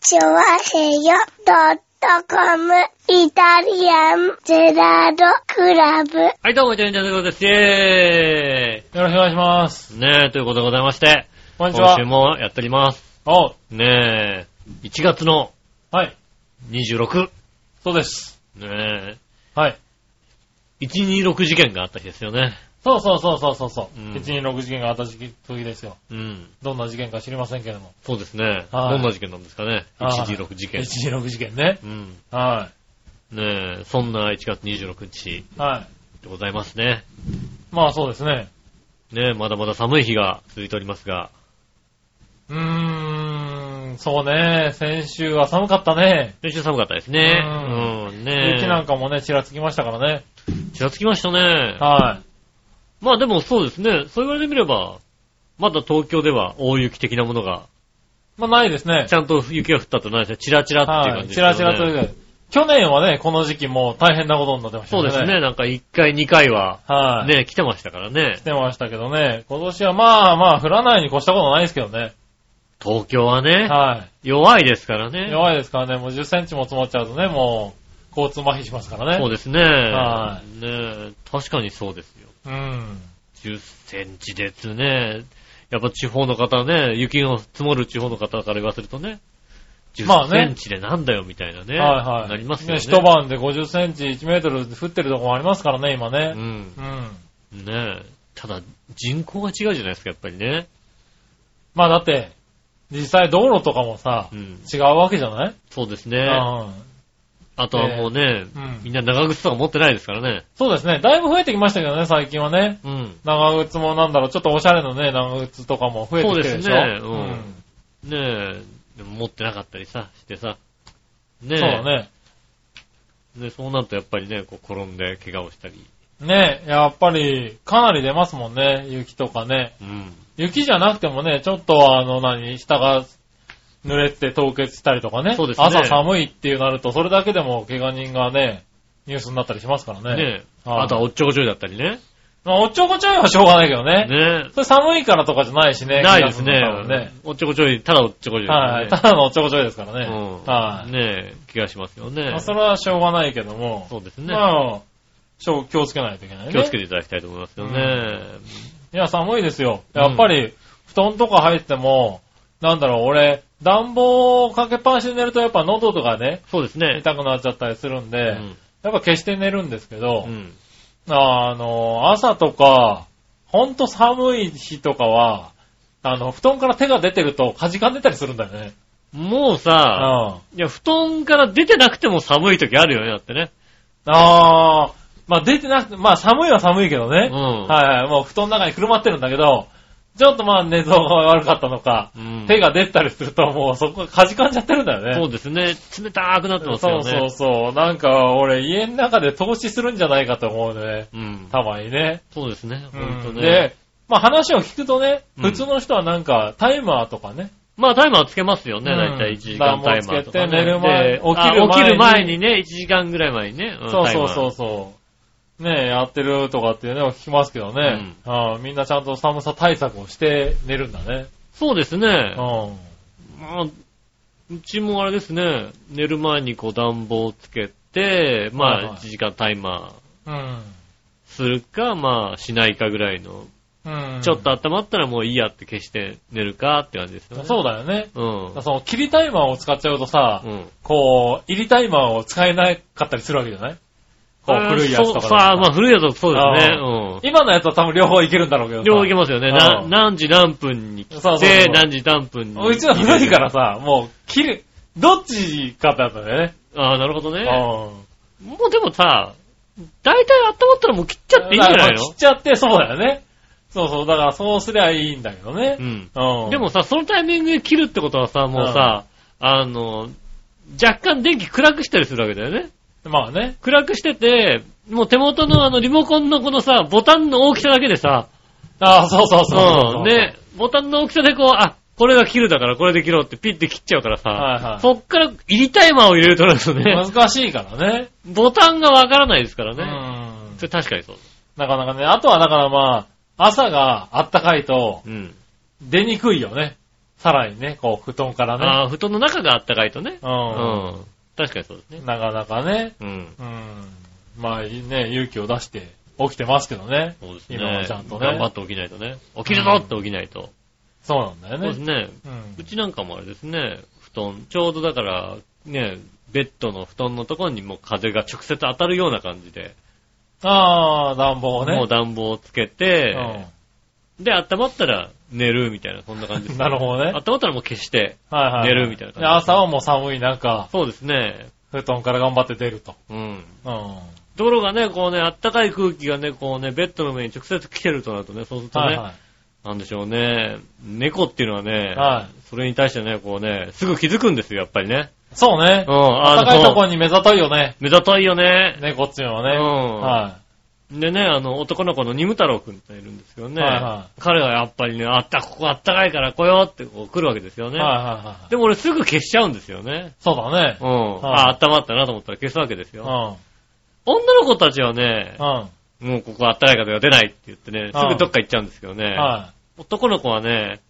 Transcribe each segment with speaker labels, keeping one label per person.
Speaker 1: チョワヘヨドットコムイタリアンゼラードクラブ。
Speaker 2: はい、どうも、ジョニーです。ことです。イェ
Speaker 3: よろしくお願いします。
Speaker 2: ーイねえ、ということでございまして、
Speaker 3: こんにち
Speaker 2: 今
Speaker 3: は
Speaker 2: 週。もやっております。
Speaker 3: お
Speaker 2: ねえ、1月の
Speaker 3: はい。
Speaker 2: 26。
Speaker 3: そうです。
Speaker 2: ね
Speaker 3: はい。
Speaker 2: え、126事件があった日ですよね。
Speaker 3: そうそうそうそうそうそう。
Speaker 2: うん
Speaker 3: 1、2、6事件があった時時ですよ。
Speaker 2: うん。
Speaker 3: どんな事件か知りませんけども。
Speaker 2: そうですね。
Speaker 3: はい
Speaker 2: どんな事件なんですかね。
Speaker 3: はい
Speaker 2: 126事件。
Speaker 3: 1、2、6事件ね。
Speaker 2: うん。
Speaker 3: は
Speaker 2: ねえ、そんな1月26日
Speaker 3: い。はい。
Speaker 2: でございますね。
Speaker 3: まあそうですね。
Speaker 2: ねえ、まだまだ寒い日が続いておりますが、
Speaker 3: うーん、そうね。先週は寒かったね。
Speaker 2: 先週寒かったですね。
Speaker 3: う
Speaker 2: うん、ねえ。
Speaker 3: 雪なんかもね、ちらつきましたからね。
Speaker 2: ちらつきましたね。
Speaker 3: はい。
Speaker 2: まあでもそうですね。そう言われてみれば、まだ東京では大雪的なものが、
Speaker 3: まあないですね
Speaker 2: ち。ゃんと雪が降ったとないですね。チラチラっていう
Speaker 3: は
Speaker 2: 感
Speaker 3: い。
Speaker 2: じ
Speaker 3: ちらちらと
Speaker 2: と
Speaker 3: いうか去年はね、この時期もう大変なことになってました
Speaker 2: そ
Speaker 3: よ
Speaker 2: う
Speaker 3: ね。
Speaker 2: ですね。。なんか1回2回は、
Speaker 3: はい。
Speaker 2: ね、来てましたからね
Speaker 3: 来。てましたけどね。今年はまあまあ降らないに越したことないですけどね。
Speaker 2: 東京はね、
Speaker 3: はい。
Speaker 2: 弱いですからね。
Speaker 3: 弱いですからね、もう10センチも積もっちゃうとね、もう、交通麻痺しますからね。
Speaker 2: そうですね。
Speaker 3: は
Speaker 2: ね確かにそうですよ。
Speaker 3: うん。
Speaker 2: 10センチですね。やっぱ地方の方ね、雪が積もる地方の方から言わせるとね、
Speaker 3: ま
Speaker 2: 10
Speaker 3: あ
Speaker 2: セ
Speaker 3: ね
Speaker 2: ンチでなんだよみたいなね。
Speaker 3: はいはい。
Speaker 2: なりますよね。
Speaker 3: ね一晩で50センチ、1メートル降ってるとこもありますからね、今
Speaker 2: う
Speaker 3: ね。
Speaker 2: ん
Speaker 3: う。ん。
Speaker 2: ねえ。ただ、人口が違うじゃないですか、やっぱりね。
Speaker 3: まあだって、実際道路とかもさ、
Speaker 2: うん。
Speaker 3: 違うわけじゃない
Speaker 2: そうです
Speaker 3: う
Speaker 2: ね。
Speaker 3: ん。
Speaker 2: あとはもうね、
Speaker 3: うん
Speaker 2: みんな長靴とか持ってないですからね。
Speaker 3: そうですね。だいぶ増えてきましたけどね、最近はね。
Speaker 2: うん。
Speaker 3: 長靴もなんだろう、ちょっとおしゃれのね、長靴とかも増えてきてるでしょ。
Speaker 2: そうですねうんねえ、でも持ってなかったりさ、してさ。ね
Speaker 3: うん
Speaker 2: え。
Speaker 3: そうだね。
Speaker 2: ねそうなるとやっぱりね、こう転んで怪我をしたり。
Speaker 3: ね、やっぱり、かなり出ますもんね、雪とかね。
Speaker 2: うん。
Speaker 3: 雪じゃなくてもね、ちょっとあの、何、下が濡れて凍結したりとかね。
Speaker 2: そうですね
Speaker 3: 朝寒いっていうなると、それだけでも怪我人がね、ニュースになったりしますからね。
Speaker 2: ねえ。
Speaker 3: はい
Speaker 2: あとはおっちょこちょいだったりね。
Speaker 3: まあ、おっちょこちょいはしょうがないけどね。
Speaker 2: ね
Speaker 3: それ寒いからとかじゃないし
Speaker 2: え。
Speaker 3: ね。
Speaker 2: ないです
Speaker 3: 気
Speaker 2: ね
Speaker 3: がるの多分ね。
Speaker 2: おっちょこちょい、ただおっちょこちょいですから
Speaker 3: はい。ただのおっちょこちょいですからね。は
Speaker 2: ね。うん。
Speaker 3: い。
Speaker 2: ねえ、気がしますよね
Speaker 3: まあ、。それはしょうがないけども。
Speaker 2: そうですね。
Speaker 3: まあ、しょう気をつけないといけないね。
Speaker 2: 気をつけていただきたいと思いますよね。
Speaker 3: いや、寒いですよ。やっぱり、布団とか入っても、なんだろう、俺、暖房をかけっぱなしで寝るとやっぱ喉とかね、
Speaker 2: そうですね。
Speaker 3: 痛くなっちゃったりするんで、
Speaker 2: うん
Speaker 3: やっぱ消して寝るんですけど、
Speaker 2: うん。
Speaker 3: あの、朝とか、ほんと寒い日とかは、あの、布団から手が出てると、かじかんでたりするんだよね。
Speaker 2: もう
Speaker 3: う
Speaker 2: さ、
Speaker 3: ん。
Speaker 2: いや、布団から出てなくても寒い時あるよね、だってね。
Speaker 3: あー、まあ出てなくて、まあ寒いは寒いけど
Speaker 2: う
Speaker 3: ね。
Speaker 2: ん。
Speaker 3: はいはい、もう布団の中にくるまってるんだけど、ちょっとまあ寝相が悪かったのか、
Speaker 2: うん
Speaker 3: 手が出たりするともうそこがかじかんじゃってるんだよね。
Speaker 2: そうですね。冷たくなってますよね。
Speaker 3: そうそうそうなんか俺家の中で投資するんじゃないかと思うね。
Speaker 2: うん。
Speaker 3: たまにね。
Speaker 2: そうですね。ほんと
Speaker 3: うん
Speaker 2: ね
Speaker 3: で。、まあ話を聞くとね、
Speaker 2: うん
Speaker 3: 普通の人はなんかタイマーとかね。
Speaker 2: まあタイマーつけますよね、
Speaker 3: うん
Speaker 2: だいたい1時間タイマーとか、ね。
Speaker 3: 暖房つけて寝る前
Speaker 2: で
Speaker 3: 起きる
Speaker 2: あ
Speaker 3: 前に
Speaker 2: 起きる前にね、1時間ぐらい前にね。ん
Speaker 3: そうそう
Speaker 2: タイマ
Speaker 3: そ
Speaker 2: ー
Speaker 3: うそう。ねえ、やってるとかっていうのを聞きますけどね。ああみんなちゃんと寒さ対策をして寝るんだね。
Speaker 2: そうですね
Speaker 3: う。ん。
Speaker 2: まあ、うちもあれですね、寝る前にこう暖房つけて、
Speaker 3: はい
Speaker 2: ま
Speaker 3: は
Speaker 2: あ
Speaker 3: い
Speaker 2: 1時間タイマー
Speaker 3: うん。
Speaker 2: するか、まあしないかぐらいの
Speaker 3: うん。
Speaker 2: ちょっと温まったらもういいやって消して寝るかって感じですよね。
Speaker 3: そうだよね。
Speaker 2: う。うん。
Speaker 3: その、切りタイマーを使っちゃうとさ、
Speaker 2: うん。
Speaker 3: こう、入りタイマーを使えなかったりするわけじゃないこう、古いやつとかだ
Speaker 2: そ
Speaker 3: と
Speaker 2: うさあ、まあ古いやつはそうですね。
Speaker 3: あ
Speaker 2: うん。
Speaker 3: 今のやつは多分両方いけるんだろうけどさ。
Speaker 2: 両方いけますよね。
Speaker 3: うん
Speaker 2: な何時何分に来
Speaker 3: そうそう
Speaker 2: て
Speaker 3: そ、う
Speaker 2: 何時何分に。
Speaker 3: うちは古いからさ、もう、切る、どっちかだったんだよね。
Speaker 2: ああ、なるほど
Speaker 3: う
Speaker 2: ね
Speaker 3: ん。。
Speaker 2: もうでもさ、大体温まったらもう切っちゃっていいんじゃ
Speaker 3: だ
Speaker 2: な
Speaker 3: か
Speaker 2: い
Speaker 3: ら
Speaker 2: の
Speaker 3: 切っちゃって、そうだよね。そうそう、だからそうすりゃいいんだけどね
Speaker 2: う。ん。
Speaker 3: うん。
Speaker 2: でも、さ、そのタイミングで切るってことはさ、もうさ、あの、若干電気暗くしたりするわけだよね。
Speaker 3: まあね。
Speaker 2: 暗くしてて、もう手元のあのリモコンのこのさ、ボタンの大きさだけでさ、
Speaker 3: ああ、そうそうそうそう
Speaker 2: うん、。ね、ボタンの大きさでこう、あ、これが切るだからこれで切ろうってピッて切っちゃうからさ、
Speaker 3: はいはい
Speaker 2: そっから入りタイマーを入れるとなるとね、
Speaker 3: 難しいからね。
Speaker 2: ボタンがわからないですから
Speaker 3: う
Speaker 2: ね。
Speaker 3: ん
Speaker 2: そ。れ確かにそう。
Speaker 3: なかなかね、あとはだからまあ、朝があったかいと
Speaker 2: う、ん。
Speaker 3: 出にくいよね。さらにね、こう、布団からね。
Speaker 2: ああ、布団の中があったかいとね。う。
Speaker 3: うん
Speaker 2: 確かにそうですね
Speaker 3: ん。。なかなかね、
Speaker 2: うん。
Speaker 3: うん。まあ、いいね、勇気を出して起きてますけどね。
Speaker 2: そうですね。
Speaker 3: 今はちゃんとね
Speaker 2: 頑張って起きないとね。起きるぞって起きないと。
Speaker 3: そうなんだよ
Speaker 2: そうです
Speaker 3: ね。
Speaker 2: ね。
Speaker 3: うん
Speaker 2: うちなんかもあれですね、布団、ちょうどだから、ね、ベッドの布団のところにもう風が直接当たるような感じで、
Speaker 3: ああ、暖房をね。
Speaker 2: もう暖房をつけて、で、温まったら寝るみたいな、そんな感じ
Speaker 3: う
Speaker 2: で
Speaker 3: ん
Speaker 2: す。
Speaker 3: な
Speaker 2: ど。
Speaker 3: るほどね。
Speaker 2: 温まったらもう消して、
Speaker 3: はいはい。
Speaker 2: 寝るみたいな感じ
Speaker 3: で朝はもう寒い中、
Speaker 2: そうですね。
Speaker 3: 布団から頑張って出ると。
Speaker 2: うん。
Speaker 3: うん。
Speaker 2: ところがね、こうね、あったかい空気がね、こうね、ベッドの上に直接来てるとなるとね、そうするとね、
Speaker 3: はいは
Speaker 2: なんでしょうね、猫っていうのはね、
Speaker 3: い。は
Speaker 2: それに対してね、こうね、すぐ気づくんですよ、やっぱりね。
Speaker 3: い。そうね
Speaker 2: う。ん、あ
Speaker 3: 暖かいとこ
Speaker 2: の、
Speaker 3: に目ざといよね。
Speaker 2: 目ざといよね。
Speaker 3: ね、こっちのは
Speaker 2: う
Speaker 3: ね。
Speaker 2: ん
Speaker 3: は
Speaker 2: でね、あの、男の子のニム太郎くんっているんですけどね、
Speaker 3: はいは
Speaker 2: 彼はやっぱりね、あった、ここあったかいから来ようってこう来るわけですよ
Speaker 3: い。
Speaker 2: ね。
Speaker 3: はいはいはい。
Speaker 2: でも俺すぐ消しちゃうんですよね。
Speaker 3: そうだね
Speaker 2: う。ん。
Speaker 3: はい
Speaker 2: あ、温まったなと思ったら消すわけです
Speaker 3: う
Speaker 2: よ。
Speaker 3: ん。うん。
Speaker 2: 女の子たちはね、
Speaker 3: は
Speaker 2: もうここあったかいから出ないって言ってね、す
Speaker 3: う
Speaker 2: ぐ
Speaker 3: ん
Speaker 2: どっか行っちゃうんですけどね
Speaker 3: い。。は
Speaker 2: 男の子はね、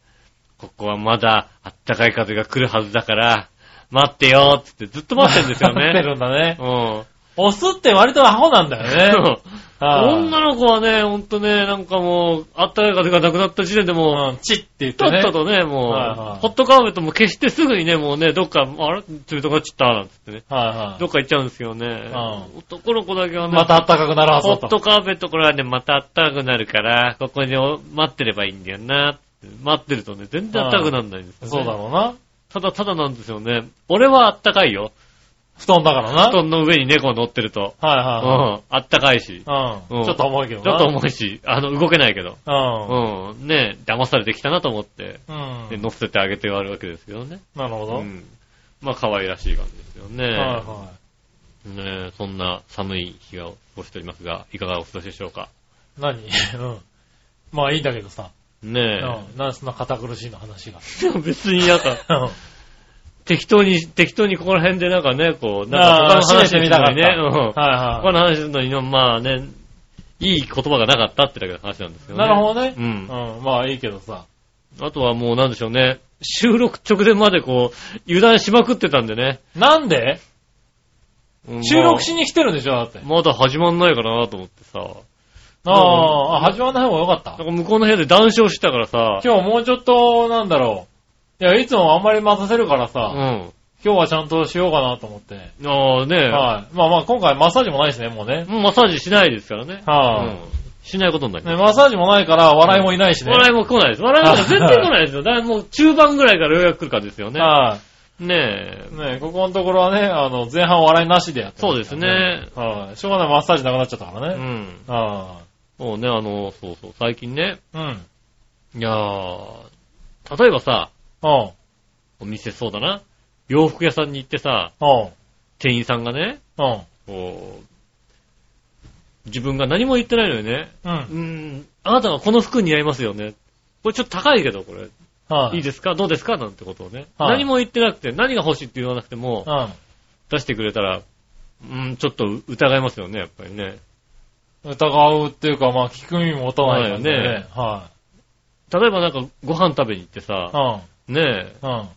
Speaker 2: ここはまだあったかい風が来るはずだから、待ってよーって言ってずっと
Speaker 3: い。
Speaker 2: 待ってるんですよ
Speaker 3: 待って
Speaker 2: ね。
Speaker 3: るんだね。
Speaker 2: うん。
Speaker 3: オスって割とアホなんだよ ね。
Speaker 2: そう女の子はね、ほんとね、なんかもう、あったかい風がなくなった時点でもう、
Speaker 3: のチッって言って
Speaker 2: とっ
Speaker 3: ね。
Speaker 2: ととね、もう、
Speaker 3: はいはい
Speaker 2: ホットカーペットも消してすぐにね、もうね、どっか、あれ冷たくなっちゃった、なんつってね。
Speaker 3: はいは
Speaker 2: どっか行っちゃうんですけどね。
Speaker 3: う。
Speaker 2: 男の子だけはいね、
Speaker 3: また暖かくなるはず
Speaker 2: ホ
Speaker 3: だ
Speaker 2: ッ
Speaker 3: と。
Speaker 2: トカーペットこれはね、また暖かくなるから、ここにお待ってればいいんだよな。待ってるとね、全然暖かくならないんですよ、ね。
Speaker 3: そうだろうな。
Speaker 2: ただただなんですよね。俺は暖かいよ。
Speaker 3: 布団だからな。
Speaker 2: 布団の上に猫乗ってると。う
Speaker 3: は
Speaker 2: ん。暖かいし
Speaker 3: い。はい。
Speaker 2: う
Speaker 3: うんん。ちょっと重いけど
Speaker 2: ちょ
Speaker 3: な。
Speaker 2: っと重いし、あの、動けないけど。
Speaker 3: 重い。
Speaker 2: うん。ねえ騙されてきたなと思って、
Speaker 3: うん。う
Speaker 2: ね
Speaker 3: ん。
Speaker 2: 乗せてあげてはあるわけですけどね。
Speaker 3: なるほ
Speaker 2: う
Speaker 3: ど。
Speaker 2: ん。まあ、可愛らしい感じですよね。
Speaker 3: はいは
Speaker 2: ねえそんな寒い日が過ごしておりますが、いかがお過ごしでしょうか。
Speaker 3: い。何 うん。まあいいんだけどさ。う
Speaker 2: ね
Speaker 3: ん。なんでそんな堅苦しいの 話が。
Speaker 2: え。別になんか、
Speaker 3: うん。
Speaker 2: 適当に、適当にここら辺でなんかね、こう、
Speaker 3: あ
Speaker 2: な
Speaker 3: あ
Speaker 2: んか他の話
Speaker 3: 締めてみ
Speaker 2: す
Speaker 3: た
Speaker 2: るの
Speaker 3: かっ
Speaker 2: に
Speaker 3: た
Speaker 2: ね、うん。
Speaker 3: はい
Speaker 2: 他
Speaker 3: は
Speaker 2: の話するのにの、まあね、いい言葉がなかったってだけの話なんです
Speaker 3: い。
Speaker 2: よね。
Speaker 3: なるほどね。
Speaker 2: うん。
Speaker 3: うん。まあいいけどさ。
Speaker 2: あとはもうなんでしょうね、収録直前までこう、油断しまくってたんでね。
Speaker 3: なんで
Speaker 2: うん
Speaker 3: 収録しに来てるんでしょだって。
Speaker 2: まあまだ始まんないかなと思ってさ。
Speaker 3: ああ、始まらない方がよかっ
Speaker 2: な
Speaker 3: た
Speaker 2: ん。か向こうの部屋で談笑してたからさ。
Speaker 3: 今日もうちょっと、なんだろう。いや、いつもあんまり待たせるから
Speaker 2: う
Speaker 3: さ、
Speaker 2: ん。
Speaker 3: 今日はちゃんとしようかなと思って。
Speaker 2: ああね、
Speaker 3: はい。まあまあ、今回マッサージもないしね、もうね。
Speaker 2: もうマッサージしないですからね。
Speaker 3: はい
Speaker 2: うんしないことになります
Speaker 3: ねマッサージもないから、笑いもいないしね。
Speaker 2: 笑いも来ないです。笑いも全然来ないで すよ。だからもう中盤ぐらいからようやく来る感じですよね。
Speaker 3: は
Speaker 2: ねえ。
Speaker 3: い。ねここのところはね、あの、前半笑いなしでやって
Speaker 2: そう
Speaker 3: ま
Speaker 2: ですす
Speaker 3: からね。
Speaker 2: ね。
Speaker 3: はい。しょうがない、マッサージなくなっちゃったか
Speaker 2: う
Speaker 3: らね。
Speaker 2: ん。
Speaker 3: は
Speaker 2: そうね、あの、そうそう、最近ね。
Speaker 3: い。うん。
Speaker 2: いやー、例えばさ、
Speaker 3: おう
Speaker 2: お店そうだな。洋服屋さんに行ってさ、
Speaker 3: おう
Speaker 2: 店員さんがね、
Speaker 3: おう
Speaker 2: こう、自分が何も言ってないのにね、
Speaker 3: う
Speaker 2: うー
Speaker 3: ん。
Speaker 2: ん、あなたはこの服似合いますよね。これちょっと高いけど、これ。
Speaker 3: はい。
Speaker 2: いいですかどうですかなんてことをね。
Speaker 3: はい
Speaker 2: 何も言ってなくて、何が欲しいって言わなくても
Speaker 3: う、ん。
Speaker 2: 出してくれたら、うん、ちょっと疑いますよね、やっぱりね。
Speaker 3: 疑うっていうか、まあ、聞く耳も持たないから
Speaker 2: はい
Speaker 3: ね
Speaker 2: ね。
Speaker 3: は
Speaker 2: 例えばなんかご飯食べに行って
Speaker 3: い。
Speaker 2: さ、
Speaker 3: うん。
Speaker 2: ね
Speaker 3: うん。うん。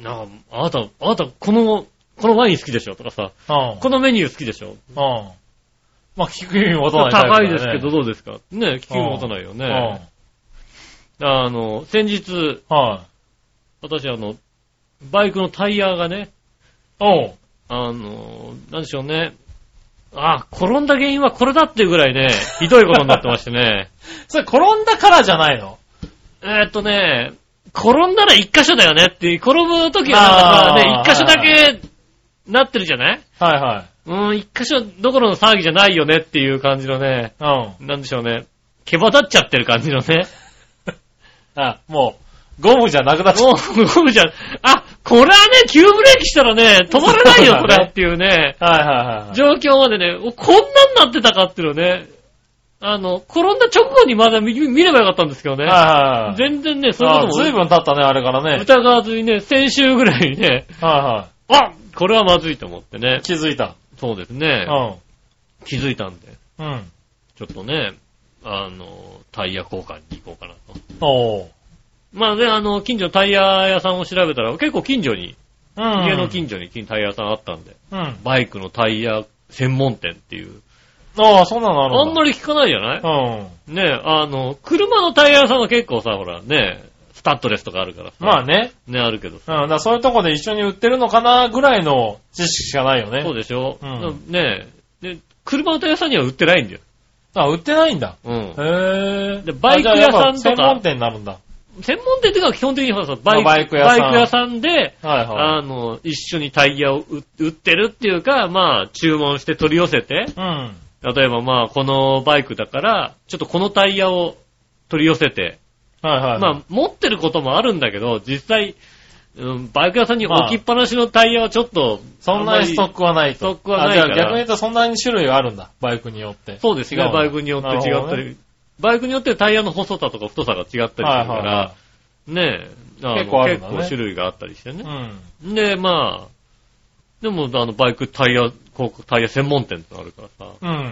Speaker 2: え、なんか、あなた、あなた、この、このワイン好きでしょとかさ、このメニュー好きでしょ
Speaker 3: うん。まあ、聞く耳持たないタイプ
Speaker 2: 高い
Speaker 3: だよね
Speaker 2: ですけどどうですかねえ、聞き持たないよ
Speaker 3: うん。
Speaker 2: ね。あの、先日、
Speaker 3: はい。
Speaker 2: 私あの、バイクのタイヤがね、
Speaker 3: おう。
Speaker 2: あの、なんでしょうね。あ、転んだ原因はこれだっていうぐらいね、ひどいことになってましてね。
Speaker 3: それ転んだからじゃないの
Speaker 2: えーっとね、転んだら一箇所だよねっていう、転ぶときはなん
Speaker 3: あー
Speaker 2: かさね、一箇所だけなってるじゃない
Speaker 3: はいはい。
Speaker 2: うん、一箇所どころの騒ぎじゃないよねっていう感じのね、
Speaker 3: うん。
Speaker 2: なんでしょうね。毛羽立っちゃってる感じの ね。
Speaker 3: あ、もう、ゴムじゃなくなっちゃっ
Speaker 2: もう、ゴムじゃん。あ、これはね、急ブレーキしたらね、止まらないよ、
Speaker 3: そ
Speaker 2: こ
Speaker 3: うだね
Speaker 2: れっていうね、
Speaker 3: た。はいはいはい。
Speaker 2: 状況までね、おこんなんなってたかっていうのね。あの、転んだ直後にまだ見見ればよかったんですけどね。
Speaker 3: はいはいはい。
Speaker 2: 全然ね、そういうことも
Speaker 3: ずいぶん経ったね、あれからね。
Speaker 2: 疑わずにね、先週ぐらいにね、
Speaker 3: はいは
Speaker 2: あこれはまずいと思ってね
Speaker 3: い。。気づいた。
Speaker 2: そうです
Speaker 3: う
Speaker 2: ね。
Speaker 3: ん。
Speaker 2: 気づいたんで、
Speaker 3: うん。
Speaker 2: ちょっとね、あの、タイヤ交換に行こうかなと。
Speaker 3: おう。
Speaker 2: まあね、あの、近所のタイヤ屋さんを調べたら、結構近所に、
Speaker 3: うん。
Speaker 2: 家の近所にタイヤ屋さんあったんで、
Speaker 3: うん。
Speaker 2: バイクのタイヤ専門店っていう。
Speaker 3: ああ、そうなのある
Speaker 2: あんま
Speaker 3: り。
Speaker 2: り聞かないじゃない
Speaker 3: うん。
Speaker 2: ねえ、あの、車のタイヤ屋さんは結構さ、ほら、ねえ、スタッドレスとかあるからさ。
Speaker 3: まあね。
Speaker 2: ね、あるけど
Speaker 3: う
Speaker 2: さ。
Speaker 3: ん。だからそういうとこで一緒に売ってるのかなぐらいの知識しかないよね。
Speaker 2: そうでしょ、
Speaker 3: うん
Speaker 2: ねえ。で、車のタイヤ屋さんには売ってないんだよ。
Speaker 3: あ、売ってないんだ。
Speaker 2: う
Speaker 3: へ
Speaker 2: ん。
Speaker 3: ぇー。
Speaker 2: でバイク屋さんとか
Speaker 3: あじゃあやっぱ専門店になるんだ。
Speaker 2: 専門店っていうか基本的にはさ、バイク
Speaker 3: バイク屋さん
Speaker 2: バイク屋さんで、
Speaker 3: はいはい。
Speaker 2: あの、一緒にタイヤを売売ってるっていうか、まあ、注文して取り寄せて、
Speaker 3: うん。
Speaker 2: 例えばまあ、このバイクだから、ちょっとこのタイヤを取り寄せて、
Speaker 3: はいはい。
Speaker 2: まあ、持ってることもあるんだけど、実際、うん、バイク屋さんに置きっぱなしのタイヤはちょっと、
Speaker 3: そんなにストックはないと。
Speaker 2: ストックはないから
Speaker 3: あじゃあ逆に言うとそんなに種類はあるんだ。バイクによって。
Speaker 2: そうです
Speaker 3: 違
Speaker 2: ね。
Speaker 3: う
Speaker 2: バイクによって
Speaker 3: なる
Speaker 2: 違
Speaker 3: ほ
Speaker 2: っ
Speaker 3: ど
Speaker 2: た
Speaker 3: ね
Speaker 2: り、バイクによってタイヤの細さとか太さが違ったりするか
Speaker 3: はいはい
Speaker 2: ら
Speaker 3: は、
Speaker 2: ねえ、の
Speaker 3: 結構あるんだね
Speaker 2: 結構種類があったりして
Speaker 3: い。う
Speaker 2: ね。
Speaker 3: ん。
Speaker 2: で、まあ、でも、あの、バイクタイヤ、こう、タイヤ専門店ってのあるからさ、
Speaker 3: うん。は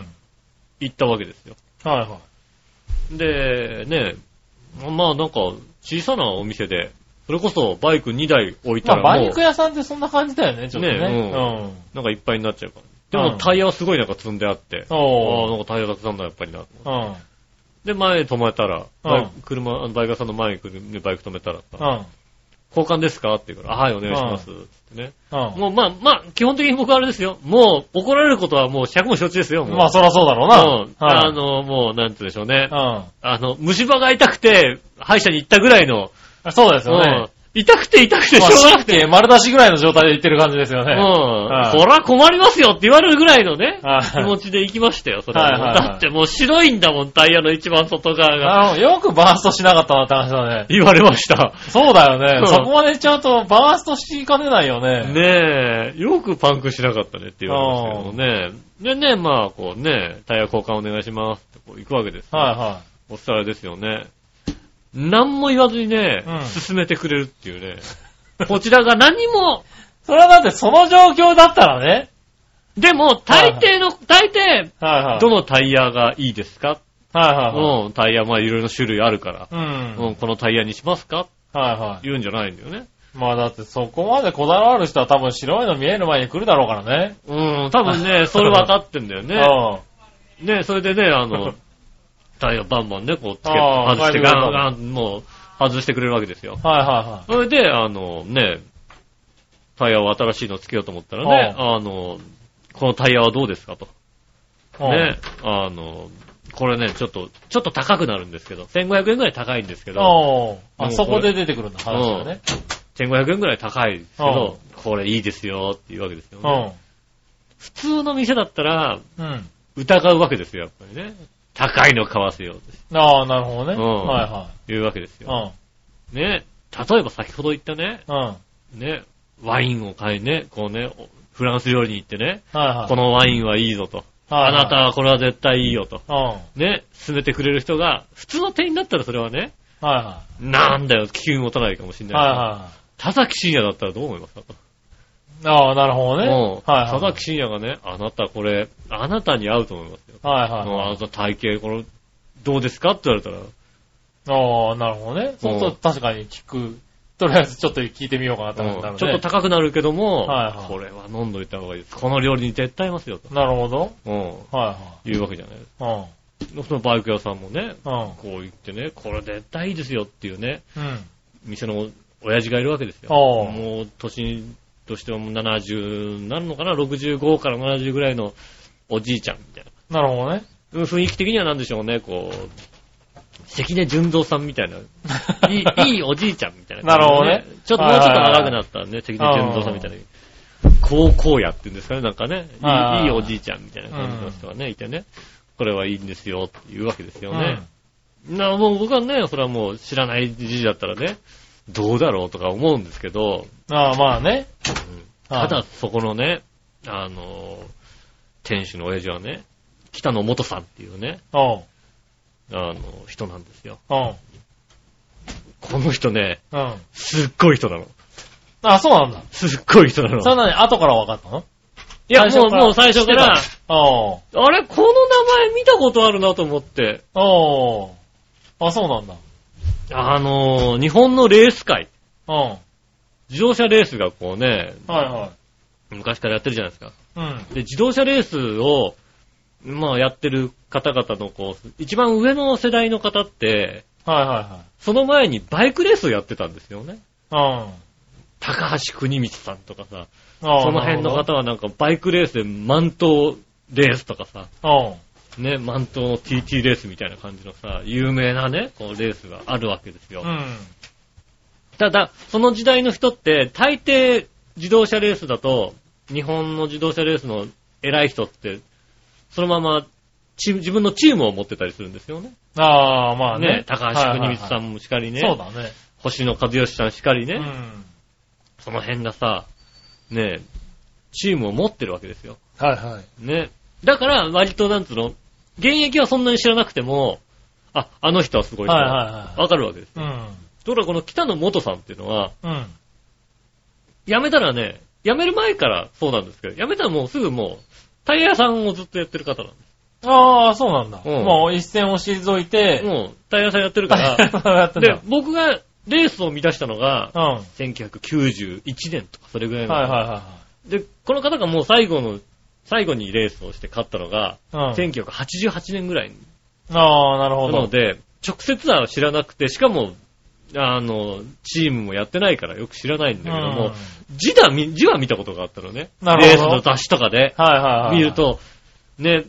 Speaker 3: い
Speaker 2: 行ったわけですよ。
Speaker 3: は
Speaker 2: で、ねえ、まあなんか、小さなお店で、それこそバイク2台置い
Speaker 3: い。
Speaker 2: た
Speaker 3: まあ
Speaker 2: ら
Speaker 3: バ
Speaker 2: もう
Speaker 3: イク、屋さんってそんな感じだよね、ちょっとね。
Speaker 2: ね
Speaker 3: うん。
Speaker 2: なんかいっぱいになっちゃうから。で
Speaker 3: うん
Speaker 2: もタイヤはすごいなんか積んであって、ああ、
Speaker 3: そ
Speaker 2: なんかタイヤたくさんだ、やっぱりな。
Speaker 3: う。うん。
Speaker 2: で、前止めたら、バイク
Speaker 3: う
Speaker 2: 車、あのバイク屋さんの前に来るバイク止めたら
Speaker 3: う
Speaker 2: さ、
Speaker 3: ん。
Speaker 2: 交換ですかって言うから、あはい、お願いします。ってね。
Speaker 3: う
Speaker 2: もう、まあ、まあ、基本的に僕はあれですよ。もう、怒られることはもう、尺も承知ですよ。も
Speaker 3: ん。
Speaker 2: う
Speaker 3: まあそらそうだろうな。
Speaker 2: うんあ
Speaker 3: はい
Speaker 2: の、もう、なんて言うんでしょうね。
Speaker 3: うん
Speaker 2: あの、虫歯が痛くて、歯医者に行ったぐらいの、
Speaker 3: あ。そうですよ
Speaker 2: う
Speaker 3: ね
Speaker 2: ん。痛くて痛くてし
Speaker 3: ま
Speaker 2: ょ
Speaker 3: あ
Speaker 2: うがな
Speaker 3: 神
Speaker 2: くて、
Speaker 3: 経丸出しぐらいの状態で行ってる感じですよね。
Speaker 2: うん。
Speaker 3: はい
Speaker 2: そら困りますよって言われるぐらいのね、
Speaker 3: はい
Speaker 2: 気持ちで行きましたよ、それは
Speaker 3: はいはいはい
Speaker 2: だってもう白いんだもん、タイヤの一番外側が。
Speaker 3: あのよくバーストしなかったなって話だね。
Speaker 2: 言われました。
Speaker 3: そうだよね。
Speaker 2: うん
Speaker 3: そこまで行っちゃうとバーストしかねないよね。
Speaker 2: ねえ、よくパンクしなかったねって言われましたけどね。でね、まあ、こうね、タイヤ交換お願いしますってこう行くわけです。
Speaker 3: はいは
Speaker 2: お伝えですよね。何も言わずにね、
Speaker 3: うん
Speaker 2: 進めてくれるっていうね。こちらが何 も、
Speaker 3: い。それはだってその状況だったらね。
Speaker 2: でも、大抵の、大抵、
Speaker 3: はいはい。
Speaker 2: どのタイヤがいいですか
Speaker 3: はいはいはい。
Speaker 2: うん、タイヤ、まあいろいろ種類あるから、
Speaker 3: うん。
Speaker 2: うん、このタイヤにしますかって
Speaker 3: はいはい。
Speaker 2: 言うんじゃないんだよね。
Speaker 3: まあだってそこまでこだわる人は多分白いの見える前に来るだろうからね。
Speaker 2: うん、多分ね、それ分かってんだよ ね。
Speaker 3: う
Speaker 2: ね、それでね、あ の、タイヤバンバンね、こう、つけて、
Speaker 3: あー
Speaker 2: 外して、
Speaker 3: 外れ
Speaker 2: ガ
Speaker 3: る
Speaker 2: ンガン、もう、外してくれるわけですよ。
Speaker 3: ん。はいは
Speaker 2: それで、あの、ね、タイヤを新しいのつけようと思ったらね、あの、このタイヤはどうですかと。
Speaker 3: いはい。
Speaker 2: ね、あの、これね、ちょっと、ちょっと高くなるんですけど、1500円ぐらい高いんですけ
Speaker 3: うん。
Speaker 2: ど、
Speaker 3: おー
Speaker 2: も
Speaker 3: あ
Speaker 2: う
Speaker 3: そこで出てくるんだ、話がね。
Speaker 2: 1500円ぐらい高いですけど、これいいですよっていうわけですよ、ね。
Speaker 3: う
Speaker 2: 普通の店だったら、
Speaker 3: ん。うん。
Speaker 2: 疑うわけですよ、やっぱりね。高いの買わせよう
Speaker 3: ああ、なるほどね。
Speaker 2: うん
Speaker 3: はいは
Speaker 2: というわけです
Speaker 3: い。
Speaker 2: よ
Speaker 3: う。ん。
Speaker 2: ね、例えば先ほど言ったね、
Speaker 3: うん。はい
Speaker 2: ね、ワインを買いね、こうね、おフランス料理に行ってね、
Speaker 3: はい。
Speaker 2: このワインはいいぞと。
Speaker 3: はいは
Speaker 2: あ
Speaker 3: い
Speaker 2: なたはこれは絶対いいよと。
Speaker 3: うん。はい
Speaker 2: ね、勧めてくれる人が、普通の店員だったらそれはね、
Speaker 3: は
Speaker 2: なんだよ、基準持たないかもしれ
Speaker 3: い。
Speaker 2: ない。
Speaker 3: はいは
Speaker 2: 田崎真也だったらどう思いますか
Speaker 3: い。ああ、なるほどね。
Speaker 2: うん
Speaker 3: はいは
Speaker 2: 田
Speaker 3: い。
Speaker 2: 崎真也がね、あなたこれ、あなたに合うと思いますよ。
Speaker 3: はい
Speaker 2: あ
Speaker 3: はい。
Speaker 2: のあなた体型、この、どうですかって言われたら、
Speaker 3: ああ、なるほどね。そうすると確かに聞く。とりあえずちょっと聞いてみようかなって話にな
Speaker 2: うん
Speaker 3: る
Speaker 2: ちょっと
Speaker 3: ね。
Speaker 2: 高くなるけども、
Speaker 3: はいはい
Speaker 2: これは飲んどいた方がいいです。この料理に絶対合いますよと。
Speaker 3: なるほど。
Speaker 2: うん
Speaker 3: は
Speaker 2: いうわけじゃない
Speaker 3: いは
Speaker 2: そのバイク屋さんもね、
Speaker 3: い。うん。
Speaker 2: こう言ってね、これ絶対いいですよっていうね、
Speaker 3: うん。うん。
Speaker 2: 店の親父がいるわけですよ。
Speaker 3: おう
Speaker 2: もう年としてはもう70になるのかな、65から70ぐらいのおじいちゃんみたいな。
Speaker 3: なるほどね。
Speaker 2: うん雰囲気的には何でしょうね、こう、関根純三さんみたいな、いいい いおじいちゃんみたいな、
Speaker 3: なるほどね。
Speaker 2: ちょっともうちょっと長くなったらね、関根純三さんみたいな。高校やっていうんですかね、なんかねい、
Speaker 3: はいはい
Speaker 2: い
Speaker 3: い
Speaker 2: いおじいちゃんみたいな感じの人がね、いてね、これはいいんですよっていうわけですよね。な、もう僕はね、それはもう知らないじじだったらね、どうだろうとか思うんですけど、
Speaker 3: うん。ああ、まあね。は
Speaker 2: た
Speaker 3: い
Speaker 2: だそこのね、あの、店主の親父はね、北野元さんっていうね、
Speaker 3: うん。
Speaker 2: あの、人なんですよ。
Speaker 3: うん。
Speaker 2: この人ね、
Speaker 3: うん。
Speaker 2: すっごい人なの。
Speaker 3: あ、そうなんだ。
Speaker 2: すっごい人なの。
Speaker 3: それなに後から分かったの
Speaker 2: いや、
Speaker 3: 最
Speaker 2: もう、
Speaker 3: 初から
Speaker 2: もう最初から、
Speaker 3: あ
Speaker 2: あれ、この名前見たことあるなと思って、
Speaker 3: あ。ああ。あ、そうなんだ。
Speaker 2: あのー日本のレース界、
Speaker 3: うん。は
Speaker 2: 自動車レースがこうね、
Speaker 3: いは
Speaker 2: 昔からやってるじゃないですか。
Speaker 3: い。うん。
Speaker 2: で、自動車レースを、まあやってる方々のこう、一番上の世代の方って、
Speaker 3: はいは
Speaker 2: その前にバイクレースをやってたんですよね。
Speaker 3: いはい。うん。
Speaker 2: 高橋国光さんとかさ、
Speaker 3: ああ
Speaker 2: その辺の。方はなんかバイクレースで満頭レースとかさ、
Speaker 3: なるほど
Speaker 2: ね、満頭の TT レースみたいな感じのさ、有名なね、こうレースがあるわけですよ。
Speaker 3: うん。うん。
Speaker 2: ただ、その時代の人って、大抵自動車レースだと、日本の自動車レースの偉い人って、そのままチーム自分のチームを持ってたりするんですよね。
Speaker 3: ああ、まあね
Speaker 2: ね。高橋国光さ
Speaker 3: ん
Speaker 2: んもしかりね、
Speaker 3: そうだね。
Speaker 2: 星野和義さんしかりね、
Speaker 3: うん。
Speaker 2: その辺がさ、ね、チームを持ってるわけですよ。
Speaker 3: はいはい。
Speaker 2: ね。だから、割となんつうの、現役はそんなに知らなくても、あ、あの人はすごい人
Speaker 3: はい
Speaker 2: だ。
Speaker 3: はいは
Speaker 2: わかるわけです。
Speaker 3: い。うん。
Speaker 2: ところがこの北野元さんっていうのは、
Speaker 3: うん。
Speaker 2: 辞めたらね、辞める前からそうなんですけど、辞めたらもうすぐもう、タイヤ屋さんをずっとやってる方なんで
Speaker 3: ああ、そうなんだ。
Speaker 2: うん
Speaker 3: もう一線を退いて
Speaker 2: す。、もう、タイヤ屋さんやってるか
Speaker 3: や
Speaker 2: ら、
Speaker 3: ってんだ
Speaker 2: で、僕がレースを見出したのが
Speaker 3: う、ん。はい
Speaker 2: 1991年とかそれぐらい
Speaker 3: はい
Speaker 2: なの
Speaker 3: は
Speaker 2: で、この方がもう最後の、最後にレースをして勝ったのが、
Speaker 3: いはい。うん。
Speaker 2: 1988年ぐらい
Speaker 3: ああ、なるほ
Speaker 2: なの
Speaker 3: ど。
Speaker 2: で、直接は知らなくて、しかも、あの、チームもやってないからよく知らないんだけど
Speaker 3: うん
Speaker 2: も、字だ、み字は見たことがあったのね。
Speaker 3: なるほ
Speaker 2: レ
Speaker 3: ど
Speaker 2: ースの雑誌とかで
Speaker 3: はいはいはい。
Speaker 2: 見る。と、ね、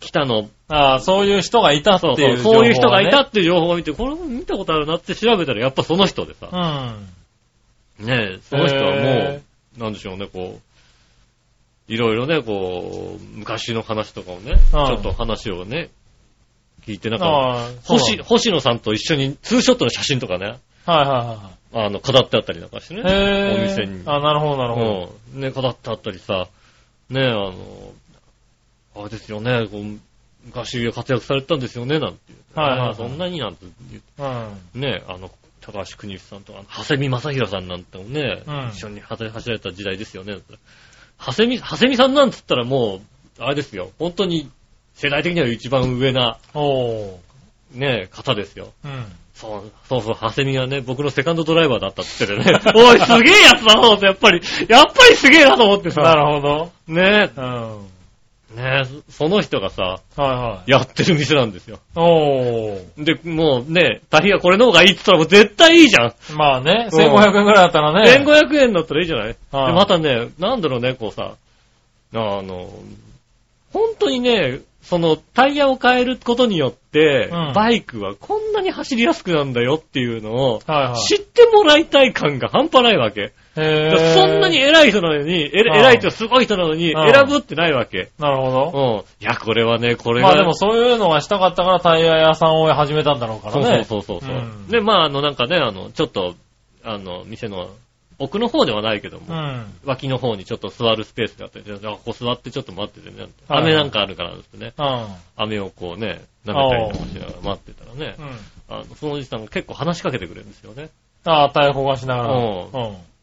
Speaker 2: 北の、
Speaker 3: ああ、そういう人がいたってい
Speaker 2: そううそう、
Speaker 3: 情報
Speaker 2: そういう人がいた
Speaker 3: ね
Speaker 2: っていう情報を見て、これも見たことあるなって調べたら、やっぱその人で
Speaker 3: う
Speaker 2: さ、
Speaker 3: ん。
Speaker 2: ね、その人はも
Speaker 3: へ
Speaker 2: う、なんでしょうね、こう、いろいろね、こう、昔の話とかをね、ちょっと話をね、聞いて、なんか、
Speaker 3: ああ、そうなん
Speaker 2: 星
Speaker 3: だ
Speaker 2: 星野さんと一緒にツーショットの写真とかね、
Speaker 3: はいは
Speaker 2: あの、飾ってあったりなんかしてね。
Speaker 3: いはい。へえ。
Speaker 2: お店に。
Speaker 3: あ、なるほどなるほど。
Speaker 2: うん。ね、飾ってあったりさ、ね、あの、あれですよね、こう昔活躍されてたんですよね、なんていう。
Speaker 3: はいはいはい
Speaker 2: ああそんなになんて言っ
Speaker 3: うん。
Speaker 2: て、ね、あの、高橋邦夫さんとか、長谷見正弘さんなんてもね、
Speaker 3: うん
Speaker 2: 一緒に走られた時代ですよね。長谷見、長谷見さんなんつったらもう、あれですよ、本当に世代的には一番上な、
Speaker 3: おー。
Speaker 2: ね、方ですよ。
Speaker 3: うん。
Speaker 2: そう、そうそう、ハセミがね、僕のセカンドドライバーだったって言って ね。おい、すげえやつだろうって、やっぱり、やっぱりすげえなと思って
Speaker 3: な
Speaker 2: さ。
Speaker 3: るほど。
Speaker 2: ね
Speaker 3: うん。はい
Speaker 2: え、ねえ、その人がさ、
Speaker 3: はい。
Speaker 2: やってる店なんですよ。
Speaker 3: おー。
Speaker 2: で、もうね、タヒがこれの方がいいって言ったらもう絶対いいじゃん。
Speaker 3: まあね、
Speaker 2: うん
Speaker 3: 1500円くらいだったらね。
Speaker 2: 1500円だったらいいじゃないで、
Speaker 3: はい
Speaker 2: またね、なんだろうね、こうさ、あの、本当にね、そのタイヤを変えることによって、
Speaker 3: うん
Speaker 2: バイクはこんなに走りやすくなるんだよっていうのを、
Speaker 3: はいはい。
Speaker 2: 知ってもらいたい感が半端ないわけ。
Speaker 3: へ
Speaker 2: だから
Speaker 3: ー
Speaker 2: そんなに偉い人なのに、え
Speaker 3: ああ
Speaker 2: 偉い人すごい人なのに、
Speaker 3: ああ
Speaker 2: 選ぶってないわけ。
Speaker 3: なるほ
Speaker 2: う
Speaker 3: ど
Speaker 2: ん。。いや、これはね、これ
Speaker 3: ま
Speaker 2: が。
Speaker 3: あでもそういうのがしたかったからタイヤ屋さんを始めたんだろうから
Speaker 2: そう
Speaker 3: ね。
Speaker 2: そうそうそう。
Speaker 3: うん
Speaker 2: で、まあ、あの、なんかね、あの、ちょっと、あの、店の奥の方ではないけども、
Speaker 3: うん。
Speaker 2: 脇の方にちょっと座るスペースがあって、じゃあ、ここ座ってちょっと待っててね。
Speaker 3: はい
Speaker 2: 飴なんかあるからですね。
Speaker 3: うん。
Speaker 2: 飴をこうね、舐めたりとかしながら待ってたらね
Speaker 3: う、ん。
Speaker 2: あの、そのおじさんが結構話しかけてくれるんですよね。
Speaker 3: ああ、逮捕がしながら。
Speaker 2: う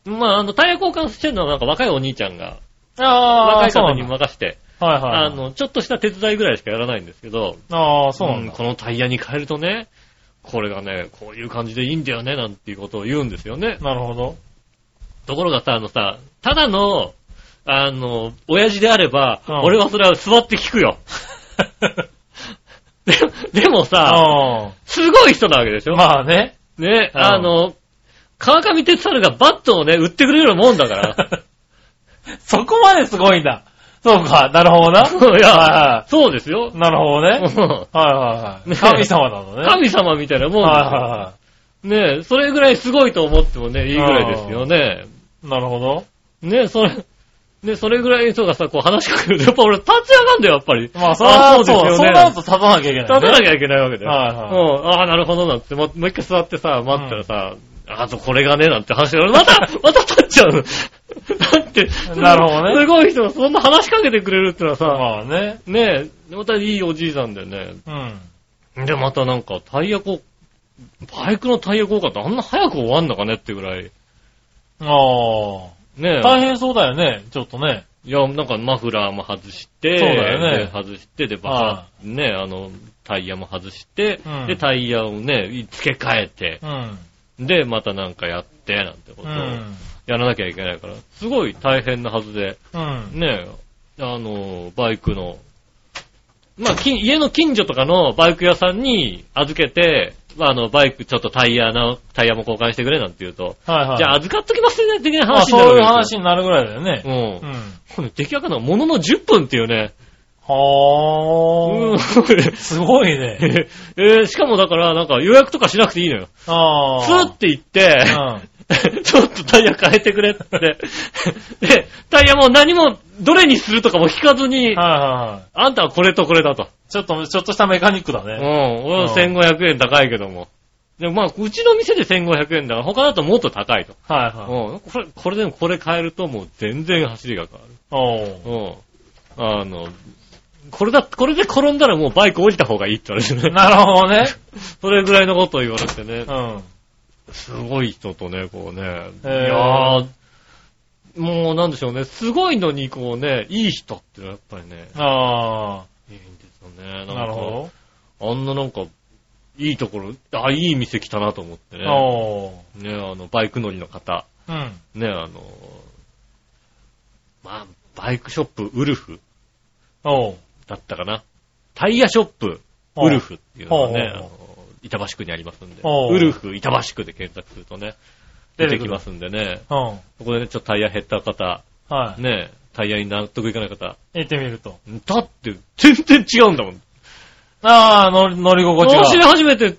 Speaker 3: うんん。
Speaker 2: まあ、あの、タイヤ交換してるのはなんか若いお兄ちゃんが、
Speaker 3: ああ、
Speaker 2: 若い方に
Speaker 3: そうなん
Speaker 2: 任して、
Speaker 3: だはいはい。
Speaker 2: あ、の、ちょっとした手伝いぐらいしかやらないんですけど、
Speaker 3: ああ、そうなん
Speaker 2: うん
Speaker 3: だ。
Speaker 2: このタイヤに変えるとね、これがね、こういう感じでいいんだよね、なんていうことを言うんですよね。
Speaker 3: なるほど。
Speaker 2: ところがさ、あのさ、ただの、あの、親父であれば、
Speaker 3: うん
Speaker 2: 俺はそれは座って聞くよ。 ででもさ、
Speaker 3: あ
Speaker 2: すごい人なわけでし
Speaker 3: あ。
Speaker 2: ょ、
Speaker 3: まあね。
Speaker 2: ね、
Speaker 3: うん
Speaker 2: あの、川上哲治がバットをね、売ってくれるもんだから。
Speaker 3: そこまですごいんだ。そうか、なるほどな。
Speaker 2: そういや
Speaker 3: は、
Speaker 2: そうですよ
Speaker 3: い。なるほどね。
Speaker 2: うん
Speaker 3: はいはいは
Speaker 2: ね
Speaker 3: い。神様なのね。
Speaker 2: 神様みたいなもんだ
Speaker 3: はい
Speaker 2: から
Speaker 3: は
Speaker 2: ねえ、それぐらいすごいと思ってもね、いいぐらいですよね。
Speaker 3: いはい。なるほど。
Speaker 2: ねえ、それ、ねそれぐらいの人がさ、こう話しかけると、やっぱ俺立ち上がんだよ、やっぱり。
Speaker 3: まあ、それはそう
Speaker 2: そうです
Speaker 3: そう
Speaker 2: よ
Speaker 3: な
Speaker 2: ね
Speaker 3: る。と立たなきゃいけないね。
Speaker 2: 立たなきゃいけないわけだよ。
Speaker 3: はいはい
Speaker 2: うん、ああ、なるほどなんて、もうもう一回座ってさ、待ったらさ、あとこれがね、なんて話が、また、また立っちゃ うの。だって、
Speaker 3: なるほどね
Speaker 2: すごい人がそんな話しかけてくれるってのはさ、
Speaker 3: まあね。
Speaker 2: ねえ、またいいおじいさんでね。
Speaker 3: うん。
Speaker 2: で、またなんかタイヤこう、バイクのタイヤ交換ってあんな早く終わんのかねってぐらい。
Speaker 3: ああ。
Speaker 2: ねえ。
Speaker 3: 大変そうだよね、ちょっとね。
Speaker 2: いや、なんかマフラーも外して、
Speaker 3: そうだよね
Speaker 2: で外して、で、
Speaker 3: は
Speaker 2: バカ、ね、あの、タイヤも外して、
Speaker 3: うん
Speaker 2: で、タイヤをね、付け替えて、
Speaker 3: うん。
Speaker 2: で、またなんかやって、なんてこと
Speaker 3: う
Speaker 2: を
Speaker 3: ん。
Speaker 2: やらなきゃいけないから、すごい大変なはずで、
Speaker 3: うん。
Speaker 2: ねえ、あの、バイクの、まあ、近家の近所とかのバイク屋さんに預けて、まあ、あの、バイクちょっとタイヤの、タイヤも交換してくれなんて言うと、
Speaker 3: はいはい。
Speaker 2: じゃあ預かっときますね、的な
Speaker 3: まあ、
Speaker 2: 話にな
Speaker 3: そういう
Speaker 2: るわけ
Speaker 3: 話になるぐらいだよね。
Speaker 2: ですよ。
Speaker 3: う
Speaker 2: うん。
Speaker 3: ん。
Speaker 2: これ出来上がるのはものの10分っていうね。
Speaker 3: は
Speaker 2: う
Speaker 3: ー
Speaker 2: ん。
Speaker 3: すごいね。
Speaker 2: えーしかもだから、なんか予約とかしなくていいのよ。
Speaker 3: ああ。
Speaker 2: スーって行って、 ちょっとタイヤ変えてくれって。 で、タイヤも何も、どれにするとかも聞かずに
Speaker 3: うん。はい、はいは
Speaker 2: あんたはこれとこれだと。
Speaker 3: い。ちょっと、ちょっとしたメカニックだ
Speaker 2: うん。
Speaker 3: ね。
Speaker 2: 俺は
Speaker 3: うん
Speaker 2: 1500円高いけども。でもまあ、うちの店で1500円だから、他だともっと高いと。
Speaker 3: はいはい。
Speaker 2: うん。これ、これでもこれ変えるともう全然走りが変わ
Speaker 3: おう
Speaker 2: る。うん。あの、これだ、これで転んだらもうバイク降りた方がいいって言われてね。
Speaker 3: なるほ どね。
Speaker 2: それぐらいのことを言われてね。
Speaker 3: うん。
Speaker 2: すごい人とね、こうね。い
Speaker 3: へー
Speaker 2: やー、もうなんでしょうね。すごいのに、こうね、いい人ってのはやっぱりね、
Speaker 3: あ
Speaker 2: いいんですよね。なん
Speaker 3: あ。
Speaker 2: か
Speaker 3: なるほ
Speaker 2: あんななんか、いいところ、あ、いい店来たなと思って
Speaker 3: ど。
Speaker 2: ね。
Speaker 3: おう。
Speaker 2: ね、あの、バイク乗りの方。
Speaker 3: うん。
Speaker 2: ね、あの、まあ、バイクショップ、ウルフ
Speaker 3: おう。
Speaker 2: だったかな。タイヤショップ、ウルフっていうのがね、あ
Speaker 3: ほうほう
Speaker 2: の板橋区にありますんで、
Speaker 3: ほう
Speaker 2: ウルフ板橋区で検索するとね、出てきますんでね、
Speaker 3: うん。
Speaker 2: ここでね、ちょっとタイヤ減った方、
Speaker 3: はい。
Speaker 2: ね、タイヤに納得いかない方、
Speaker 3: 行ってみると。
Speaker 2: だって全然違うんだもん。
Speaker 3: ああ、乗り乗り心地が。
Speaker 2: 走り始めて、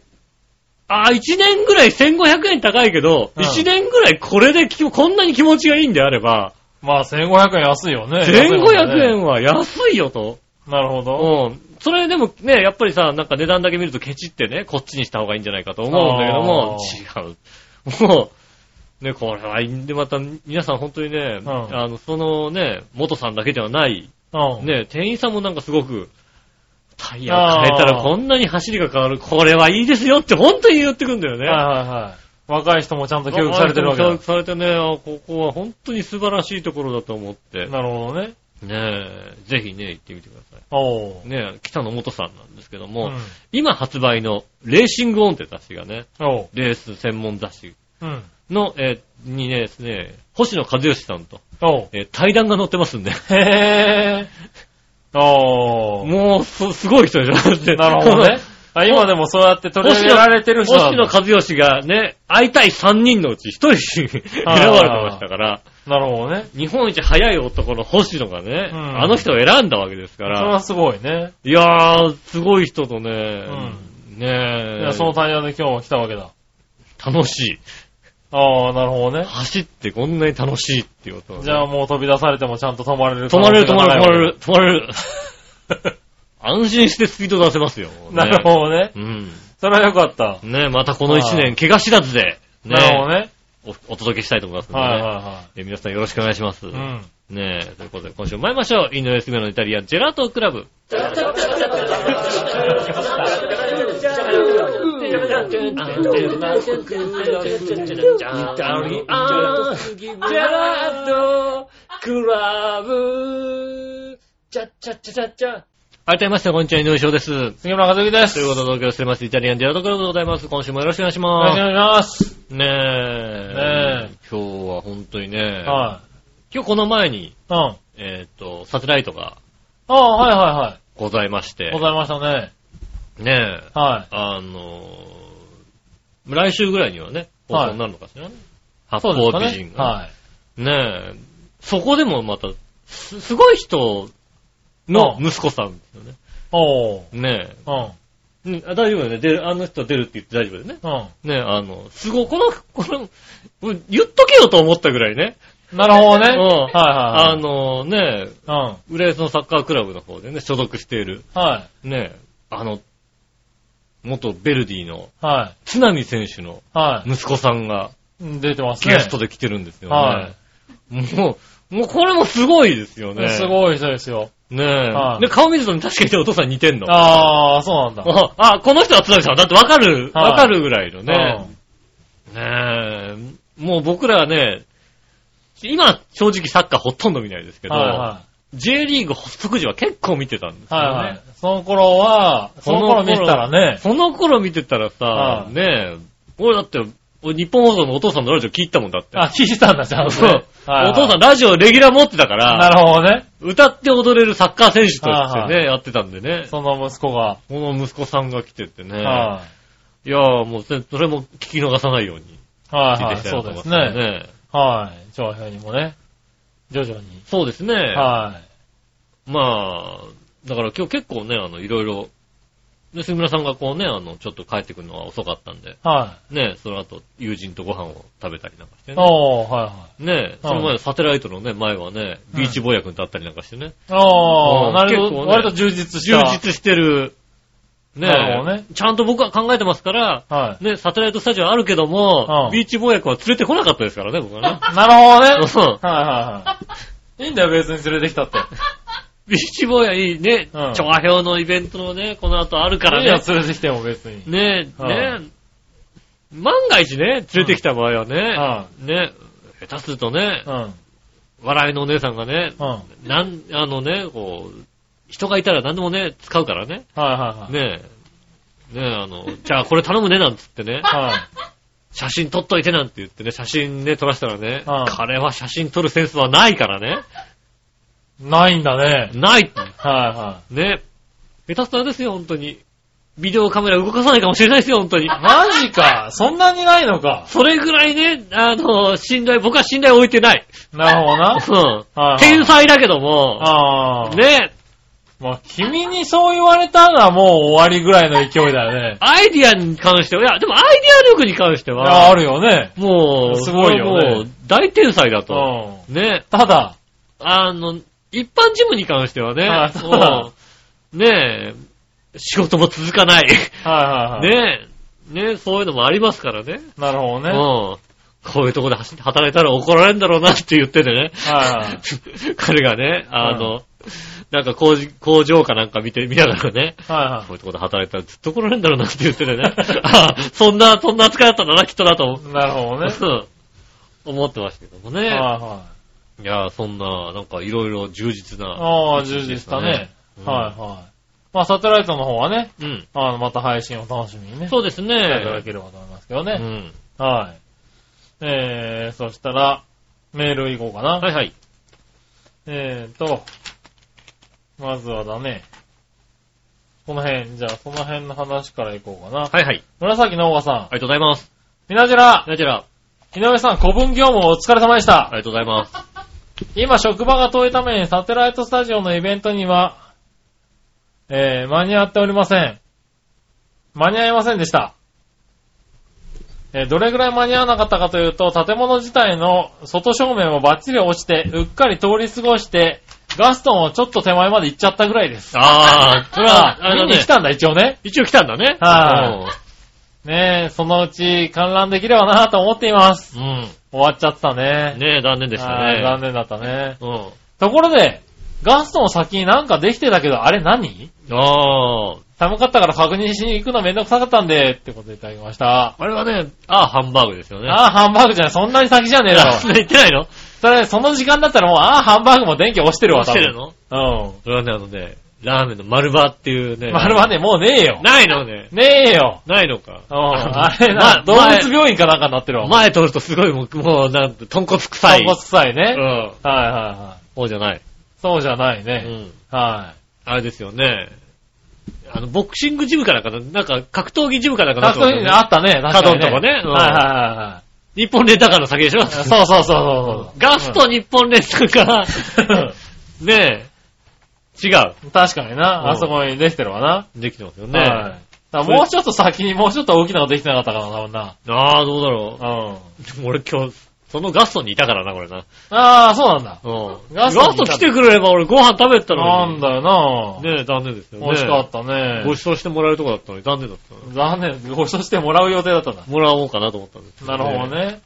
Speaker 2: ああ、1年ぐらい1500円高いけど、
Speaker 3: うん
Speaker 2: 1年ぐらいこれできこんなに気持ちがいいんであれば、
Speaker 3: まあ、1500円安いよね。
Speaker 2: 1500
Speaker 3: 円。
Speaker 2: 円は安いよと。
Speaker 3: なるほど。
Speaker 2: うん。それでもね、やっぱりさ、なんか値段だけ見るとケチってね、こっちにした方がいいんじゃないかと思うんだけども、違う。もう、ね、これはいいんで、また、皆さん本当にね、
Speaker 3: ん
Speaker 2: あの、そのね、元さんだけではない、
Speaker 3: うん。
Speaker 2: ね、店員さんもなんかすごく、タイヤを変えたらこんなに走りが変わる、これはいいですよって本当に言ってくんだよね。
Speaker 3: はいはいはい。若い人もちゃんと教育されてるわけ
Speaker 2: 教
Speaker 3: だ。
Speaker 2: 育されてね、あここは本当に素晴らしいところだと思って、ね
Speaker 3: なるほどね。
Speaker 2: え、ぜひね、行ってみてください。
Speaker 3: おう。
Speaker 2: ね、北野元さんなんですけど
Speaker 3: う
Speaker 2: も、
Speaker 3: ん。
Speaker 2: 今発売のレーシングオンって雑誌がね、
Speaker 3: おう。
Speaker 2: レース専門雑誌
Speaker 3: うん。
Speaker 2: の、えーにね、ですね、星野和義さんと、
Speaker 3: おう。
Speaker 2: えー対談が載ってますんで、
Speaker 3: へぇー。おー。
Speaker 2: もうす、すごい人でしょだって
Speaker 3: なる ほどね。あ今でもそうやって取り上げられてる人なん
Speaker 2: 星野
Speaker 3: だ
Speaker 2: 和義がね、会いたい3人のうち1人 選ばれてましたから、
Speaker 3: なるほどね。
Speaker 2: 日本一早い男の星野がね、
Speaker 3: うん
Speaker 2: あの人を選んだわけですか
Speaker 3: それは
Speaker 2: ら、
Speaker 3: すごいね。
Speaker 2: いやー、すごい人とね、ねえ
Speaker 3: いやそのタイヤで今日も来たわけだ。
Speaker 2: 楽しい。
Speaker 3: ああ、なるほどね。
Speaker 2: 走ってこんなに楽しいっていうことをね
Speaker 3: じゃあもう飛び出されてもちゃんと止まれる。
Speaker 2: 止まれる、止まれる、止まれる、止まれる。 安心してスピード出せますよ。ね
Speaker 3: なるほどね。
Speaker 2: うん。
Speaker 3: それはよかった。
Speaker 2: ねまたこの一
Speaker 3: は
Speaker 2: 年、怪我知らずで、ね
Speaker 3: なるほどね。
Speaker 2: おお届けしたいと思いますので、ね
Speaker 3: はいは
Speaker 2: え皆さんよろしくお願いします。
Speaker 3: いはい。うん。
Speaker 2: ねえ、ということで今週も参りましょう。井上杉村のイタリアンジェラートクラブ。改めまして、こんにちは、井上翔です。
Speaker 3: 杉村和之です。
Speaker 2: ということで、東京してます、イタリアンジェラートクラブでございます。今週もよろしくお願いし
Speaker 3: お願
Speaker 2: ま
Speaker 3: い
Speaker 2: す。
Speaker 3: します。
Speaker 2: ねえ。
Speaker 3: ねえ
Speaker 2: 今日は本当にね、
Speaker 3: はい。
Speaker 2: 今日この前に、
Speaker 3: うん。あ
Speaker 2: えっ、と、サテライトが
Speaker 3: あ、はいは
Speaker 2: ございまし
Speaker 3: い
Speaker 2: て
Speaker 3: はい。ご、ざいましたね。
Speaker 2: ねえ、
Speaker 3: は
Speaker 2: あのー来週ぐらいにはね、放送になるのかしらね。
Speaker 3: い。
Speaker 2: 八
Speaker 3: そうで
Speaker 2: 方
Speaker 3: すか
Speaker 2: 美
Speaker 3: ね
Speaker 2: 人。が
Speaker 3: は
Speaker 2: ね。ねえ、そこでもまた、すすごい人の息子さんですよね。
Speaker 3: い。おー。
Speaker 2: ね
Speaker 3: うん。
Speaker 2: え、うんあ大丈夫だよね。出る、あの人出るって言って大丈夫だよね。
Speaker 3: う
Speaker 2: ねえ、あの、すごい、この、この、うん言っとけよと思ったぐらいね。
Speaker 3: ん。なるほどね。
Speaker 2: うんあ
Speaker 3: はいはいはい。
Speaker 2: のね、
Speaker 3: うん。
Speaker 2: 浦安のサッカークラブの方でね、所属している、
Speaker 3: はい。
Speaker 2: ね、あの、元ベルディの
Speaker 3: はい。
Speaker 2: 津波選手の
Speaker 3: は
Speaker 2: 息子さんが
Speaker 3: い。出てますね。
Speaker 2: ゲストで来てるんですよね。
Speaker 3: は
Speaker 2: もう、もうこれもすごいですよね。
Speaker 3: すごい人ですよ。
Speaker 2: ねえ、
Speaker 3: はい
Speaker 2: で、顔見ると確かにお父さん似てんの。
Speaker 3: ああ、そうなんだ。
Speaker 2: あ、あこの人は津波さんだってわかる、
Speaker 3: はい
Speaker 2: わかるぐらいのね。ねえ、もう僕らはね、今、正直サッカーほとんど見ないですけ
Speaker 3: うん。
Speaker 2: ど、
Speaker 3: は
Speaker 2: J リーグ発足時は結構見てたんですよね。
Speaker 3: はいはい。その頃は、その頃見てたらね、
Speaker 2: その頃見てたらさ、
Speaker 3: はい
Speaker 2: ねえ、俺だって、俺日本放送のお父さんのラジオ聞いてたもんだって。
Speaker 3: あ、聞いてたんだ、ちゃんと
Speaker 2: そう、
Speaker 3: ね。はいはい
Speaker 2: お父さんラジオレギュラー持ってたから、
Speaker 3: なるほどね。
Speaker 2: 歌って踊れるサッカー選手として
Speaker 3: はいは
Speaker 2: ね、やってたんでね。
Speaker 3: その息子が。
Speaker 2: この息子さんが来てってね。
Speaker 3: はい
Speaker 2: やーもうせそれも聞き逃さないように
Speaker 3: い。はい
Speaker 2: 聞
Speaker 3: はいい。
Speaker 2: ていきたいな
Speaker 3: そう
Speaker 2: と思い
Speaker 3: で
Speaker 2: ますすね。
Speaker 3: ね。はい。長編にもね、徐々に。
Speaker 2: そうですね。
Speaker 3: はい。
Speaker 2: まあ、だから今日結構ね、あの、いろいろ、で、杉村さんがこうね、あの、ちょっと帰ってくるのは遅かったんで、
Speaker 3: は
Speaker 2: ね、その後、友人とご飯を食べたりなんかして
Speaker 3: い。
Speaker 2: ね。
Speaker 3: おー、はいはい。
Speaker 2: ね、その前のサテライトのね、前はね、ビーチボーヤ君と会ったりなんかしてね。
Speaker 3: あ
Speaker 2: うん
Speaker 3: あ、なるほど。
Speaker 2: 結構ね
Speaker 3: 割と充実し
Speaker 2: 充
Speaker 3: た。
Speaker 2: 実してる、ね
Speaker 3: なるほどね
Speaker 2: ちゃんと僕は考えてますから、
Speaker 3: は
Speaker 2: ね、サテライトスタジオあるけども
Speaker 3: う、ん
Speaker 2: ビーチボーヤ君は連れてこなかったですからね、僕はね。
Speaker 3: い。なるほどね。
Speaker 2: うん
Speaker 3: はいはいはい。いいんだよ、別に連れてきたって。
Speaker 2: ビーチボーヤいいね、
Speaker 3: うん
Speaker 2: 調和表のイベントのね、この後あるから
Speaker 3: いいよ
Speaker 2: ね、
Speaker 3: 連れてきても別に。
Speaker 2: ねえ、
Speaker 3: は
Speaker 2: ねえ、万が一ね、連れてきた場合はね、
Speaker 3: は
Speaker 2: ねえ、下手するとね
Speaker 3: い。う、ん。
Speaker 2: 笑いのお姉さんがね、
Speaker 3: うん。はい
Speaker 2: なん、あのね、こう、人がいたら何でもね、使うからね、
Speaker 3: はいはい。
Speaker 2: ねえ、ねえ、あの、じゃあこれ頼むね、なんつってね、
Speaker 3: はい。
Speaker 2: 写真撮っといてなんて言ってね、写真ね、撮らせたらね、
Speaker 3: うん
Speaker 2: 彼は写真撮るセンスはないからね、
Speaker 3: ないんだね。
Speaker 2: ないって
Speaker 3: はいは
Speaker 2: ね。下手すらですよ、本当に。ビデオカメラ動かさないかもしれないですよ、本当に。
Speaker 3: い。マジか。そんなにないのか。
Speaker 2: それぐらいね、あの、信頼、僕は信頼を置いてない。
Speaker 3: なるほどな。
Speaker 2: うん
Speaker 3: はいはい。
Speaker 2: 天才だけども、
Speaker 3: ああ。。
Speaker 2: ね、
Speaker 3: まあ、君にそう言われたらもう終わりぐらいの勢いだよね。
Speaker 2: アイディアに関しては、いや、でもアイディア力に関して
Speaker 3: いや、あ
Speaker 2: は、
Speaker 3: るよね。
Speaker 2: もう、
Speaker 3: すごいよね
Speaker 2: これはもう、大天才だ
Speaker 3: う
Speaker 2: と。
Speaker 3: ん。
Speaker 2: ね、
Speaker 3: ただ、
Speaker 2: あの、一般事務に関してはね
Speaker 3: はい、そう
Speaker 2: もう、ねえ、仕事も続かない。
Speaker 3: はいはいはい。
Speaker 2: ねえ、ねえ、そういうのもありますからね。
Speaker 3: なるほどね。はい
Speaker 2: うん。こういうとこで走働いたら怒られるんだろうなって言っててね。
Speaker 3: はい。
Speaker 2: 彼がね、あの、なんか工事工場かなんか見て、見ながらね、
Speaker 3: はいは
Speaker 2: こ
Speaker 3: い
Speaker 2: ういうとこで働いたらずっと怒られるんだろうなって言っててね。 ああ、そんな、そんな扱いだったんだな、きっとなと思う、
Speaker 3: なるほどね。
Speaker 2: うん思ってましたけどもね。
Speaker 3: はいはい。
Speaker 2: いやー、そんな、なんかいろいろ充実な。
Speaker 3: ああ、充実したね。
Speaker 2: うん
Speaker 3: はいはい。まあ、サテライトの方はね、
Speaker 2: うん。
Speaker 3: あの、また配信を楽しみにね、
Speaker 2: そうですね。
Speaker 3: していただければと思いますけど
Speaker 2: う
Speaker 3: ね。
Speaker 2: ん。
Speaker 3: はい。えー、そしたら、メールいこうかな。
Speaker 2: はいはい。
Speaker 3: えーと、まずはだね。この辺、じゃあ、この辺の話からいこうかな。
Speaker 2: はいはい。
Speaker 3: 紫のオーガさん
Speaker 2: あ。りがとうございます。
Speaker 3: みなじら、
Speaker 2: ナジェラ、
Speaker 3: 井上さん、古文業務お疲れ様でし
Speaker 2: あ
Speaker 3: た。
Speaker 2: りがとうございます。
Speaker 3: 今、職場が遠いために、サテライトスタジオのイベントには、えー、間に合っておりません。間に合いませんでした。えー、どれぐらい間に合わなかったかというと、建物自体の外正面もバッチリ落ちて、うっかり通り過ごして、ガストンをちょっと手前まで行っちゃったぐらいです。
Speaker 2: あー、それは、あ
Speaker 3: 見
Speaker 2: の
Speaker 3: に
Speaker 2: ね
Speaker 3: 来、たんだ、一応ね。
Speaker 2: 一応来たんだね。
Speaker 3: はねえ、そのうち観覧できればなと思っています。
Speaker 2: うん。うん。
Speaker 3: 終わっちゃったね。
Speaker 2: ねえ、残念でした
Speaker 3: はい
Speaker 2: ね。
Speaker 3: 残念だったね。
Speaker 2: うん。
Speaker 3: ところで、ガストの先になんかできてたけど、あれ何
Speaker 2: ああ。
Speaker 3: 寒かったから確認しに行くのめんどくさかったんで、ってことでいただきました。
Speaker 2: あれはね、ああ、ハンバーグですよね。
Speaker 3: ああ、ハンバーグじゃない。そんなに先じゃねえだ ろ。
Speaker 2: 言ってないの
Speaker 3: それ、その時間だったらもう、ああ、ハンバーグも電気押してるわ、
Speaker 2: してるの
Speaker 3: 多分
Speaker 2: それはね、あのね、ラーメンの丸バっていう
Speaker 3: う
Speaker 2: ね。
Speaker 3: ん。丸はね、もうねえよ。
Speaker 2: ないのね。
Speaker 3: ねえよ。
Speaker 2: ないのか。
Speaker 3: うん。あれ
Speaker 2: ま
Speaker 3: な、動物病院かなんかになってるわ。
Speaker 2: 前通るとすごいもう、もう、なんて、豚骨臭
Speaker 3: タ
Speaker 2: い。
Speaker 3: コ臭いうね。
Speaker 2: ん。
Speaker 3: はいはいはい。
Speaker 2: そうじゃない。
Speaker 3: そうじゃないうね。
Speaker 2: ん。
Speaker 3: は
Speaker 2: あれですよね。あの、ボクシングジムかなんかな、なんか格闘技ジムかなんか
Speaker 3: い。
Speaker 2: な
Speaker 3: 確
Speaker 2: ってま
Speaker 3: か
Speaker 2: すよ
Speaker 3: に
Speaker 2: ね
Speaker 3: あったね。確かに
Speaker 2: 角のとこね
Speaker 3: はい
Speaker 2: うん
Speaker 3: はいはいはい。
Speaker 2: 日本レンタカーの先でしょ
Speaker 3: そうそうそうそ う。
Speaker 2: ガスト日本レンタカー。
Speaker 3: う
Speaker 2: ねえ。違う。
Speaker 3: ん確かに
Speaker 2: うん
Speaker 3: な。あそこにできてるわな。
Speaker 2: できてますよね。
Speaker 3: はい。だからもうちょっと先に、もうちょっと大きなのできてなかったかな、多分な。
Speaker 2: ああ、どうだろう。
Speaker 3: うん。
Speaker 2: 俺今日、そのガストにいたからな、これな。
Speaker 3: ああ、そうなんだ。
Speaker 2: うん。ガ
Speaker 3: ガ
Speaker 2: ス
Speaker 3: ス
Speaker 2: ト
Speaker 3: トにいた
Speaker 2: 来てくれれば俺ご飯食べてたの
Speaker 3: な
Speaker 2: に。
Speaker 3: んだよな。
Speaker 2: ねえ、残念ですよね。
Speaker 3: 美味しかったね。
Speaker 2: ご馳走してもらえるとこだったのに残念だったの
Speaker 3: 残念。ごちそうしてもらう予定だったんだ。
Speaker 2: もらおうかなと思ったんですけ
Speaker 3: なるほど。ね。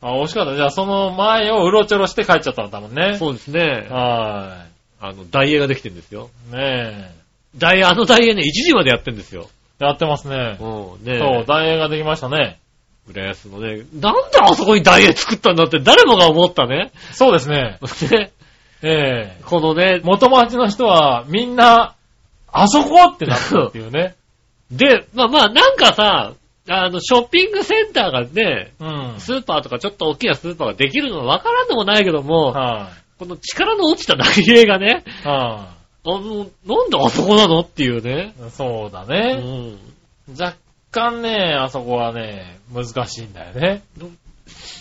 Speaker 3: あ、美味しかった。じゃあ、その前をうろちょろして帰っちゃったんだもんね。
Speaker 2: そうですね。
Speaker 3: は
Speaker 2: あの、ダイエーができてるんですよ。
Speaker 3: ーい。ね
Speaker 2: ダイエー、あのダイエーね、1時までやってんですよ。
Speaker 3: え。やってますね。
Speaker 2: うん、ねえ。
Speaker 3: そう、大映ができましたね。
Speaker 2: 浦安のね、なんであそこにダイエー作ったんだって誰もが思ったね。
Speaker 3: そうですね。
Speaker 2: ね。
Speaker 3: ええ
Speaker 2: このね、
Speaker 3: 元町の人はみんな、あそこってなったっていう ね。
Speaker 2: で、まあまあ、なんかさ、あの、ショッピングセンターがね、
Speaker 3: うん。
Speaker 2: スーパーとかちょっと大きなスーパーができるのはわからんでもないけども、
Speaker 3: は
Speaker 2: この力の落ちた内芸がね、
Speaker 3: い、は
Speaker 2: あの、なんであそこなのっていうね。
Speaker 3: い、そうだ
Speaker 2: う
Speaker 3: ね、
Speaker 2: ん。
Speaker 3: 若干ね、あそこはね、難しいんだよね。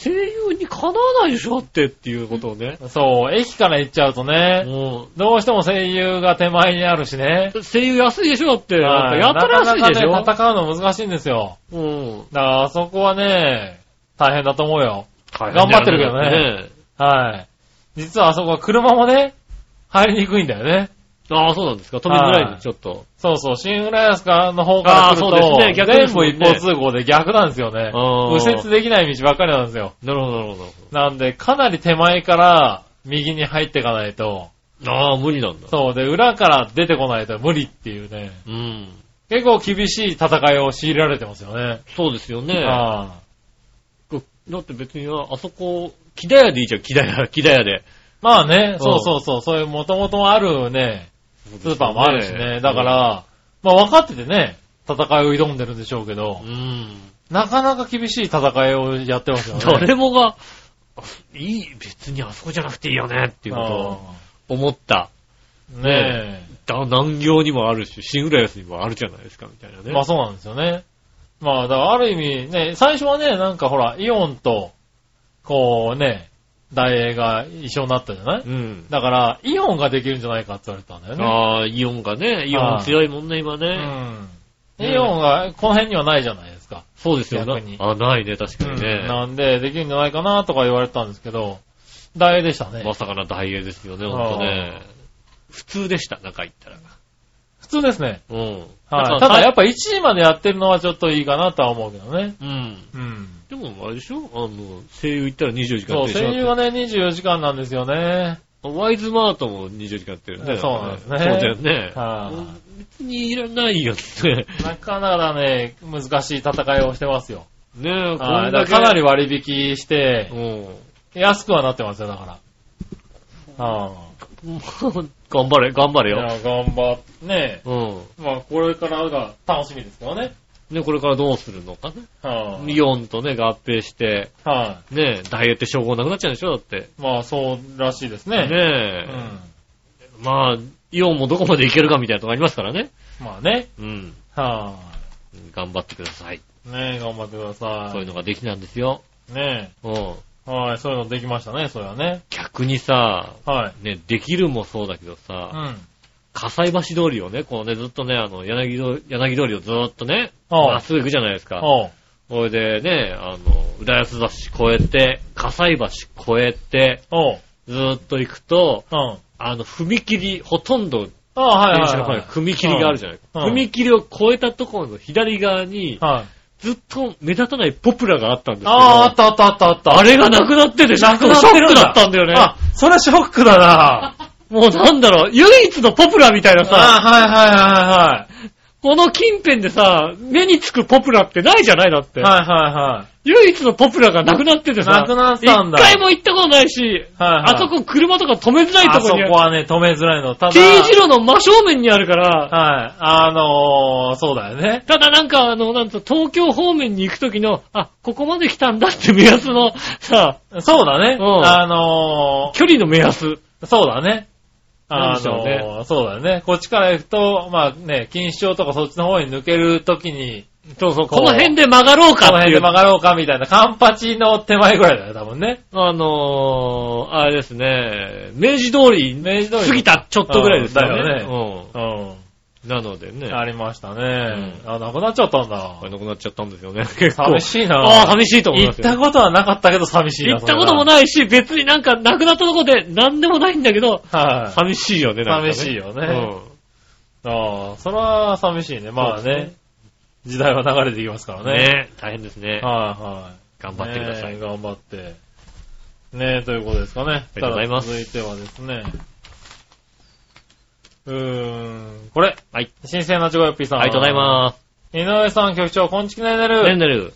Speaker 2: 声優にかなわないでしょってっていうことをね。
Speaker 3: そう、駅から行っちゃうとね、
Speaker 2: も
Speaker 3: どうしても声優が手前にあるしね。
Speaker 2: う、声優安いでしょって、
Speaker 3: は
Speaker 2: ないんかやたら安いでしょ
Speaker 3: なかなかね、戦うの難しいんですよ。
Speaker 2: うん。
Speaker 3: だから、あそこはね、大変だと思うよ。
Speaker 2: 頑
Speaker 3: 頑張ってるけどね。はい。実はあそこは車もね、入りにくいんだよね。
Speaker 2: ああ、そうなんですか。飛びづらいね、ちょっと。
Speaker 3: そうそう、新浦安からの方から来ると、
Speaker 2: あーそうですね逆です
Speaker 3: 全
Speaker 2: も
Speaker 3: 部
Speaker 2: んね
Speaker 3: 一方通行で逆なんですよね。
Speaker 2: あー
Speaker 3: 右折できない道ばっかりなんですよ。
Speaker 2: なるほど、なるほ
Speaker 3: なんで、かなり手前から右に入っていかないと、
Speaker 2: ど。ああ、無理なんだ。
Speaker 3: そう、で、裏から出てこないと無理っていうね、
Speaker 2: うん。
Speaker 3: 結構厳しい戦いを強いられてますよね。
Speaker 2: そうですよね。
Speaker 3: あー
Speaker 2: だって別に、あそこ、木田屋でいいじゃん、木田屋、木田屋で。
Speaker 3: まあね、そうそうそう、そういう元々あるね、スーパーもあるしね、だか、ら、まあ分かっててね、戦いを挑んでるんでしょうけど
Speaker 2: う、ん。
Speaker 3: なかなか厳しい戦いをやってますよね。
Speaker 2: 誰もが、いい、別にあそこじゃなくていいよねっていうことを
Speaker 3: あ
Speaker 2: 思った。
Speaker 3: ーねえ。
Speaker 2: だ南行にもあるし、新浦安にもあるじゃないですか、みたいなね。
Speaker 3: まあそうなんですよね。まあ、だからある意味、ね、最初はね、なんかほら、イオンと、こうね、大映が一緒になったじゃない
Speaker 2: うん。
Speaker 3: だから、イオンができるんじゃないかって言われたんだよね。
Speaker 2: ああ、イオンがね、イオン強いもんね、今
Speaker 3: う
Speaker 2: ね。
Speaker 3: ん。
Speaker 2: ね
Speaker 3: イオンが、この辺にはないじゃないですか。
Speaker 2: そうですよ
Speaker 3: 逆
Speaker 2: ね
Speaker 3: に。
Speaker 2: あ、ないね、確か
Speaker 3: うん
Speaker 2: にね。
Speaker 3: なんで、できるんじゃないかなとか言われたんですけど、大映でしたね。
Speaker 2: まさかな大英ですよね、ほんとね。普通でした、中行ったら。
Speaker 3: 普通ですね。
Speaker 2: うん。
Speaker 3: は
Speaker 2: なん
Speaker 3: い。
Speaker 2: か
Speaker 3: ただやっぱ1時までやってるのはちょっといいかなとは思うけどね。
Speaker 2: うん。
Speaker 3: うん。
Speaker 2: でも、あれでしょあの、声優行ったら24時間や
Speaker 3: そ
Speaker 2: ってるで
Speaker 3: う、
Speaker 2: しょ
Speaker 3: 声優はね、24時間なんですよね。
Speaker 2: ワイズマートも24時間やってるね。
Speaker 3: そうなんですね
Speaker 2: そうだよね。
Speaker 3: はい
Speaker 2: 別にいらないよって。
Speaker 3: なかなかね、難しい戦いをしてますよ。
Speaker 2: ねえ、
Speaker 3: は
Speaker 2: こ
Speaker 3: い
Speaker 2: ん
Speaker 3: だ
Speaker 2: だ
Speaker 3: か
Speaker 2: け。
Speaker 3: らかなり。割引して
Speaker 2: う、ん。
Speaker 3: 安くはなってますよ、だから。は
Speaker 2: 頑張れ、頑張れ
Speaker 3: い
Speaker 2: よ。
Speaker 3: や、頑張って、ね
Speaker 2: うん。
Speaker 3: まあ、これからが楽しみですよね。
Speaker 2: ね、これからどうするのかね。
Speaker 3: はい
Speaker 2: イオンとね、合併して、
Speaker 3: は
Speaker 2: ねえ、ダイエット称号なくなっちゃうんでしょだって。
Speaker 3: い。まあ、そうらしいですね。う
Speaker 2: ねえ。
Speaker 3: ん。
Speaker 2: まあ、イオンもどこまでいけるかみたいなとこありますからね。
Speaker 3: まあね。
Speaker 2: うん。
Speaker 3: は
Speaker 2: 頑張ってください。
Speaker 3: い。ねえ、頑張ってくださ
Speaker 2: そういうのができなんですよ。
Speaker 3: い。ね
Speaker 2: うん。
Speaker 3: え。はい、そういうのできましたね、それはね。
Speaker 2: 逆にさ、
Speaker 3: はい。
Speaker 2: ね、できるもそうだけどさ、
Speaker 3: うん。
Speaker 2: 火災橋通りをね、こうね、ずっとね、あの、柳通り、柳通りをずーっとね、
Speaker 3: ああ
Speaker 2: まっすぐ行くじゃないですか。
Speaker 3: おう。
Speaker 2: これでね、あの、浦安橋越えて、火災橋越えて、
Speaker 3: おう。
Speaker 2: ずーっと行くと、
Speaker 3: うん。あ
Speaker 2: あの、踏切、ほとんど、
Speaker 3: あ、はい
Speaker 2: 電
Speaker 3: はい
Speaker 2: 車の
Speaker 3: は
Speaker 2: 前
Speaker 3: い
Speaker 2: に。踏切があるじゃないですか。
Speaker 3: うん
Speaker 2: 踏切を越えたところの左側に、
Speaker 3: はい。
Speaker 2: ずっと目立たないポプラがあったんですけど、
Speaker 3: ああ、あったあったあったあった。
Speaker 2: あれがなくなってて、ショックショックだったんだよね。
Speaker 3: あ、それショックだ な。
Speaker 2: もうなんだろう、唯一のポプラみたいなさ、
Speaker 3: あ
Speaker 2: この近辺でさ、目につくポプラってないじゃないだって。
Speaker 3: はいはいはいはい。はいはいはい。
Speaker 2: 唯一のポプラがなくなっててさ。
Speaker 3: なくなったんだ
Speaker 2: 一回も行ったことないし、
Speaker 3: はい
Speaker 2: あそこ車とか止めづらい
Speaker 3: あ
Speaker 2: と
Speaker 3: そ
Speaker 2: こ
Speaker 3: こ
Speaker 2: にある。
Speaker 3: はね、止めづらいの。ただ、
Speaker 2: T 字路の真正面にあるから、
Speaker 3: はい。あのー、そうだよね。
Speaker 2: ただなんかあの、なんと東京方面に行くときの、あ、ここまで来たんだって目安のさ、
Speaker 3: そうだね。
Speaker 2: うん
Speaker 3: あの
Speaker 2: 距離の目安。
Speaker 3: ー、そうだね。
Speaker 2: なん
Speaker 3: あ
Speaker 2: でしょうね
Speaker 3: のー、そうだよね。こっちから行くと、まあね、錦糸町とかそっちの方に抜けるときに、
Speaker 2: そうそう、
Speaker 3: こ
Speaker 2: こ
Speaker 3: う
Speaker 2: の辺で曲がろう
Speaker 3: こ
Speaker 2: か
Speaker 3: の
Speaker 2: って
Speaker 3: 辺
Speaker 2: い
Speaker 3: で
Speaker 2: う。
Speaker 3: 曲がろうかみたいな、カンパチの手前ぐらいだよ、多分ね。
Speaker 2: あのー、あれですね、明治通り、明治
Speaker 3: 通り
Speaker 2: 過ぎたちょっとぐらいです
Speaker 3: だ
Speaker 2: よね。
Speaker 3: うん。
Speaker 2: うん。なのでね。
Speaker 3: ありましたね。あ、なくなっちゃったんだ
Speaker 2: こ。れなくなっちゃったんですよね。結構。
Speaker 3: 寂しいな
Speaker 2: ああ、寂しいと思い
Speaker 3: 行
Speaker 2: ま
Speaker 3: っ
Speaker 2: すよ。
Speaker 3: たことはなかったけど寂しいな。
Speaker 2: 行ったことも
Speaker 3: い。
Speaker 2: ないし、別になんかなくなったとこで何でもないんだけど、
Speaker 3: はい。
Speaker 2: 寂しいよね、なんかね。
Speaker 3: 寂しいよね
Speaker 2: うん
Speaker 3: ああ、それは寂しいね。まあ
Speaker 2: そうです
Speaker 3: ね
Speaker 2: ね。
Speaker 3: 時代は流れていきますからね。
Speaker 2: ね大変ですね。
Speaker 3: はいはい。
Speaker 2: 頑張ってください
Speaker 3: ねえ頑張って。ねえ、ということですかね。あ
Speaker 2: りがとうございます
Speaker 3: 続いてはですね。うーん、これ。
Speaker 2: はい。
Speaker 3: 新鮮なチョコヨッピーさん。。
Speaker 2: ありがとうございます
Speaker 3: 井上さん局長、こんちきねね
Speaker 2: す。ねん
Speaker 3: る。
Speaker 2: ねる。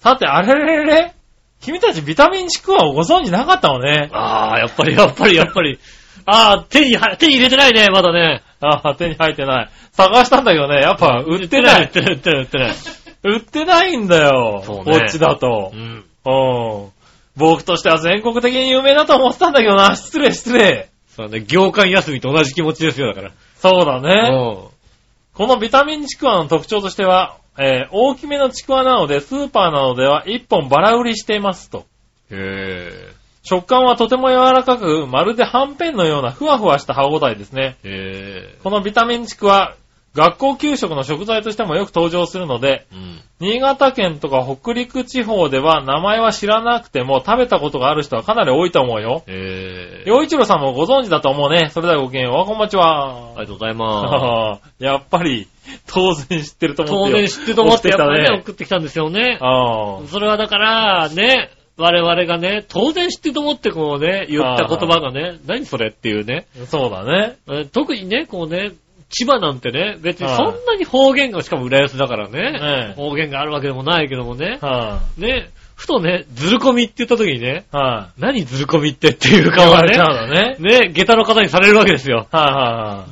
Speaker 3: さて、あれれれれ君たちビタミンチクワをご存知なかったのね。
Speaker 2: ああ、やっぱり、やっぱり、やっぱり、ああ、手には、手に入れてないね、まだね。
Speaker 3: ああ、手に入ってない。探したんだけどね、やっぱ売ってな
Speaker 2: 売っ
Speaker 3: い。
Speaker 2: てない、売ってない、売ってない。
Speaker 3: 売ってないんだよ。
Speaker 2: そう
Speaker 3: こ
Speaker 2: ね
Speaker 3: っちだと
Speaker 2: う。ん。
Speaker 3: うん。僕としては全国的に有名だと思ってたんだけどな。失礼、失礼。
Speaker 2: そうね、業界休みと同じ気持ちですよ、だから。
Speaker 3: そうだね。
Speaker 2: うん。
Speaker 3: このビタミンちくわの特徴としては、えー大きめのちくわなので、スーパーなどでは1本バラ売りしていますと。
Speaker 2: へ
Speaker 3: 食感はとても柔らかく、まるではんぺんのようなふわふわした歯ごたえですね。
Speaker 2: え。へえ。
Speaker 3: このビタミンちくわ、学校給食の食材としてもよく登場するので、
Speaker 2: うん。
Speaker 3: 新潟県とか北陸地方では名前は知らなくても食べたことがある人はかなり多いと思うよ。
Speaker 2: へえ。
Speaker 3: 洋一郎さんもご存知だと思うね。それではごきげんよう、こんばんち
Speaker 2: あ
Speaker 3: は。
Speaker 2: りがとうございます。
Speaker 3: やっぱり、当然知ってると
Speaker 2: 当
Speaker 3: 思ってよ
Speaker 2: 然知ってと思って、
Speaker 3: 送
Speaker 2: や
Speaker 3: て
Speaker 2: っぱ
Speaker 3: た
Speaker 2: りね、
Speaker 3: ね。
Speaker 2: 送ってきたんですよね。
Speaker 3: あー
Speaker 2: それはだから、ね、我々がね、当然知ってと思ってこうね、言った言葉がね、何それっていうね。
Speaker 3: そうだね。
Speaker 2: えー特にね、こうね、千葉なんてね、別に
Speaker 3: はい
Speaker 2: そんなに方言が、しかも浦安だからね
Speaker 3: ええ、
Speaker 2: 方言があるわけでもないけどもね、
Speaker 3: は
Speaker 2: ね、ふとね、ずるこみって言った時にね、
Speaker 3: い、はい、
Speaker 2: 何ずるこみってっていう
Speaker 3: 言
Speaker 2: 顔
Speaker 3: わ
Speaker 2: が
Speaker 3: れちゃう
Speaker 2: ね、
Speaker 3: のね。
Speaker 2: ね、下駄の方にされるわけですよ。
Speaker 3: はい、はいは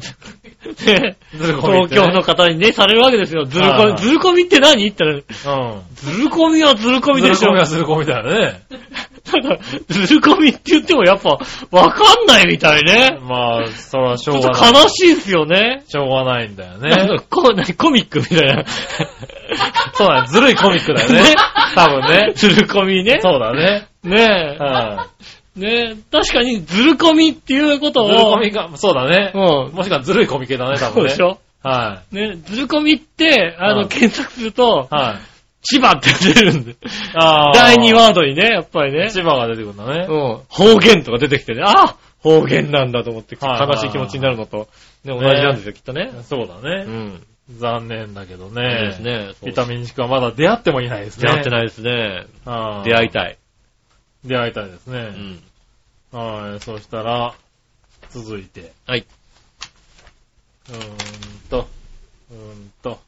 Speaker 3: い。
Speaker 2: ね
Speaker 3: ずるこみ
Speaker 2: 東
Speaker 3: ってね
Speaker 2: 京の方にね、されるわけですよ。ずる
Speaker 3: はい
Speaker 2: こ
Speaker 3: は
Speaker 2: み、
Speaker 3: い
Speaker 2: ずるこみって何って言ったら、
Speaker 3: う
Speaker 2: ずるこみはずるこ
Speaker 3: ん。
Speaker 2: み
Speaker 3: ず
Speaker 2: で
Speaker 3: る
Speaker 2: し
Speaker 3: こ
Speaker 2: ょ
Speaker 3: み。はずるこみだよね。
Speaker 2: ただ、ずるこみって言ってもやっぱ、わかんないみたいね。
Speaker 3: まあ、それはし
Speaker 2: ち
Speaker 3: ょ
Speaker 2: ょ
Speaker 3: う
Speaker 2: っ
Speaker 3: が
Speaker 2: と
Speaker 3: ない。
Speaker 2: 悲しいですよね。
Speaker 3: しょうがないんだ
Speaker 2: な
Speaker 3: よ
Speaker 2: ん
Speaker 3: ね。
Speaker 2: かこう、なコミックみたいな。
Speaker 3: そうだね。ずるいコミックだよ ね
Speaker 2: ね。
Speaker 3: 多分ね。
Speaker 2: ずるこみね。
Speaker 3: そうだね。
Speaker 2: ね
Speaker 3: う
Speaker 2: え。
Speaker 3: ん。
Speaker 2: ねえ。確かに、ずるこみっていうことを。
Speaker 3: ずるコミか、そうだね。
Speaker 2: う
Speaker 3: もしくはずるいコミ系だね、多
Speaker 2: ん。そう
Speaker 3: 分ね。
Speaker 2: でしょ
Speaker 3: は
Speaker 2: ね、ずるこみって、あ
Speaker 3: う
Speaker 2: の、
Speaker 3: ん
Speaker 2: 検索すると
Speaker 3: い。、はい。
Speaker 2: 千葉って出るんで。
Speaker 3: あー
Speaker 2: 第2ワードにね、やっぱりね。
Speaker 3: 千葉が出てくるんだね。
Speaker 2: うん。方言とか出てきてね、あ方言なんだと思って、
Speaker 3: はいはいはい
Speaker 2: 悲しい気持ちになるのと、ね、同じなんですよ、きっとね。
Speaker 3: そうだ
Speaker 2: う
Speaker 3: ね。
Speaker 2: ん。
Speaker 3: 残念だけど
Speaker 2: そう
Speaker 3: ね。
Speaker 2: ですね。そう
Speaker 3: ビタミンチクはまだ出会ってもいないですね。
Speaker 2: 出会って
Speaker 3: い。
Speaker 2: ないですね。出
Speaker 3: 出
Speaker 2: 会
Speaker 3: 会い
Speaker 2: い。たい。
Speaker 3: 出会いたいです
Speaker 2: う
Speaker 3: ね。
Speaker 2: ん。
Speaker 3: はい。そしたら、続いて。
Speaker 2: はい。
Speaker 3: うーんと、うーんと。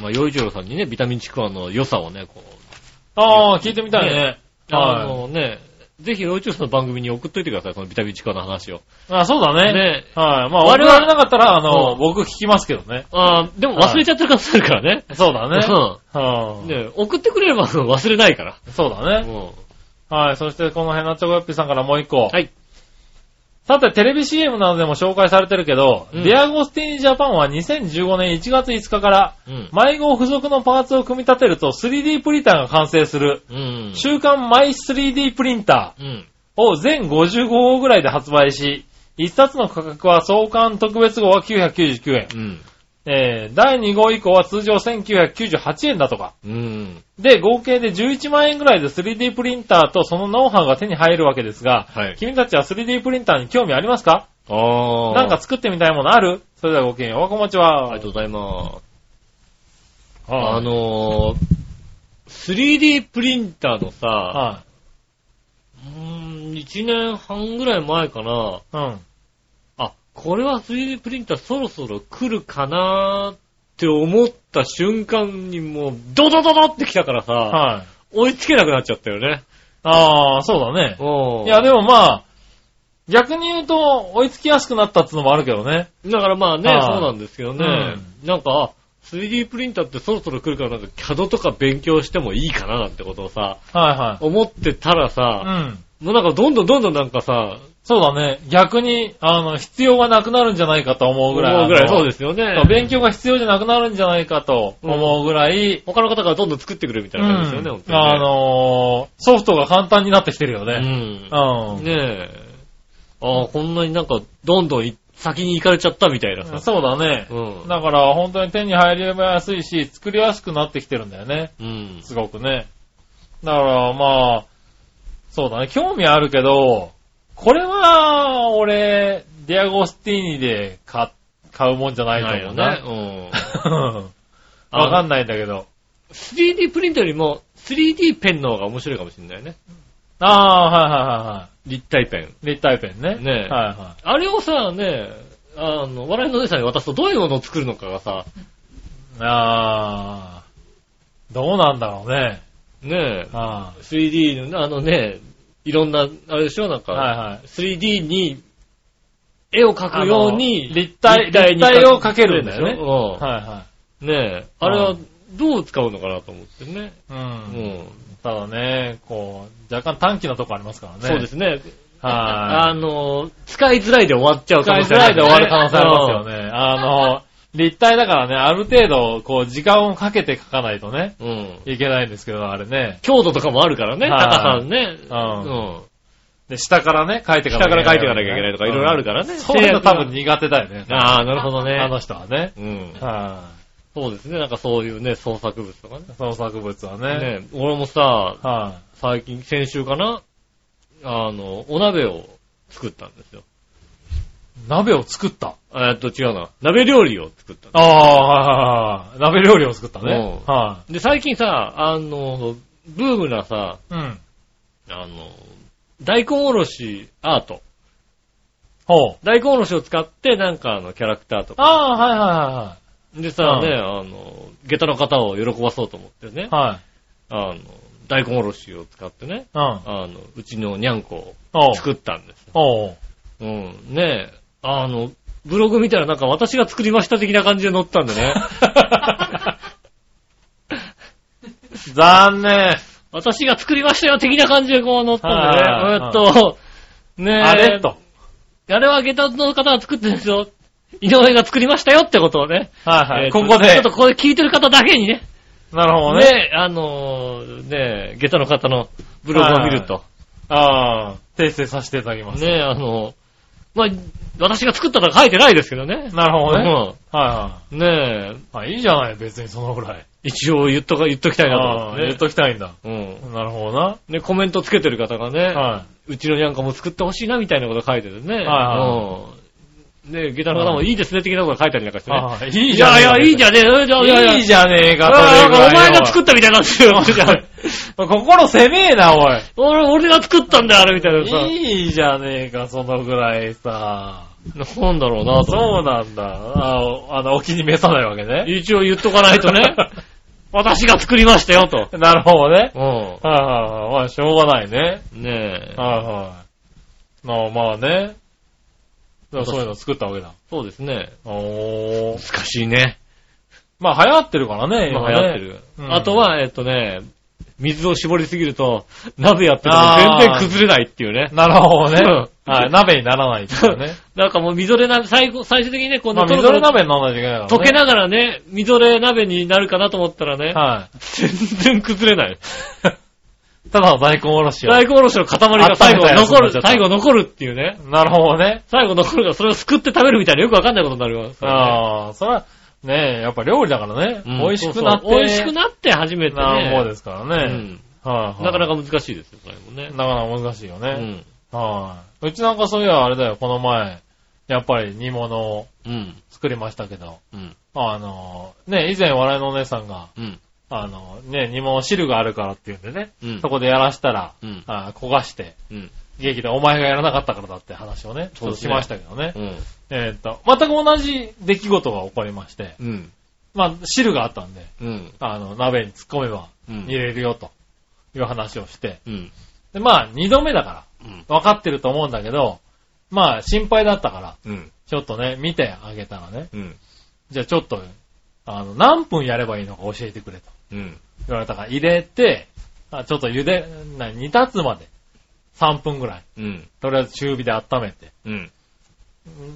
Speaker 2: まあ、洋一郎さんにね、ビタミンチクワの良さをね、こう、
Speaker 3: ああ、聞いてみたいね。
Speaker 2: あ
Speaker 3: は
Speaker 2: のね、ぜひ洋一郎さんの番組に送っといてください、このビタミンチクワの話を。
Speaker 3: い。あそうだね。
Speaker 2: ね、
Speaker 3: はい。ま
Speaker 2: 我
Speaker 3: あ、我
Speaker 2: 々
Speaker 3: 々なかったら、あの、
Speaker 2: うん
Speaker 3: 僕聞きますけどね。
Speaker 2: あーでも忘れちゃってる可能性あるからね。
Speaker 3: そうだね。は
Speaker 2: う
Speaker 3: い
Speaker 2: ん。ね、送ってくれれば忘れないから。
Speaker 3: そうだね。
Speaker 2: も
Speaker 3: はい。そして、この辺のチョコヨッピーさんからもう一個。
Speaker 2: はい。
Speaker 3: さて、テレビ CM などでも紹介されてるけど、
Speaker 2: うん
Speaker 3: ディアゴスティーニジャパンは2015年1月5日から、
Speaker 2: う、うん。
Speaker 3: 迷子付属のパーツを組み立てると 3D プリンターが完成する、
Speaker 2: うん。
Speaker 3: 週刊マイ 3D プリンタ
Speaker 2: うん。
Speaker 3: ーを全55号ぐらいで発売し、一冊の価格は創刊特別号は999円。
Speaker 2: うん。
Speaker 3: えー、第2号以降は通常1998円だとか。
Speaker 2: うん。
Speaker 3: で、合計で11万円ぐらいで 3D プリンターとそのノウハウが手に入るわけですが、
Speaker 2: はい
Speaker 3: 君たちは 3D プリンターに興味ありますか
Speaker 2: ああ。
Speaker 3: なんか、作ってみたいものあるそれではごきげんよう、おはこんばんち
Speaker 2: あり
Speaker 3: は
Speaker 2: が。とうございます。
Speaker 3: はい
Speaker 2: あ、のー、3D プリンターのさ、
Speaker 3: は
Speaker 2: うーん、1年半ぐらい前かな。
Speaker 3: い。うん。
Speaker 2: あ、これは 3D プリンターそろそろ来るかなーって思った瞬間にもう、ドドドドって来たからさ、
Speaker 3: はい。
Speaker 2: 追いつけなくなっちゃったよね。
Speaker 3: ああ、そうだね。
Speaker 2: うん。
Speaker 3: いや、でもまあ、逆に言うと、追いつきやすくなったっつのもあるけどね。
Speaker 2: だからまあね、
Speaker 3: はい
Speaker 2: そうなんですけどね。なんか、あ 3D プリンターってそろそろ来るからなんか CAD とか勉強してもいいかななんてことをさ、
Speaker 3: は
Speaker 2: 思ってたら
Speaker 3: い
Speaker 2: さ、
Speaker 3: はい。うん。
Speaker 2: もうなんかどんどんどんどんなんかさ、
Speaker 3: そうだね。逆に、あの、必要がなくなるんじゃないかと思うぐらい。。
Speaker 2: 思うぐらいそうですすよね
Speaker 3: そう。勉強が必要じゃなくなるんじゃないかと思うぐらい、
Speaker 2: 他の方がどんどん作ってくれるみたいな感じですよね、
Speaker 3: うん
Speaker 2: 本当にね
Speaker 3: あのー、ソフトが簡単になってきてるよね。う
Speaker 2: うん。
Speaker 3: ん。
Speaker 2: ねえ。ああ、こんなになんか、どんどんい先に行かれちゃったみたいなさ。
Speaker 3: そうだね。
Speaker 2: うん。
Speaker 3: だから本当に手に入りやすいし、作りやすくなってきてるんだよね。
Speaker 2: うん。
Speaker 3: すごくね。だからまあ、そうだね、興味あるけど、これは、俺、ディアゴスティーニで買っ買うもんじゃないと思う
Speaker 2: な
Speaker 3: な。
Speaker 2: いよね。うん。
Speaker 3: うん わかんないんだけど。
Speaker 2: 3D プリンターよりも、3D ペンの方が面白いかもしれないね。
Speaker 3: ああー、はいはいはいは
Speaker 2: 立体ペン。
Speaker 3: い。立体ペンね。
Speaker 2: ねえ
Speaker 3: はいは
Speaker 2: あれをさ、ねあの、笑いのお姉さんに渡すとどういうものを作るのかがさ、
Speaker 3: い。ああ、どうなんだろうね。
Speaker 2: ねえ、
Speaker 3: あ
Speaker 2: 3D のね、あのね、いろんな、あれでしょ、なん
Speaker 3: あはい
Speaker 2: か、
Speaker 3: はい。
Speaker 2: 3D に絵を描くように、
Speaker 3: あの立体立体を描けるんだよね
Speaker 2: 立体に描くでしょ
Speaker 3: はいは
Speaker 2: うんねえ、あれはどう使うのかなと思ってね。
Speaker 3: い。う。
Speaker 2: うんん。
Speaker 3: ただね、こう、若干短期なとこありますからね。。
Speaker 2: そうですすね。
Speaker 3: はい。
Speaker 2: あの、使いづらいで終わっちゃうか
Speaker 3: 使い
Speaker 2: もし
Speaker 3: づ
Speaker 2: れな
Speaker 3: ら
Speaker 2: い、
Speaker 3: いで終わる可能性ありますよね。あの、立体だからね、ある程度、こう、時間をかけて描かないとね、
Speaker 2: うん。うん。
Speaker 3: いけないんですけど、あれね。
Speaker 2: 強度とかもあるからね、
Speaker 3: はい
Speaker 2: 高さね。
Speaker 3: うん
Speaker 2: うん。
Speaker 3: で、下からね、描いてい。
Speaker 2: 下から書いていかなきゃいけないとか、いろいろあるかららね。
Speaker 3: そういうの多分苦手だよね。
Speaker 2: ああ、なるほどね。
Speaker 3: あの人はね。
Speaker 2: うん。
Speaker 3: は
Speaker 2: そうですね。なんかそういうね、創作物とかね。
Speaker 3: い。創作物はね。
Speaker 2: ね俺もさ、
Speaker 3: は
Speaker 2: 最近、先週かなあの、お鍋を作ったんですよ。
Speaker 3: い。鍋を作った。
Speaker 2: えーっと、違うな。鍋料理を作ったんで
Speaker 3: ああ、はいはいはい。鍋料理を作ったね。
Speaker 2: うん
Speaker 3: は
Speaker 2: す。で、最近さ、あの、ブームなさ、
Speaker 3: い。うん。
Speaker 2: あの、大根おろしアート。
Speaker 3: ほう。
Speaker 2: 大根おろしを使って、なんかあの、キャラクターとか。
Speaker 3: ああ、はいは
Speaker 2: でさ、
Speaker 3: うん
Speaker 2: ね、あの、下駄の方を喜ばそうと思ってね
Speaker 3: い。はい。
Speaker 2: あの、大根おろしを使ってね、
Speaker 3: はい。
Speaker 2: あの、うちのにゃんこ
Speaker 3: うん。ほ
Speaker 2: を
Speaker 3: う。
Speaker 2: 作ったんです。
Speaker 3: ほう。
Speaker 2: うん。ねえ、あの、ブログ見たらなんか私が作りました的な感じで載ったんで ね。
Speaker 3: 残念。
Speaker 2: 私が作りましたよ的な感じでこう載った
Speaker 3: はい
Speaker 2: んでね。えっと、ねえ、
Speaker 3: あれと。
Speaker 2: あれは下駄の方が作ってるんですよ。井上が作りましたよってことをね。
Speaker 3: はいは
Speaker 2: えー
Speaker 3: い。
Speaker 2: と
Speaker 3: ここ
Speaker 2: ちょ
Speaker 3: で
Speaker 2: っと。ここで聞いてる方だけにね。
Speaker 3: なるほどね。
Speaker 2: ねえ、あのー、ねえ、下駄の方のブログを見ると。
Speaker 3: ああ、訂正させていただきます。
Speaker 2: ねえ、あの、まあ、私が作ったのは書いてないですけどね。
Speaker 3: なるほどね。は
Speaker 2: うん。ねえ、
Speaker 3: いはい。あ、いいじゃない、別にそのぐらい。
Speaker 2: 一応言っとか、言っときたいなと思
Speaker 3: あ
Speaker 2: っ
Speaker 3: あ、
Speaker 2: てね。
Speaker 3: 言っときたいんだ。
Speaker 2: うん。
Speaker 3: なるほどな。
Speaker 2: ね、コメントつけてる方がね、
Speaker 3: は
Speaker 2: うちのにゃんかも作ってほしいなみたいなこと書いてるね。
Speaker 3: いは
Speaker 2: うん。ねえ、下駄の方もいいですね的なこと書いたりなんかし
Speaker 3: い。
Speaker 2: てね。
Speaker 3: ああ、いい
Speaker 2: い
Speaker 3: じゃ
Speaker 2: や
Speaker 3: ね
Speaker 2: いや、い
Speaker 3: え
Speaker 2: いじゃねえよ。いやいやいや。
Speaker 3: いいじゃねえか、
Speaker 2: ああなんかお前が
Speaker 3: っ
Speaker 2: 作ったみたいになってる よ。じゃあ
Speaker 3: 心狭えな、おい。
Speaker 2: 俺、俺が作ったんだよ、あれみたいなさ。
Speaker 3: いいじゃねえか、そのぐらいさ。
Speaker 2: なんだろうなと思って。
Speaker 3: そうなんだ。あおあの、お気に召さないわけね。
Speaker 2: 一応言っとかないと ね。私が作りましたよ、と。
Speaker 3: なるほどね。
Speaker 2: うん。
Speaker 3: はいはいはい。まあ、しょうがないね。
Speaker 2: ねえ。
Speaker 3: はいはい。まあまあね。でもそういうの作ったわけだ。
Speaker 2: そうですね。
Speaker 3: おー。
Speaker 2: 難しいね。
Speaker 3: まあ流行ってるからね、
Speaker 2: 今
Speaker 3: 今
Speaker 2: 流
Speaker 3: ね。
Speaker 2: 行ってる。
Speaker 3: うん
Speaker 2: あとは、えっとね、水を絞りすぎると、 鍋やっても
Speaker 3: あー
Speaker 2: 全然崩れないっていうね。
Speaker 3: なるほどね
Speaker 2: うん。
Speaker 3: はい、鍋になら ないっていうね。
Speaker 2: なんかもうみぞれ鍋、最後、最終的にね、こうね
Speaker 3: まあ、み
Speaker 2: ト
Speaker 3: ぞ
Speaker 2: ロ
Speaker 3: れ
Speaker 2: トロ
Speaker 3: 鍋にならないといけないから
Speaker 2: 溶
Speaker 3: ね。
Speaker 2: けながらね、みぞれ鍋になるかなと思ったらね、
Speaker 3: は
Speaker 2: 全然崩れない。
Speaker 3: い。 ただの大根おろしを。
Speaker 2: 大根おろしの塊が最後
Speaker 3: 温めたやつ
Speaker 2: 残る、
Speaker 3: になっちゃった
Speaker 2: 最後残るっていうね。
Speaker 3: なるほどね。
Speaker 2: 最後残るからそれをすくって食べるみたいなよくわかんないことになるわ。
Speaker 3: ああ、それは、ねえ、やっぱ料理だからね。
Speaker 2: うん
Speaker 3: 美味しくなっ
Speaker 2: そ
Speaker 3: て。
Speaker 2: うそう美味しくなって初めてね。
Speaker 3: なものですから
Speaker 2: う
Speaker 3: ね。
Speaker 2: ん。
Speaker 3: はいはい。
Speaker 2: なかなか難しいですよ、それもね。
Speaker 3: なかなか難しいよ
Speaker 2: う
Speaker 3: ね。
Speaker 2: ん。
Speaker 3: はい。うちなんかそういやあれだよ、この前、やっぱり煮物を
Speaker 2: うん。
Speaker 3: 作りましたけど、
Speaker 2: うん。
Speaker 3: あの、ね、以前笑いのお姉さんが、
Speaker 2: うん。
Speaker 3: あの、ね、煮物汁があるからっていうんでね、
Speaker 2: うん
Speaker 3: そこでやらしたら、
Speaker 2: うん。
Speaker 3: あ焦がして、
Speaker 2: うん。
Speaker 3: 劇でお前がやらなかったからだって話をね、ち
Speaker 2: そう
Speaker 3: ょっ
Speaker 2: で
Speaker 3: と
Speaker 2: す
Speaker 3: し
Speaker 2: ね
Speaker 3: ましたけどね。
Speaker 2: うん。
Speaker 3: えーっと、全く同じ出来事が起こりまして、
Speaker 2: うん。
Speaker 3: まあ、汁があったんで、
Speaker 2: うん。
Speaker 3: あの、鍋に突っ込めば
Speaker 2: うん
Speaker 3: 入れるよという話をして、
Speaker 2: うん。
Speaker 3: で、まあ、二度目だか
Speaker 2: うん。
Speaker 3: ら、分かってると思うんだけど、まあ、心配だったから、
Speaker 2: うん。
Speaker 3: ちょっとね、見てあげたらね、
Speaker 2: うん。
Speaker 3: じゃあちょっと、あの、何分やればいいのか教えてくれと
Speaker 2: うん。
Speaker 3: 言われたから、入れて、あちょっと茹で、な煮立つまで、3分ぐらい、
Speaker 2: うん。
Speaker 3: とりあえず中火で温めて、
Speaker 2: うん。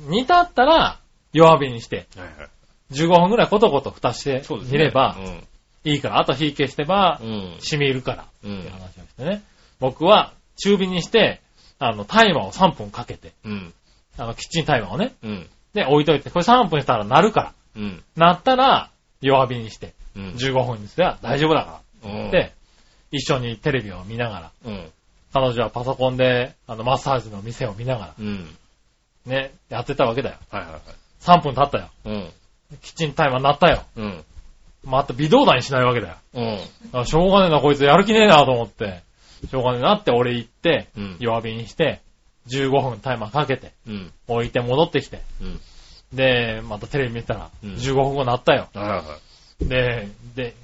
Speaker 3: 煮立ったら、弱火にして、
Speaker 2: はいはい。
Speaker 3: 15分ぐらいコトコト蓋して
Speaker 2: そうですね。
Speaker 3: 煮れば
Speaker 2: うん。
Speaker 3: いいから、あと火消してば
Speaker 2: う、ん。
Speaker 3: 染みるから、
Speaker 2: うん
Speaker 3: って話をしてね。僕は中火にして、あの、タイマーを3分かけて、
Speaker 2: うん。
Speaker 3: あの、キッチンタイマーをね、
Speaker 2: うん。
Speaker 3: で、置いといて、これ3分したら鳴るから、
Speaker 2: うん。
Speaker 3: 鳴ったら弱火にして、
Speaker 2: うん。
Speaker 3: 15分にすれば大丈夫だか
Speaker 2: う
Speaker 3: ら。
Speaker 2: ん、
Speaker 3: で、一緒にテレビを見ながら、
Speaker 2: うん。
Speaker 3: 彼女はパソコンで、あの、マッサージの店を見なが
Speaker 2: うん。
Speaker 3: ら、ね、やってたわけだよ。
Speaker 2: はいは
Speaker 3: 3分経ったよ。
Speaker 2: いはい。
Speaker 3: キッチンタイマー鳴ったよ。
Speaker 2: うん。うん。
Speaker 3: また微動だにしないわけだよ。
Speaker 2: うん。
Speaker 3: あしょうがねえな、こいつやる気ねえなと思って。しょうがねえなって俺行って、
Speaker 2: うん
Speaker 3: 弱火にして、15分タイマーかけて、
Speaker 2: うん。
Speaker 3: 置いて戻ってきて。
Speaker 2: うん。
Speaker 3: で、またテレビ見てたら、
Speaker 2: うん
Speaker 3: 15分後なったよ。
Speaker 2: はいはいはい。
Speaker 3: で、で、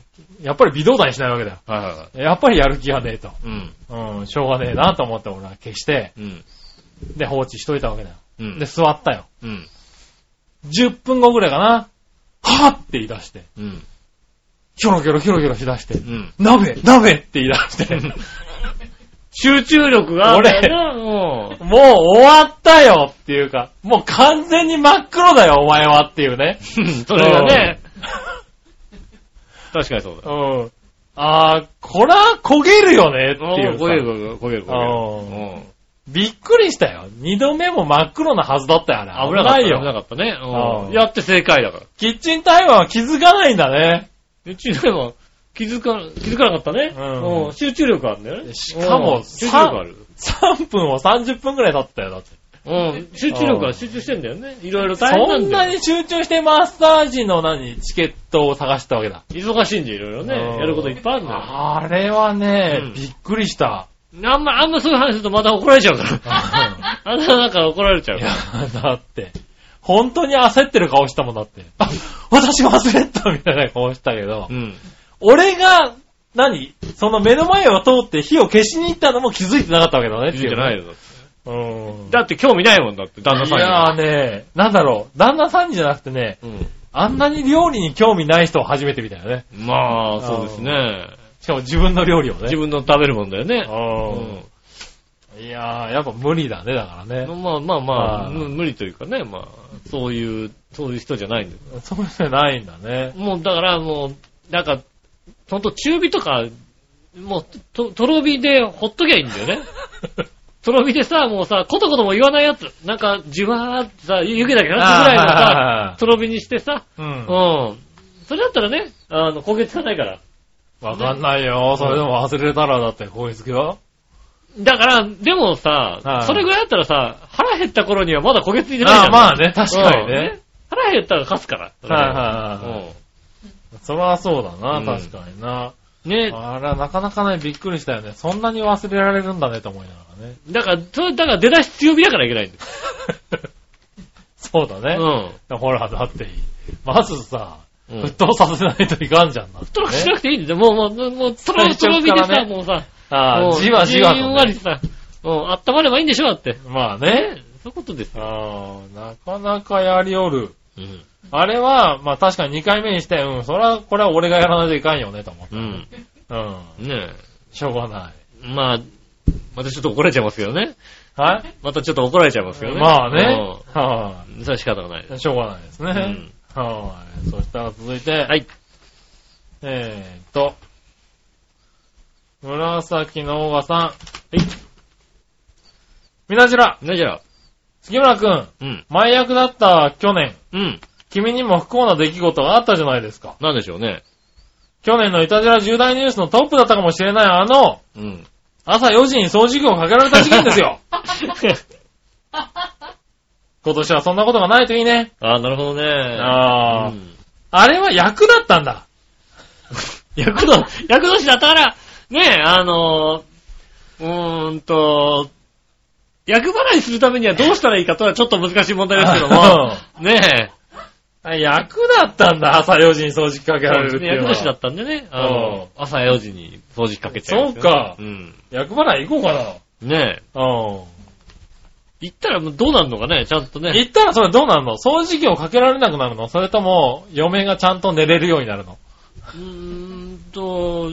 Speaker 3: やっぱり微動だにしないわけだよ。
Speaker 2: はいはいはい。
Speaker 3: やっぱりやる気がねえと。
Speaker 2: うん。
Speaker 3: うん、しょうがねえなと思って俺は消して、
Speaker 2: うん。
Speaker 3: で、放置しといたわけだよ。
Speaker 2: うん。
Speaker 3: で、座ったよ。
Speaker 2: うん。
Speaker 3: 10分後ぐらいかな。はぁって言い出して。
Speaker 2: うん。
Speaker 3: キョロキョロキョロキョロしだして
Speaker 2: う。ん。
Speaker 3: 鍋鍋って言い出して。
Speaker 2: 集中力が、
Speaker 3: 俺
Speaker 2: な、も
Speaker 3: もう終わったよっていうか、もう完全に真っ黒だよお前はっていうね。
Speaker 2: う。 それがね、確かにそうだ。
Speaker 3: うん。あー、こら焦げるよねっていう
Speaker 2: おー焦げる
Speaker 3: か。
Speaker 2: 焦げる焦げる
Speaker 3: あ
Speaker 2: 焦げる。
Speaker 3: びっくりしたよ。二度目も真っ黒なはずだったよあれ
Speaker 2: うん危なかった。危
Speaker 3: 危ないよ。
Speaker 2: なかったね。
Speaker 3: う
Speaker 2: うんんやって正解だから。
Speaker 3: キッチンタイマーは気づかないんだね。
Speaker 2: うちでも、気づか、気づかなかったね。
Speaker 3: うん
Speaker 2: うん集中力あるんだよね。
Speaker 3: しかも
Speaker 2: うん集中力ある。
Speaker 3: 3分を30分くらい経ったよ、だって。
Speaker 2: うん。集中力が集中してんだよね。いろいろ大変な
Speaker 3: そんなん
Speaker 2: だよ。
Speaker 3: に集中してマッサージの何、チケットを探したわけだ。
Speaker 2: 忙しいんでいろいろね。
Speaker 3: うん
Speaker 2: やることいっぱいあるんだよ。
Speaker 3: あれはね、
Speaker 2: うん
Speaker 3: びっくり した。
Speaker 2: あんま、あんまそういう話するとまた怒られちゃう から。あんななんか怒られちゃう
Speaker 3: い
Speaker 2: か
Speaker 3: や
Speaker 2: ら。、
Speaker 3: だって、本当に焦ってる顔したもんだって。あ、私忘れたみたいな顔したけど、
Speaker 2: うん。
Speaker 3: 俺が、何その目の前を通って火を消しに行ったのも気づいてなかったわけだねって
Speaker 2: 気づ
Speaker 3: い
Speaker 2: いうて
Speaker 3: ね。
Speaker 2: ないよ。
Speaker 3: うん。
Speaker 2: だって興味ないもんだって、旦那
Speaker 3: い
Speaker 2: さん
Speaker 3: やーね、なんだろう、旦那さんじゃなくてね、
Speaker 2: に。うん。
Speaker 3: あんなに料理に興味ない人を初めて見たよね。
Speaker 2: まあ、そうですね。
Speaker 3: しかも自分の料理をね。
Speaker 2: 自分の食べるもんだよね。う
Speaker 3: いやー、やっぱ無理だね、だからね。
Speaker 2: ん。まあまあま
Speaker 3: あ
Speaker 2: あ、
Speaker 3: ー
Speaker 2: む無理というかね、まあ、そういう、そういう人じゃないんだよ。
Speaker 3: そういうのないんだね。
Speaker 2: もうだからもう、なんか、ほんと中火とか、もう、と、とろ火でほっときゃいいんだよね。とろ火でさ、もうさ、ことことも言わないやつ。なんか、じわーってさ、湯気だけなってぐらいの
Speaker 3: あ
Speaker 2: さ
Speaker 3: ー、
Speaker 2: とろ火にしてさ、
Speaker 3: う。
Speaker 2: うんん。それだったらね、あの、焦げつかないから。
Speaker 3: わかんないよ。それでも忘れたらだって、こういうつけよ。
Speaker 2: だから、でもさ
Speaker 3: い、
Speaker 2: それぐらいだったらさ、腹減った頃にはまだ焦げついてないじ
Speaker 3: あ
Speaker 2: ゃ
Speaker 3: あ、
Speaker 2: ん。
Speaker 3: まあね、確かに
Speaker 2: うん
Speaker 3: ね。。
Speaker 2: 腹減ったら勝つから。
Speaker 3: はいはいはい
Speaker 2: う
Speaker 3: は
Speaker 2: ん
Speaker 3: それはそうだな、
Speaker 2: うん
Speaker 3: 確かにな。
Speaker 2: ね、
Speaker 3: あれはなかなかね、びっくりしたよね。そんなに忘れられるんだね、と思いながらね。
Speaker 2: だから、それ、だから出だし強火だからいけないんだよ。
Speaker 3: そうだね。ほら、だって、まず
Speaker 2: うん。う
Speaker 3: さ、
Speaker 2: ん
Speaker 3: 沸騰させないといかんじゃんなって
Speaker 2: と
Speaker 3: ね。
Speaker 2: ろしなくていいんだよ。もう、もうもう、もう、とろ、とろ火で
Speaker 3: 最初から
Speaker 2: さ、
Speaker 3: ね
Speaker 2: もうさ、
Speaker 3: あ
Speaker 2: も
Speaker 3: あ、
Speaker 2: う
Speaker 3: じわじわと
Speaker 2: じん
Speaker 3: ね
Speaker 2: わりさ、もう、温まればいいんでしょだって。
Speaker 3: まあね。
Speaker 2: ねそういうことですよ。
Speaker 3: ああ、なかなかやりおる。
Speaker 2: うん。
Speaker 3: あれは、まあ確かに2回目にして、うん、それは、これは俺がやらないといかんよね、と思って。
Speaker 2: うん。
Speaker 3: うん。
Speaker 2: ね
Speaker 3: しょうがない。
Speaker 2: え。まあ、またちょっと怒られちゃいますけどね。
Speaker 3: はい
Speaker 2: またちょっと怒られちゃいますけどね。
Speaker 3: まあね。は
Speaker 2: うん。それは仕方がないです。
Speaker 3: い。しょうがないですね。はい。そしたら続いて、
Speaker 2: はい。
Speaker 3: えーっと、紫のオーガさん。はい。みなじら、
Speaker 2: なじゃあ、
Speaker 3: 杉村くん、
Speaker 2: うん。
Speaker 3: 前役だった去年、
Speaker 2: うん。
Speaker 3: 君にも不幸な出来事があったじゃないですか。
Speaker 2: なんでしょうね。
Speaker 3: 去年のいたじら重大ニュースのトップだったかもしれないあの、
Speaker 2: うん。
Speaker 3: 朝4時に掃除機をかけられた事件で すよ。今年はそんなことがないといいね。
Speaker 2: ああ、なるほどね。
Speaker 3: ああ、
Speaker 2: うん
Speaker 3: あれは役だったんだ。
Speaker 2: 役の、役同士だったから、ねえ、あのー、うーんと、役払いするためにはどうしたらいいかとはちょっと難しい問題ですけど も、ね
Speaker 3: 役だったんだ、朝4時に掃除機かけ
Speaker 2: え、
Speaker 3: られるっていう
Speaker 2: 役
Speaker 3: の
Speaker 2: 同士だ
Speaker 3: は。
Speaker 2: ったんでね、あの、朝4時に掃除機かけちゃうんですよ
Speaker 3: そうか
Speaker 2: うん。
Speaker 3: 役払い行こうかな。
Speaker 2: ねえ、
Speaker 3: うん。
Speaker 2: 行ったらもうどうなるのかね、ちゃんとね。
Speaker 3: 行ったらそれどうなるの掃除機をかけられなくなるのそれとも、嫁がちゃんと寝れるようになるの
Speaker 2: うーんと、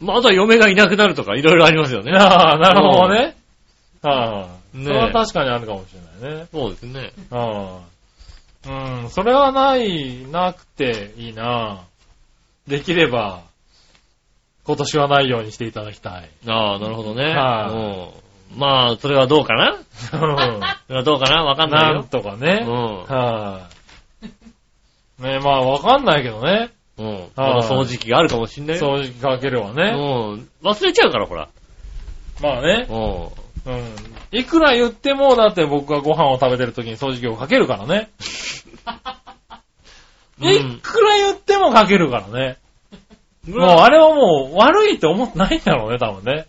Speaker 2: まだ嫁がいなくなるとか、いろいろありますよね。
Speaker 3: ああ、なるほどね。はあ、
Speaker 2: ねえ
Speaker 3: それは確かにあるかもしれないね。
Speaker 2: そうですね。
Speaker 3: うん。うん、それはない、なくていいなできれば、今年はないようにしていただきた い。
Speaker 2: ああ、なるほどね。
Speaker 3: は
Speaker 2: うんまあ、それはどうかな
Speaker 3: う
Speaker 2: それはどうかなわか
Speaker 3: ん
Speaker 2: んな
Speaker 3: ないん
Speaker 2: よ。
Speaker 3: とかね。
Speaker 2: うん。
Speaker 3: はい。ねまあわかんないけどね。
Speaker 2: うん。
Speaker 3: はい
Speaker 2: まだ掃除機があるかもしんないよ。
Speaker 3: 掃除機かけるわね。
Speaker 2: うん。忘れちゃうから、ほら。
Speaker 3: まあね。
Speaker 2: う
Speaker 3: うん。いくら言っても、だって僕がご飯を食べてる時に掃除機をかけるからね。
Speaker 2: うん
Speaker 3: いくら言ってもかけるからね。
Speaker 2: ん。
Speaker 3: もうあれはもう悪いって思ってないんだろうね、多分ね。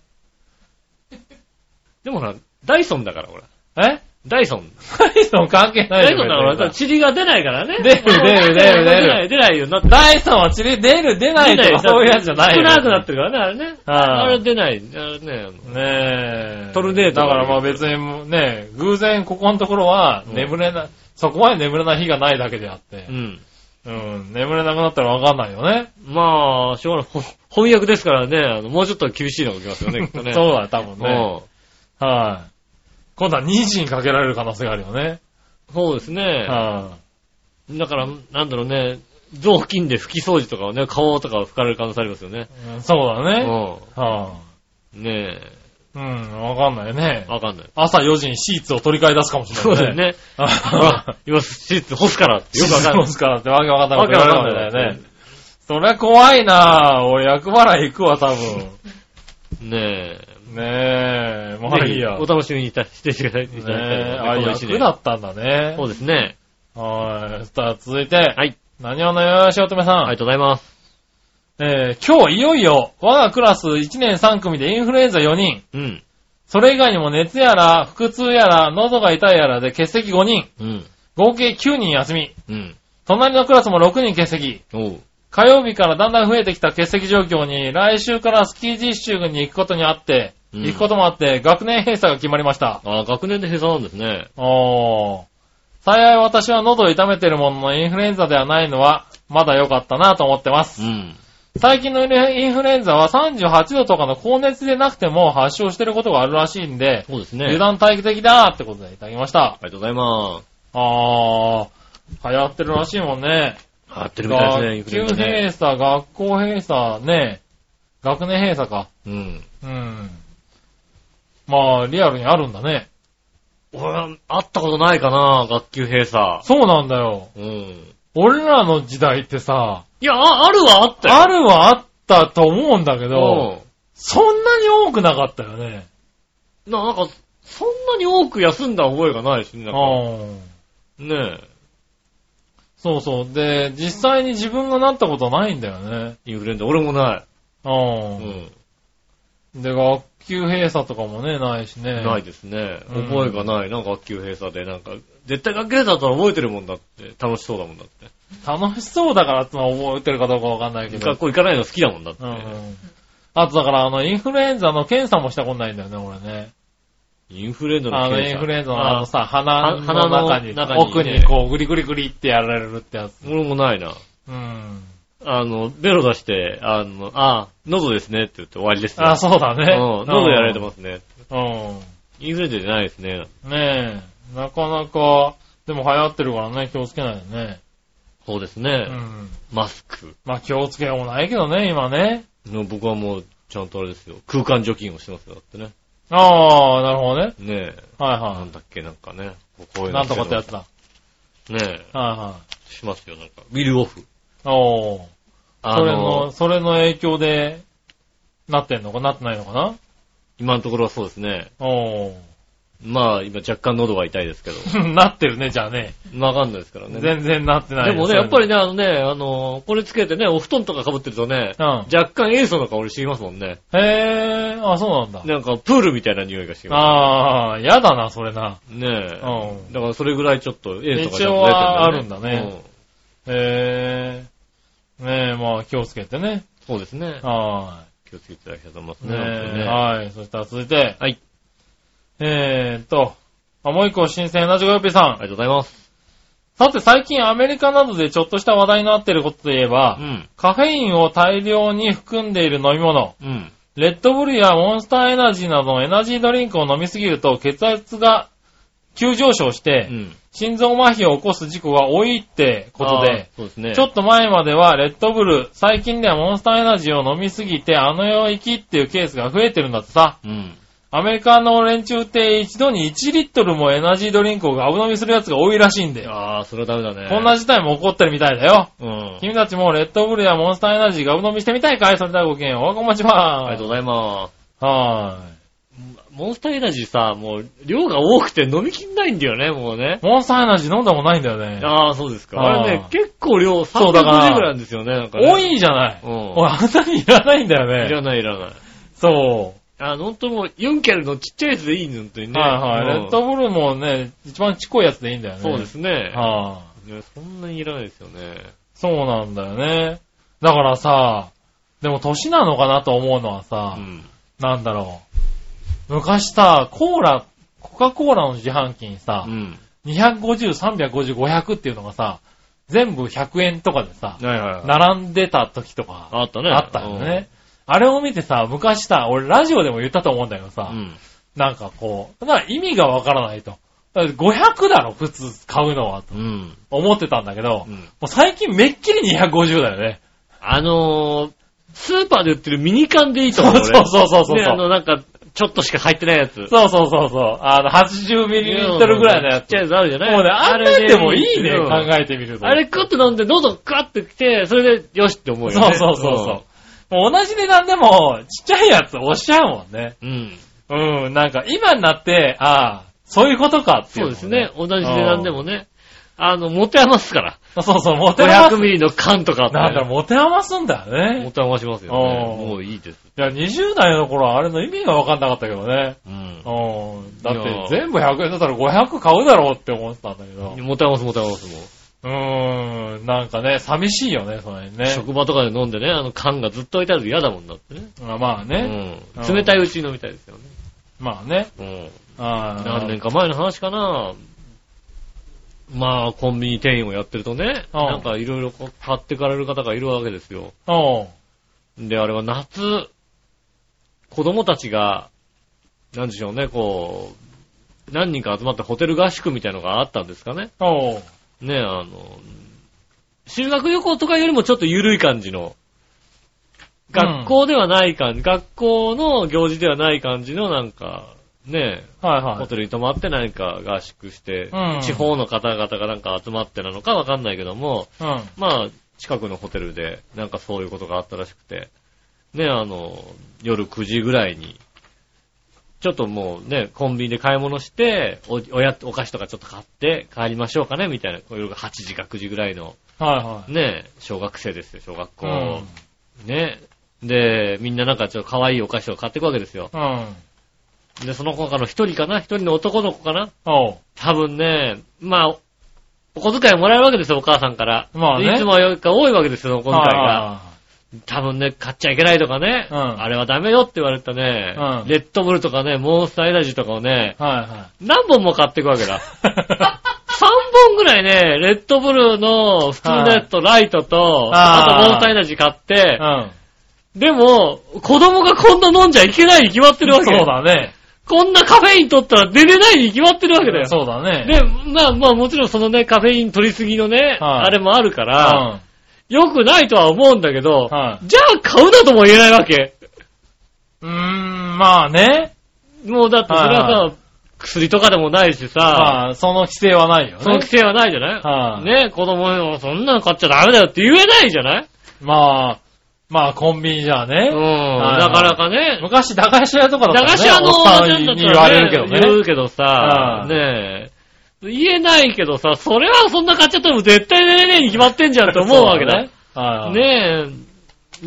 Speaker 2: でもほら、ダイソンだから、ほら。
Speaker 3: え
Speaker 2: ダイソン。
Speaker 3: ダイソン関係な
Speaker 2: ダ
Speaker 3: い
Speaker 2: イ
Speaker 3: よ
Speaker 2: ソンだからさ、塵が出ないからね。
Speaker 3: 出る出る出る出る
Speaker 2: 出ない、出ないよ。なって
Speaker 3: ダイソンはチリ出る出ないとかそういうやつじゃない
Speaker 2: 少
Speaker 3: よ。
Speaker 2: なくなってるからね、あれね。あ
Speaker 3: はい
Speaker 2: れ出ない。あれね。
Speaker 3: ねえ。
Speaker 2: トルネード
Speaker 3: だからまあ別にもうね、偶然ここのところは
Speaker 2: うん
Speaker 3: 眠れな、そこまで眠れない日がないだけであって
Speaker 2: う。ん。
Speaker 3: うん、眠れなくなったらわかんないよね。
Speaker 2: まあ、しょうがないほ。翻訳ですからね、あのもうちょっと厳しいのが来ますよね、きっと
Speaker 3: そう
Speaker 2: ね。
Speaker 3: だよ、多分ね。
Speaker 2: ね。
Speaker 3: はい。今度は2時にかけられる可能性があるよね。
Speaker 2: そうですね。
Speaker 3: は
Speaker 2: だから、なんだろうね、雑巾で拭き掃除とかをね、顔とかを拭かれる可能性ありますよね。
Speaker 3: い。うんそうだ
Speaker 2: う
Speaker 3: ね。
Speaker 2: ん。
Speaker 3: は
Speaker 2: ねえ、
Speaker 3: い。うん、わかんないよね。
Speaker 2: わかんない。
Speaker 3: 朝4時にシーツを取り替え出すかもし
Speaker 2: そ
Speaker 3: れ
Speaker 2: う
Speaker 3: な
Speaker 2: だよ
Speaker 3: いね。
Speaker 2: ね。
Speaker 3: は
Speaker 2: あ今、シーツ干すからって
Speaker 3: い。
Speaker 2: よくわかんない。
Speaker 3: シーツを取り替え出すからってわけわかんない
Speaker 2: わけわかん
Speaker 3: こと
Speaker 2: な
Speaker 3: や
Speaker 2: い
Speaker 3: られるんだよね。そりゃ怖いなぁ。俺、役払い行くわ、多分。
Speaker 2: ねえ。
Speaker 3: ねえ、まあいいや。
Speaker 2: ぜひお楽しみにいたしていただいていただきたいですね
Speaker 3: ねえ、あ、
Speaker 2: この一
Speaker 3: 役
Speaker 2: 年
Speaker 3: だったんだね
Speaker 2: そ。うですね。
Speaker 3: はい。さあ、続いて。
Speaker 2: はい。
Speaker 3: 何をのよしおとめさ
Speaker 2: あ
Speaker 3: ん。
Speaker 2: りがとうございます。
Speaker 3: えー今日いよいよ、我がクラス1年3組でインフルエンザ4人。
Speaker 2: うん。
Speaker 3: それ以外にも熱やら、腹痛やら、喉が痛いやらで欠席5人。
Speaker 2: うん。
Speaker 3: 合計9人休み。
Speaker 2: うん。
Speaker 3: 隣のクラスも6人欠席。
Speaker 2: おう。
Speaker 3: 火曜日からだんだん増えてきた欠席状況に、来週からスキー実習に行くことにあって、
Speaker 2: うん
Speaker 3: 行くこともあって、学年閉鎖が決まりました。
Speaker 2: あ学年で閉鎖なんですね。
Speaker 3: おー。幸い私は喉を痛めてるもののインフルエンザではないのは、まだ良かったなと思ってます
Speaker 2: う。ん。
Speaker 3: 最近のインフルエンザは38度とかの高熱でなくても発症してることがあるらしいんで、
Speaker 2: そうですね。
Speaker 3: 油断大気的だってことでいただきました。
Speaker 2: ありがとうございます。
Speaker 3: あー、流行ってるらしいもんね。
Speaker 2: 流行ってるみたい
Speaker 3: 学
Speaker 2: ですね、
Speaker 3: 級
Speaker 2: インフルエン
Speaker 3: 閉鎖、学校閉鎖、ね、学年閉鎖か。
Speaker 2: ザね。
Speaker 3: うん。まあ、リアルにあるんだね。
Speaker 2: うん。俺は、会ったことないかな、学級閉鎖。
Speaker 3: そうなんだよ。
Speaker 2: うん。
Speaker 3: 俺らの時代ってさ、
Speaker 2: いや、あ、あるはあったよ。
Speaker 3: あるはあったと思うんだけど、
Speaker 2: うん
Speaker 3: そんなに多くなかったよね。
Speaker 2: な、なんか、そんなに多く休んだ覚えがないしね。なんか
Speaker 3: うん
Speaker 2: ね
Speaker 3: そうそう。で、実際に自分がなったことないんだよね。
Speaker 2: え、インフルエンザ、俺もな
Speaker 3: う
Speaker 2: い。うんん。
Speaker 3: で、学級閉鎖とかもね、ないしね。
Speaker 2: ないですね。
Speaker 3: うん
Speaker 2: 覚えがないな、学級閉鎖で。なんか、絶対学級閉鎖だったら覚えてるもんだって。楽しそうだもんだって。
Speaker 3: 楽しそうだからってのは覚えてるかどうかわかんないけど
Speaker 2: 学。校行かないの好きだもんだって
Speaker 3: う。んあとだから、あの、インフルエンザの検査もしたことないんだよね、俺ね。
Speaker 2: インフルエンザの
Speaker 3: あの、
Speaker 2: 検
Speaker 3: イ
Speaker 2: 査
Speaker 3: ンフルエンザのあのさ、鼻
Speaker 2: 鼻
Speaker 3: の
Speaker 2: の
Speaker 3: 中に、
Speaker 2: 中に
Speaker 3: 奥にこう、グリグリグリってやられるってやつ。
Speaker 2: 俺もないな。
Speaker 3: うん。
Speaker 2: あの、ベロ出して、あの、あ、喉ですねって言って終わりですね。
Speaker 3: あ、そうだね。
Speaker 2: うん喉やられてますね。
Speaker 3: うん。
Speaker 2: インフルエンザじゃないですね。
Speaker 3: ねえ、なかなか、でも流行ってるからね、気をつけないよね。
Speaker 2: そうです
Speaker 3: う
Speaker 2: ね。
Speaker 3: ん。
Speaker 2: マスク。
Speaker 3: まあ気をつけようもないけどね、今ね。
Speaker 2: の僕はもう、ちゃんとあれですよ。空間除菌をしてますよ。だってね。
Speaker 3: ああ、なるほどね。
Speaker 2: ねえ。
Speaker 3: はい
Speaker 2: な
Speaker 3: は
Speaker 2: んだっけ、なんかね。こういう
Speaker 3: い。
Speaker 2: の
Speaker 3: なんとかってやつだ。
Speaker 2: ねえ。
Speaker 3: はいは
Speaker 2: しますよ、なんか。ウィルオフ。
Speaker 3: い。おー。
Speaker 2: あ
Speaker 3: それの、
Speaker 2: の、
Speaker 3: それの影響で、なってんのかなってないのかな
Speaker 2: 今のところはそうですね。
Speaker 3: お
Speaker 2: まあ、今若干喉が痛いですけど。
Speaker 3: ー。 なってるね、じゃあね。
Speaker 2: まあわかんないですからね。
Speaker 3: 全然なってない
Speaker 2: で
Speaker 3: よ。
Speaker 2: も
Speaker 3: そ
Speaker 2: ね、
Speaker 3: れ
Speaker 2: やっぱり。ね、あのね、あの、これつけてね、お布団とか被ってるとね、
Speaker 3: うん。
Speaker 2: 若干塩素の香りしてきますもんね。
Speaker 3: へえ、あ、そうなんだ。
Speaker 2: なんか、プールみたいな匂いがしてきま
Speaker 3: ああ、やだな、それな。
Speaker 2: す。ねえ。
Speaker 3: うん
Speaker 2: だからそれぐらいちょっと塩素がちゃんと出てるんだよね
Speaker 3: 一応はあるんだね
Speaker 2: うん
Speaker 3: へえ。ねえ、まあ気をつけてね。
Speaker 2: そうですね。
Speaker 3: はーい。
Speaker 2: 気をつけていただきたいと思いますね。
Speaker 3: ね
Speaker 2: 本当に
Speaker 3: え、
Speaker 2: ね
Speaker 3: はい。そしたら続いて、
Speaker 2: はい。
Speaker 3: えーっと、あ、もう一個、新鮮なじごよっぴさ
Speaker 2: あ
Speaker 3: ん。
Speaker 2: りがとうございます。
Speaker 3: さて最近アメリカなどでちょっとした話題になっていることといえば、
Speaker 2: うん。
Speaker 3: カフェインを大量に含んでいる飲み物、
Speaker 2: うん。
Speaker 3: レッドブルやモンスターエナジーなどのエナジードリンクを飲みすぎると血圧が急上昇し
Speaker 2: う
Speaker 3: て、
Speaker 2: ん。
Speaker 3: 心臓麻痺を起こす事故が多いってことで、
Speaker 2: あー、そうですね。
Speaker 3: ちょっと前まではレッドブル、最近ではモンスターエナジーを飲みすぎてあの世行きっていうケースが増えてるんだってさ。
Speaker 2: うん。
Speaker 3: アメリカの連中って一度に1リットルもエナジードリンクをガブ飲みするやつが多いらしいんだよ。
Speaker 2: ああ、それはダメだね。
Speaker 3: こんな事態も起こってるみたいだよ。
Speaker 2: うん。
Speaker 3: 君たちもレッドブルやモンスターエナジーガブ飲みしてみたいかいそれではごきげんよう。おはこんばんちは。
Speaker 2: ありがとうございます。
Speaker 3: は
Speaker 2: モンスターエナジーさ、もう、量が多くて飲みきんないんだよね、もうね。
Speaker 3: ーい。モンスターエナジー飲んだもんないんだよね。
Speaker 2: ああ、そうですか。
Speaker 3: あー
Speaker 2: あれね、結構量、
Speaker 3: そうだから
Speaker 2: 350g なんですよね、なんかね。
Speaker 3: 多いじゃない。
Speaker 2: うん
Speaker 3: おい、あんなにいらないんだよ
Speaker 2: いら
Speaker 3: ね。
Speaker 2: ないいらない。
Speaker 3: そう。
Speaker 2: あの、ほんともう、ユンケルのちっちゃいやつでいいの本当にね。
Speaker 3: はいはい。
Speaker 2: うん
Speaker 3: レッドブルもね、一番ちっこいやつでいいんだよね。
Speaker 2: そうですね。
Speaker 3: はい、
Speaker 2: ねそんなにいらないですよね。
Speaker 3: そうなんだよね。だからさ、でも年なのかなと思うのはさ、
Speaker 2: うん。
Speaker 3: なんだろう。昔さ、コーラ、コカ・コーラの自販機にさ
Speaker 2: う、ん。
Speaker 3: 250、350、500っていうのがさ、全部100円とかでさ、
Speaker 2: はいはいはい。
Speaker 3: 並んでた時とか、
Speaker 2: あったね。
Speaker 3: あったよね。あれを見てさ、昔さ、俺ラジオでも言ったと思うんだけど
Speaker 2: う
Speaker 3: さ、
Speaker 2: ん。
Speaker 3: なんかこう、なんか意味がわからないと。だって500だろ、普通買うのは、と
Speaker 2: うん。うん。
Speaker 3: 思ってたんだけど、
Speaker 2: う
Speaker 3: も
Speaker 2: ん
Speaker 3: う最近めっきり250だよね。
Speaker 2: あのー、スーパーで売ってるミニ缶でいいと
Speaker 3: そ
Speaker 2: 思う。
Speaker 3: うそうそうそうそう。
Speaker 2: ね、あの、なんか、ちょっとしか入ってないやつ。
Speaker 3: そうそうそうそう。あの、80ミリリットルぐらいのや
Speaker 2: ちっ
Speaker 3: つ。
Speaker 2: ちゃいやつあるじゃない
Speaker 3: もうね、あれでもいいね、
Speaker 2: うん
Speaker 3: 考えてみると。
Speaker 2: あれクッと飲んで、喉クワッてきて、それで、よしって思うよ
Speaker 3: そ
Speaker 2: ね。
Speaker 3: うそうそうそう。もう同じ値段でも、ちっちゃいやつ押しちゃうもんね。
Speaker 2: うん。うん。
Speaker 3: うん、なんか今になって、ああ、そういうことかってい、
Speaker 2: そううですね。。同じ値段でもね。あの、持て余すから。
Speaker 3: そうそう、持て余
Speaker 2: 500
Speaker 3: す。
Speaker 2: ミリの缶とかって。
Speaker 3: なんだ、持て余すんだよ
Speaker 2: 持
Speaker 3: ね。
Speaker 2: て余しますよね。
Speaker 3: うん
Speaker 2: もういいです。
Speaker 3: いや、20代の頃はあれの意味が分かんなかったけどね。
Speaker 2: うん。
Speaker 3: うん。だっ
Speaker 2: いや
Speaker 3: て全部100円だったら500買うだろうって思ってたんだけど。
Speaker 2: 持て余す、持て余す、もう。
Speaker 3: うーん、なんかね、寂しいよね、その辺ね。
Speaker 2: 職場とかで飲んでね、あの缶がずっと置いてあると嫌だもんだってね。
Speaker 3: あまあね、
Speaker 2: う
Speaker 3: うん
Speaker 2: ん。冷たいうちに飲みたいですよね。
Speaker 3: まあね。
Speaker 2: うん。
Speaker 3: あー
Speaker 2: 何年か前の話かな。まあ、コンビニ店員をやってるとね、
Speaker 3: うん
Speaker 2: なんかいろいろこう買ってかれる方がいるわけですよ。
Speaker 3: おう
Speaker 2: で、あれは夏、子供たちが、なんでしょうね、こう、何人か集まってホテル合宿みたいのがあったんですかね。
Speaker 3: おう
Speaker 2: ね、あの、修学旅行とかよりもちょっと緩い感じの、学校ではない感じ、学校の行事ではない感じのなんか、ね、
Speaker 3: はいは
Speaker 2: ホ
Speaker 3: い。
Speaker 2: テルに泊まって何か合宿して、
Speaker 3: うん
Speaker 2: 地方の方々がなんか集まってなのかわかんないけども、
Speaker 3: うん。
Speaker 2: まあ、近くのホテルでなんかそういうことがあったらしくて、ね、あの、夜9時ぐらいに、ちょっともうね、コンビニで買い物して、お、おや、お菓子とかちょっと買って帰りましょうかね、みたいな、こういう夜8時か9時ぐらいの、
Speaker 3: はいはい。
Speaker 2: ね、小学生ですよ、小学校。
Speaker 3: うん
Speaker 2: ね。で、みんななんかちょっと可愛いお菓子を買っていくわけですよ。
Speaker 3: うん。
Speaker 2: で、その子からの一人かな一人の男の子かな
Speaker 3: おう。
Speaker 2: 多分ね、まあ、お小遣いもらえるわけですよ、お母さんから。
Speaker 3: まあね
Speaker 2: でいつもよりか多いわけですよ、お小遣いが。
Speaker 3: は
Speaker 2: 多分ね、買っちゃいけないとかね、
Speaker 3: うん
Speaker 2: あれはダメよって言われたね、
Speaker 3: うん
Speaker 2: レッドブルとかね、モンスターエナジーとかをね
Speaker 3: い、は
Speaker 2: 何本も買っていくわけだ。
Speaker 3: い。
Speaker 2: 3本ぐらいね、レッドブルの普通のやつとライトと、あ
Speaker 3: あー
Speaker 2: とモンスターエナジー買って
Speaker 3: う、ん。
Speaker 2: でも、子供がこんな飲んじゃいけないに決まってるわ
Speaker 3: そ
Speaker 2: け
Speaker 3: うだね。
Speaker 2: こんなカフェイン取ったら出れないに決まってるわけだよ。
Speaker 3: そうだね。
Speaker 2: で、まあまあもちろんそのね、カフェイン取りすぎのね、
Speaker 3: はい
Speaker 2: あれもあるか
Speaker 3: う
Speaker 2: ら、
Speaker 3: ん。
Speaker 2: 良くないとは思うんだけど、
Speaker 3: はい
Speaker 2: じゃあ買うなとも言えないわけ。
Speaker 3: うーん、まあね。
Speaker 2: もうだってそれはさ、
Speaker 3: は
Speaker 2: 薬とかでもないしさ、
Speaker 3: まあ、その規制はないよ
Speaker 2: その
Speaker 3: ね
Speaker 2: 規。制はないじゃない、
Speaker 3: はい
Speaker 2: ね、子供にもそんなの買っちゃダメだよって言えないじゃない
Speaker 3: まあ、まあ、コンビニじゃ
Speaker 2: う
Speaker 3: ね
Speaker 2: ん、。
Speaker 3: い
Speaker 2: なかなかね。
Speaker 3: 昔、駄菓子屋とかだっ
Speaker 2: 駄
Speaker 3: たらね。
Speaker 2: 菓子屋の
Speaker 3: お
Speaker 2: お
Speaker 3: っ
Speaker 2: ば
Speaker 3: さ
Speaker 2: ちゃん
Speaker 3: ん
Speaker 2: だっ
Speaker 3: に
Speaker 2: た
Speaker 3: 言
Speaker 2: ら、
Speaker 3: わ
Speaker 2: ね、
Speaker 3: れるけどね。
Speaker 2: 言うけどさ
Speaker 3: は、い
Speaker 2: ねえ、言えないけどさ、それはそんな買っちゃっても絶対出れねえに決まってんじゃんって思うわけだ。
Speaker 3: はいはい。
Speaker 2: ね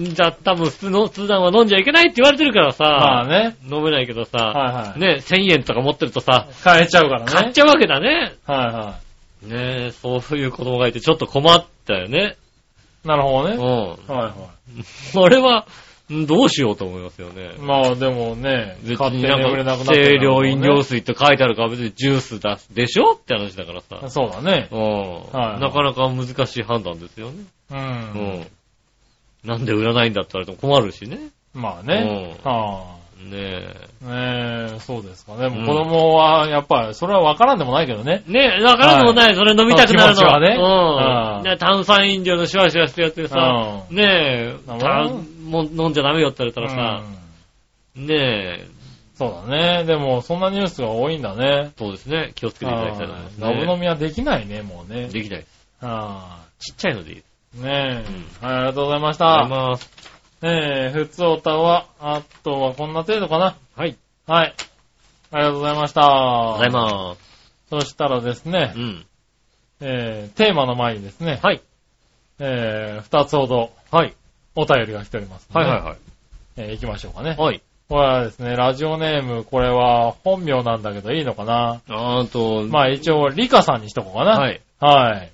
Speaker 2: え、だ、多分普通の、普段は飲んじゃいけないって言われてるからさ、
Speaker 3: まあね。
Speaker 2: 飲めないけどさ、
Speaker 3: はいはい。
Speaker 2: ねえ、1000円とか持ってるとさ、
Speaker 3: 買えちゃうからね。
Speaker 2: 買っちゃうわけだね。
Speaker 3: はいは
Speaker 2: ねえ、そういう子供がいてちょっと困ったよね。
Speaker 3: い。なるほど
Speaker 2: う
Speaker 3: ね。
Speaker 2: ん。
Speaker 3: はいは
Speaker 2: これは、んどうしようと思いますよね
Speaker 3: い。。まあでもね、
Speaker 2: 別
Speaker 3: 買って
Speaker 2: にな
Speaker 3: 眠れ
Speaker 2: ん
Speaker 3: なくな
Speaker 2: か、
Speaker 3: ったり
Speaker 2: 清
Speaker 3: なんかも
Speaker 2: 涼
Speaker 3: ね
Speaker 2: 飲料水って書いてあるから別にジュースだでしょって話だからさ。
Speaker 3: そうだね。
Speaker 2: うん、
Speaker 3: はい
Speaker 2: なかなか難しい判断ですよね。
Speaker 3: う。
Speaker 2: うんん。なんで売らないんだって言われても困るしね。
Speaker 3: まあね。
Speaker 2: う
Speaker 3: は
Speaker 2: ねえ。
Speaker 3: あ。ねえ、そうですかね。もううん子供は、やっぱり、それは分からんでもないけどね。
Speaker 2: ねえ、わからんでもない、それ飲みたくなる
Speaker 3: そ
Speaker 2: の。
Speaker 3: の気持ちはね
Speaker 2: うん
Speaker 3: うん
Speaker 2: ね。炭酸飲料のシュワシュワしてやってさ、
Speaker 3: う
Speaker 2: ねえ、
Speaker 3: なるほど
Speaker 2: たもう飲んじゃダメよって言われたら
Speaker 3: う
Speaker 2: さ、
Speaker 3: ん
Speaker 2: ねえ、
Speaker 3: そうだね。でも、そんなニュースが多いんだね。
Speaker 2: そうですね、気をつけていただきたいと思います、
Speaker 3: ラブ飲
Speaker 2: ね。
Speaker 3: みはできないね、もうね。
Speaker 2: できない。
Speaker 3: あ
Speaker 2: ちっちゃいのでいい。
Speaker 3: あ。ねえ、
Speaker 2: う
Speaker 3: はいありがとうございまし
Speaker 2: ありがとうご
Speaker 3: た。
Speaker 2: ざいます。
Speaker 3: ええ、ふつおたは、あとはこんな程度かな。
Speaker 2: はい。
Speaker 3: はい。ありがとうございました。
Speaker 2: ありがとうございます。
Speaker 3: そしたらですね、
Speaker 2: うん。
Speaker 3: えー、テーマの前にですね、
Speaker 2: はい。
Speaker 3: えー、二つほど、
Speaker 2: はい。
Speaker 3: お便りが来ておりますの
Speaker 2: は
Speaker 3: で、
Speaker 2: いはいはい。
Speaker 3: えー行きましょうかね。
Speaker 2: はい。
Speaker 3: これはですね、ラジオネーム、これは本名なんだけどいいのかな。
Speaker 2: あーと、
Speaker 3: まあ一応、リカさんにしとこうかな。
Speaker 2: はい。
Speaker 3: はい。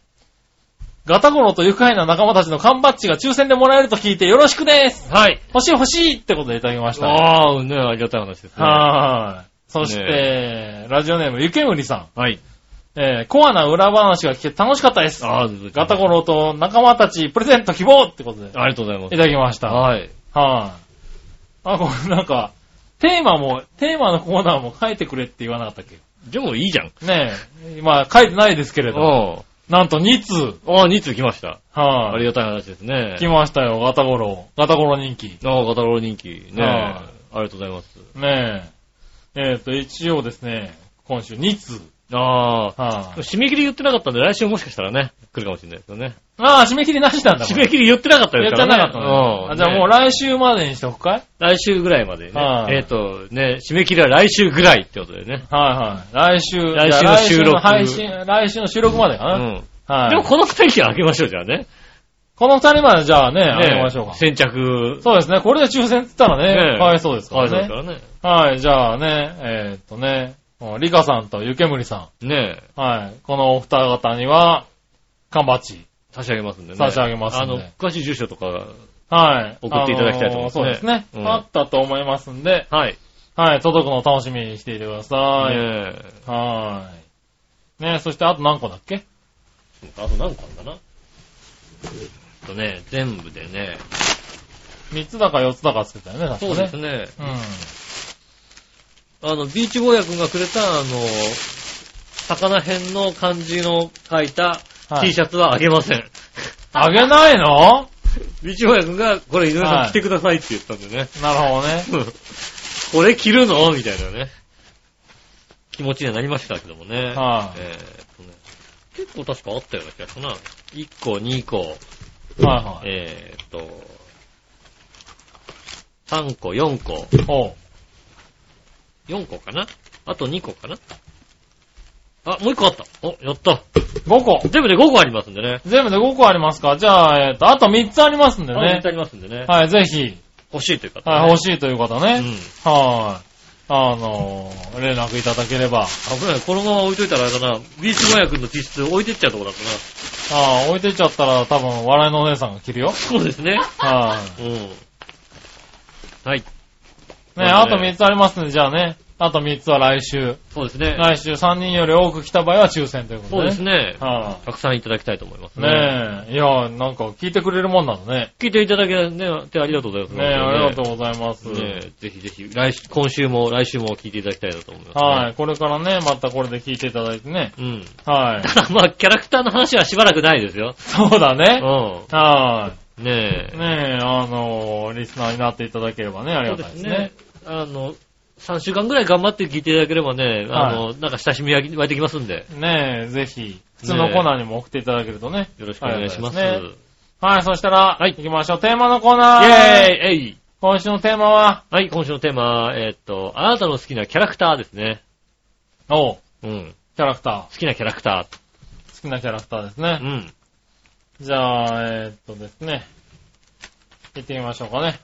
Speaker 3: ガタゴロと愉快な仲間たちの缶バッジが抽選でもらえると聞いてよろしくです
Speaker 2: はい。
Speaker 3: 欲しい欲しいってことでいただきました。
Speaker 2: ああ、ね、ありがたい話ですね。
Speaker 3: はい。そして、
Speaker 2: ね
Speaker 3: ラジオネーム、ゆけむりさん。
Speaker 2: はい。
Speaker 3: えー、コアな裏話が聞けて楽しかったです。
Speaker 2: ああ、
Speaker 3: ガタゴロと仲間たちプレゼント希望ってことでい
Speaker 2: ありがとうございます
Speaker 3: た。だきました。はい。
Speaker 2: はい。
Speaker 3: あ、これなんか、テーマも、テーマのコーナーも書いてくれって言わなかったっけ
Speaker 2: でもいいじゃん。
Speaker 3: ねえ。まあ、書いてないですけれ
Speaker 2: あ
Speaker 3: ど。なんと2通。
Speaker 2: あ、2通来ました。あ
Speaker 3: はい、
Speaker 2: りがたい話ですね。
Speaker 3: 来ましたよ、ガタゴロ。ガタゴロ人気。
Speaker 2: ああ、ガタロウ人気。ね
Speaker 3: は
Speaker 2: ありがとうございます。
Speaker 3: ねえ。えっ、と、一応ですね、今週2通。
Speaker 2: ああ。
Speaker 3: はい、
Speaker 2: 締め切り言ってなかったんで、来週もしかしたらね、来るかもしれないですよね。
Speaker 3: ああ、締め切りなしなんだ、こ
Speaker 2: 締
Speaker 3: れ
Speaker 2: め切り言ってなかったで
Speaker 3: 言
Speaker 2: す
Speaker 3: っ
Speaker 2: か
Speaker 3: て
Speaker 2: らね。
Speaker 3: なかったの、ねあ、じゃあもう
Speaker 2: ね
Speaker 3: 来週までにしておくかい
Speaker 2: 来週ぐらいまでね。
Speaker 3: はい
Speaker 2: えっと、ね、締め切りは来週ぐらいってことでね。
Speaker 3: はいはい。来週、
Speaker 2: 来週の収録
Speaker 3: じゃあ来週の配信、来週の収録までか
Speaker 2: う
Speaker 3: な。
Speaker 2: ん。
Speaker 3: はい。
Speaker 2: でもこの2人はあげましょう、じゃあね。
Speaker 3: この二人までじゃあね、あ
Speaker 2: ね
Speaker 3: げましょうか。
Speaker 2: 先着。
Speaker 3: そうですね。これで抽選って言ったらね、
Speaker 2: ね
Speaker 3: かわいそうですから
Speaker 2: そうです
Speaker 3: ね
Speaker 2: か。らね。
Speaker 3: はい、じゃあね、えーっとね、もうリカさんとゆけむりさ
Speaker 2: ねえ。
Speaker 3: ん。はい。このお二方には、缶バッチ。
Speaker 2: 差し上げますんでね。
Speaker 3: 差し上げますんで
Speaker 2: あの、詳しい住所とか、
Speaker 3: はい。
Speaker 2: 送っていただきたいと思いますね
Speaker 3: あのーそうですね。
Speaker 2: うん
Speaker 3: あったと思いますんで、
Speaker 2: はい。
Speaker 3: はい、届くのを楽しみにしていてくださ
Speaker 2: ね
Speaker 3: い。
Speaker 2: え
Speaker 3: はい。ねそしてあと何個だっけ
Speaker 2: あと何個あるんだな。えっとね、全部でね。
Speaker 3: 三つだか四つだかつけたよね、確か
Speaker 2: そう
Speaker 3: ね。
Speaker 2: ですね。
Speaker 3: うん。
Speaker 2: あの、ビーチ坊やくんがくれた、あの、魚編の漢字の書いた
Speaker 3: はい
Speaker 2: T シャツはあげません。
Speaker 3: あげないの
Speaker 2: ビーチ坊やくんが、これ井上さ
Speaker 3: は
Speaker 2: ん
Speaker 3: い
Speaker 2: 着てくださいって言ったんでね。
Speaker 3: なるほどね。
Speaker 2: これ着るのみたいなね。気持ちにはなりましたけどもね。
Speaker 3: はい
Speaker 2: えーっとね結構確かあったような気がしたな。1個、2個、
Speaker 3: はいはい。
Speaker 2: えーっと、3個、4個、
Speaker 3: ほ
Speaker 2: 4個かなあと2個かなあ、もう1個あった。お、やった。
Speaker 3: う。5個。
Speaker 2: 全部で5個ありますんでね。
Speaker 3: 全部で5個ありますかじゃあ、えっ、と、あと3つありますんで
Speaker 2: あ三
Speaker 3: ね
Speaker 2: つあ。りますんでね。
Speaker 3: はい、ぜひ、
Speaker 2: 欲しいという方、
Speaker 3: はい、欲
Speaker 2: し
Speaker 3: しいという方
Speaker 2: う
Speaker 3: ね。
Speaker 2: ん。
Speaker 3: はい。あのー、連絡いただければ。
Speaker 2: 危ない。このまま置いといたらあれだな。ビーチゴヤ君の T シャツ置いてっちゃうとこだったな。
Speaker 3: ああ、置いてっちゃったら多分笑いのお姉さんが着るよ。
Speaker 2: そうですね。
Speaker 3: は
Speaker 2: うん。はい。
Speaker 3: い。ね、あと3つありますんで、じゃあね。あと3つは来週。
Speaker 2: そうですね。
Speaker 3: 来週3人より多く来た場合は抽選ということ
Speaker 2: そう
Speaker 3: で。
Speaker 2: です。ね。
Speaker 3: は
Speaker 2: たくさんいただきたいと思います
Speaker 3: い。ねえ。いや、なんか聞いてくれるもんなのね。
Speaker 2: 聞いていただけてありがとうございます。
Speaker 3: ねえ、ありがと
Speaker 2: う
Speaker 3: うございます。
Speaker 2: ねぜひぜひ、来週、今週も来週も聞いていただきたいなと思います、
Speaker 3: はい。これからね、またこれで聞いていただいてね。
Speaker 2: い。うん。
Speaker 3: はい。
Speaker 2: ただまあ、キャラクターの話はしばらくないですよ。
Speaker 3: そうだね。
Speaker 2: う
Speaker 3: は
Speaker 2: ん。ね
Speaker 3: い。
Speaker 2: え。
Speaker 3: ねえ、あのーリスナーになっていただければね、あり
Speaker 2: そう
Speaker 3: が
Speaker 2: で
Speaker 3: たいですす
Speaker 2: ね
Speaker 3: ね。。
Speaker 2: あの、3週間ぐらい頑張って聞いていただければね、あの、なんか親しみが湧いてきますんで、
Speaker 3: ねえ、ぜひ、普通のコーナーにも送っていただけるとね。
Speaker 2: よろしくお願いします。
Speaker 3: ありがたいですねはい、そしたら、
Speaker 2: はい
Speaker 3: 行きましょう。テーマのコーナー。
Speaker 2: イェーイえい
Speaker 3: 今週のテーマは、
Speaker 2: はい、今週のテーマ、えーっと、あなたの好きなキャラクターですね。
Speaker 3: おう
Speaker 2: うん。
Speaker 3: キャラクタ
Speaker 2: 好きなキャラクタ
Speaker 3: ー。好きなキャラクターです
Speaker 2: ー。う
Speaker 3: ね。
Speaker 2: ん。
Speaker 3: じゃあ、えーっとですね。行ってみましょうかね。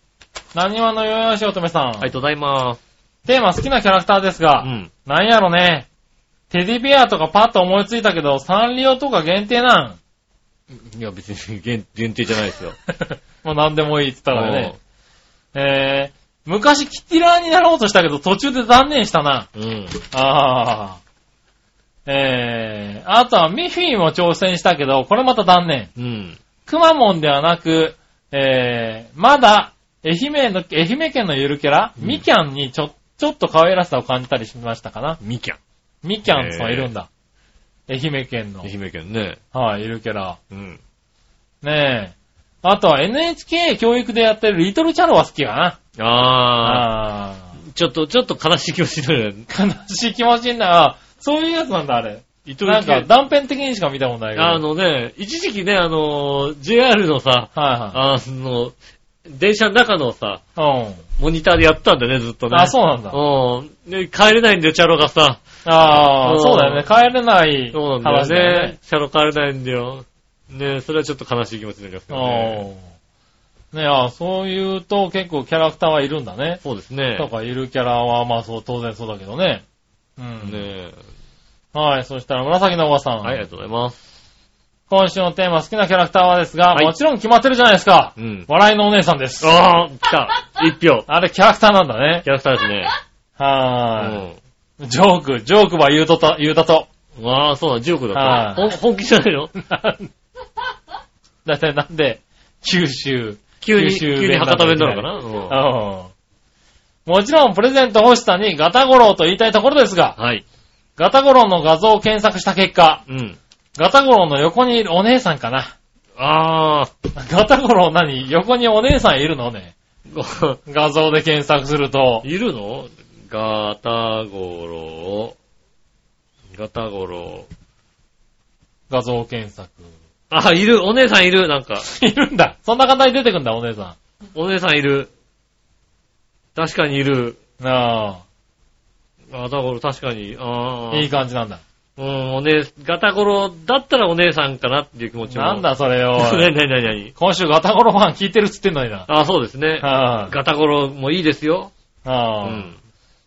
Speaker 3: 何話のよよしおとめさん。
Speaker 2: ありがとうございます。
Speaker 3: テーマ好きなキャラクターです
Speaker 2: う
Speaker 3: が、
Speaker 2: ん。
Speaker 3: なんやろね。テディベアとかパッと思いついたけど、サンリオとか限定 なん。
Speaker 2: いや、別に限限定じゃないですよ。
Speaker 3: もう何でもいいって言ったから
Speaker 2: う
Speaker 3: ね。えー、昔キティラーになろうとしたけど、途中で断念したな。
Speaker 2: ん。
Speaker 3: あー。えー、あとはミフィーも挑戦したけど、これまた断念。
Speaker 2: うん。
Speaker 3: くまモンではなく、えー、まだ、愛媛の、愛媛県のゆるキャラ、
Speaker 2: うん
Speaker 3: ミキャンにちょ、ちょっと可愛らしさを感じたりしましたかな。
Speaker 2: みきゃん。
Speaker 3: ミキャンさんいるんだ。愛媛県の
Speaker 2: 愛。媛県ね。
Speaker 3: はい、ゆるキャラ。
Speaker 2: うん。
Speaker 3: ねえ。あとは NHK 教育でやってるリトルチャロは好きかな。
Speaker 2: あ
Speaker 3: あ
Speaker 2: ー。ちょっと、ちょっと悲しい気持ちになる。
Speaker 3: あ。悲しい気持ちになる。あそういうやつなんだ、あれ。
Speaker 2: 伊藤
Speaker 3: なんか
Speaker 2: 家
Speaker 3: 断片的にしか見たことないけど。
Speaker 2: あ、のね、一時期ね、あの、JR のさ、
Speaker 3: は
Speaker 2: あの、電車の中のさ、
Speaker 3: いはい。
Speaker 2: モニターでやってたんだよね、ずっと
Speaker 3: うん。
Speaker 2: ね。
Speaker 3: あ、そうなんだ。
Speaker 2: うん。で、帰れないんだよ、チャロがさ。
Speaker 3: あ
Speaker 2: う
Speaker 3: あ、
Speaker 2: ん
Speaker 3: そうだよね。帰れない
Speaker 2: そう
Speaker 3: 話
Speaker 2: なんだ
Speaker 3: だ
Speaker 2: よ
Speaker 3: よ
Speaker 2: ね。
Speaker 3: ね。
Speaker 2: チャロ帰れないんだよ。ねそれはちょっと悲しい気持ちになりますけどね。
Speaker 3: うんね、ああそういうと結構キャラクターはいるんだね。
Speaker 2: そうですね。
Speaker 3: とか、いるキャラは、まあそう、当然そうだけどね。う
Speaker 2: ね
Speaker 3: ん。
Speaker 2: え。
Speaker 3: はい、そしたら紫のおばさん。
Speaker 2: はい、ありがとうございます。
Speaker 3: 今週のテーマ、好きなキャラクターはですが、
Speaker 2: はい
Speaker 3: もちろん決まってるじゃないですか。
Speaker 2: うん。
Speaker 3: 笑いのお姉さんです。
Speaker 2: ああ、来た。一票。
Speaker 3: あれ、キャラクターなんだね。
Speaker 2: キャラクターですね。
Speaker 3: はーい。ジョーク、ジョークは言うとた、言うたと。
Speaker 2: うん。ああ、そうだ、ジョークだった。
Speaker 3: は
Speaker 2: ほん本気じゃない の
Speaker 3: だいたいなんで、九州。
Speaker 2: 急に、
Speaker 3: 九州弁
Speaker 2: 急に博多弁なのかな
Speaker 3: うん
Speaker 2: うん
Speaker 3: もちろん、プレゼント欲しさにガタゴロウと言いたいところですが、
Speaker 2: はい。
Speaker 3: ガタゴロウの画像を検索した結果、
Speaker 2: うん。
Speaker 3: ガタゴロウの横にいるお姉さんかな。
Speaker 2: ああ、
Speaker 3: ガタゴロウ何横にお姉さんいるのね。
Speaker 2: ご
Speaker 3: 画像で検索すると、
Speaker 2: いるのガタゴロウ。ガタゴロウ。
Speaker 3: 画像検索。
Speaker 2: あ、いる。お姉さんいる。なんか、
Speaker 3: いるんだ。そんな形に出てくんだ、お姉さ
Speaker 2: お姉さんいる。確かにいる。
Speaker 3: ん。あ
Speaker 2: ガタゴロウ、確かに。あ
Speaker 3: あ、
Speaker 2: あ。
Speaker 3: いい感じなんだ。
Speaker 2: うん、お姉、ガタゴロだったらお姉さんかなっていう気持ちも。
Speaker 3: なんだそれ
Speaker 2: な
Speaker 3: よ。
Speaker 2: になになになに
Speaker 3: 今週ガタゴロファン聞いてるっつってんのに な。
Speaker 2: あ、そうですね。
Speaker 3: あ
Speaker 2: ガタゴロもいいですよ。う
Speaker 3: あ。
Speaker 2: ん。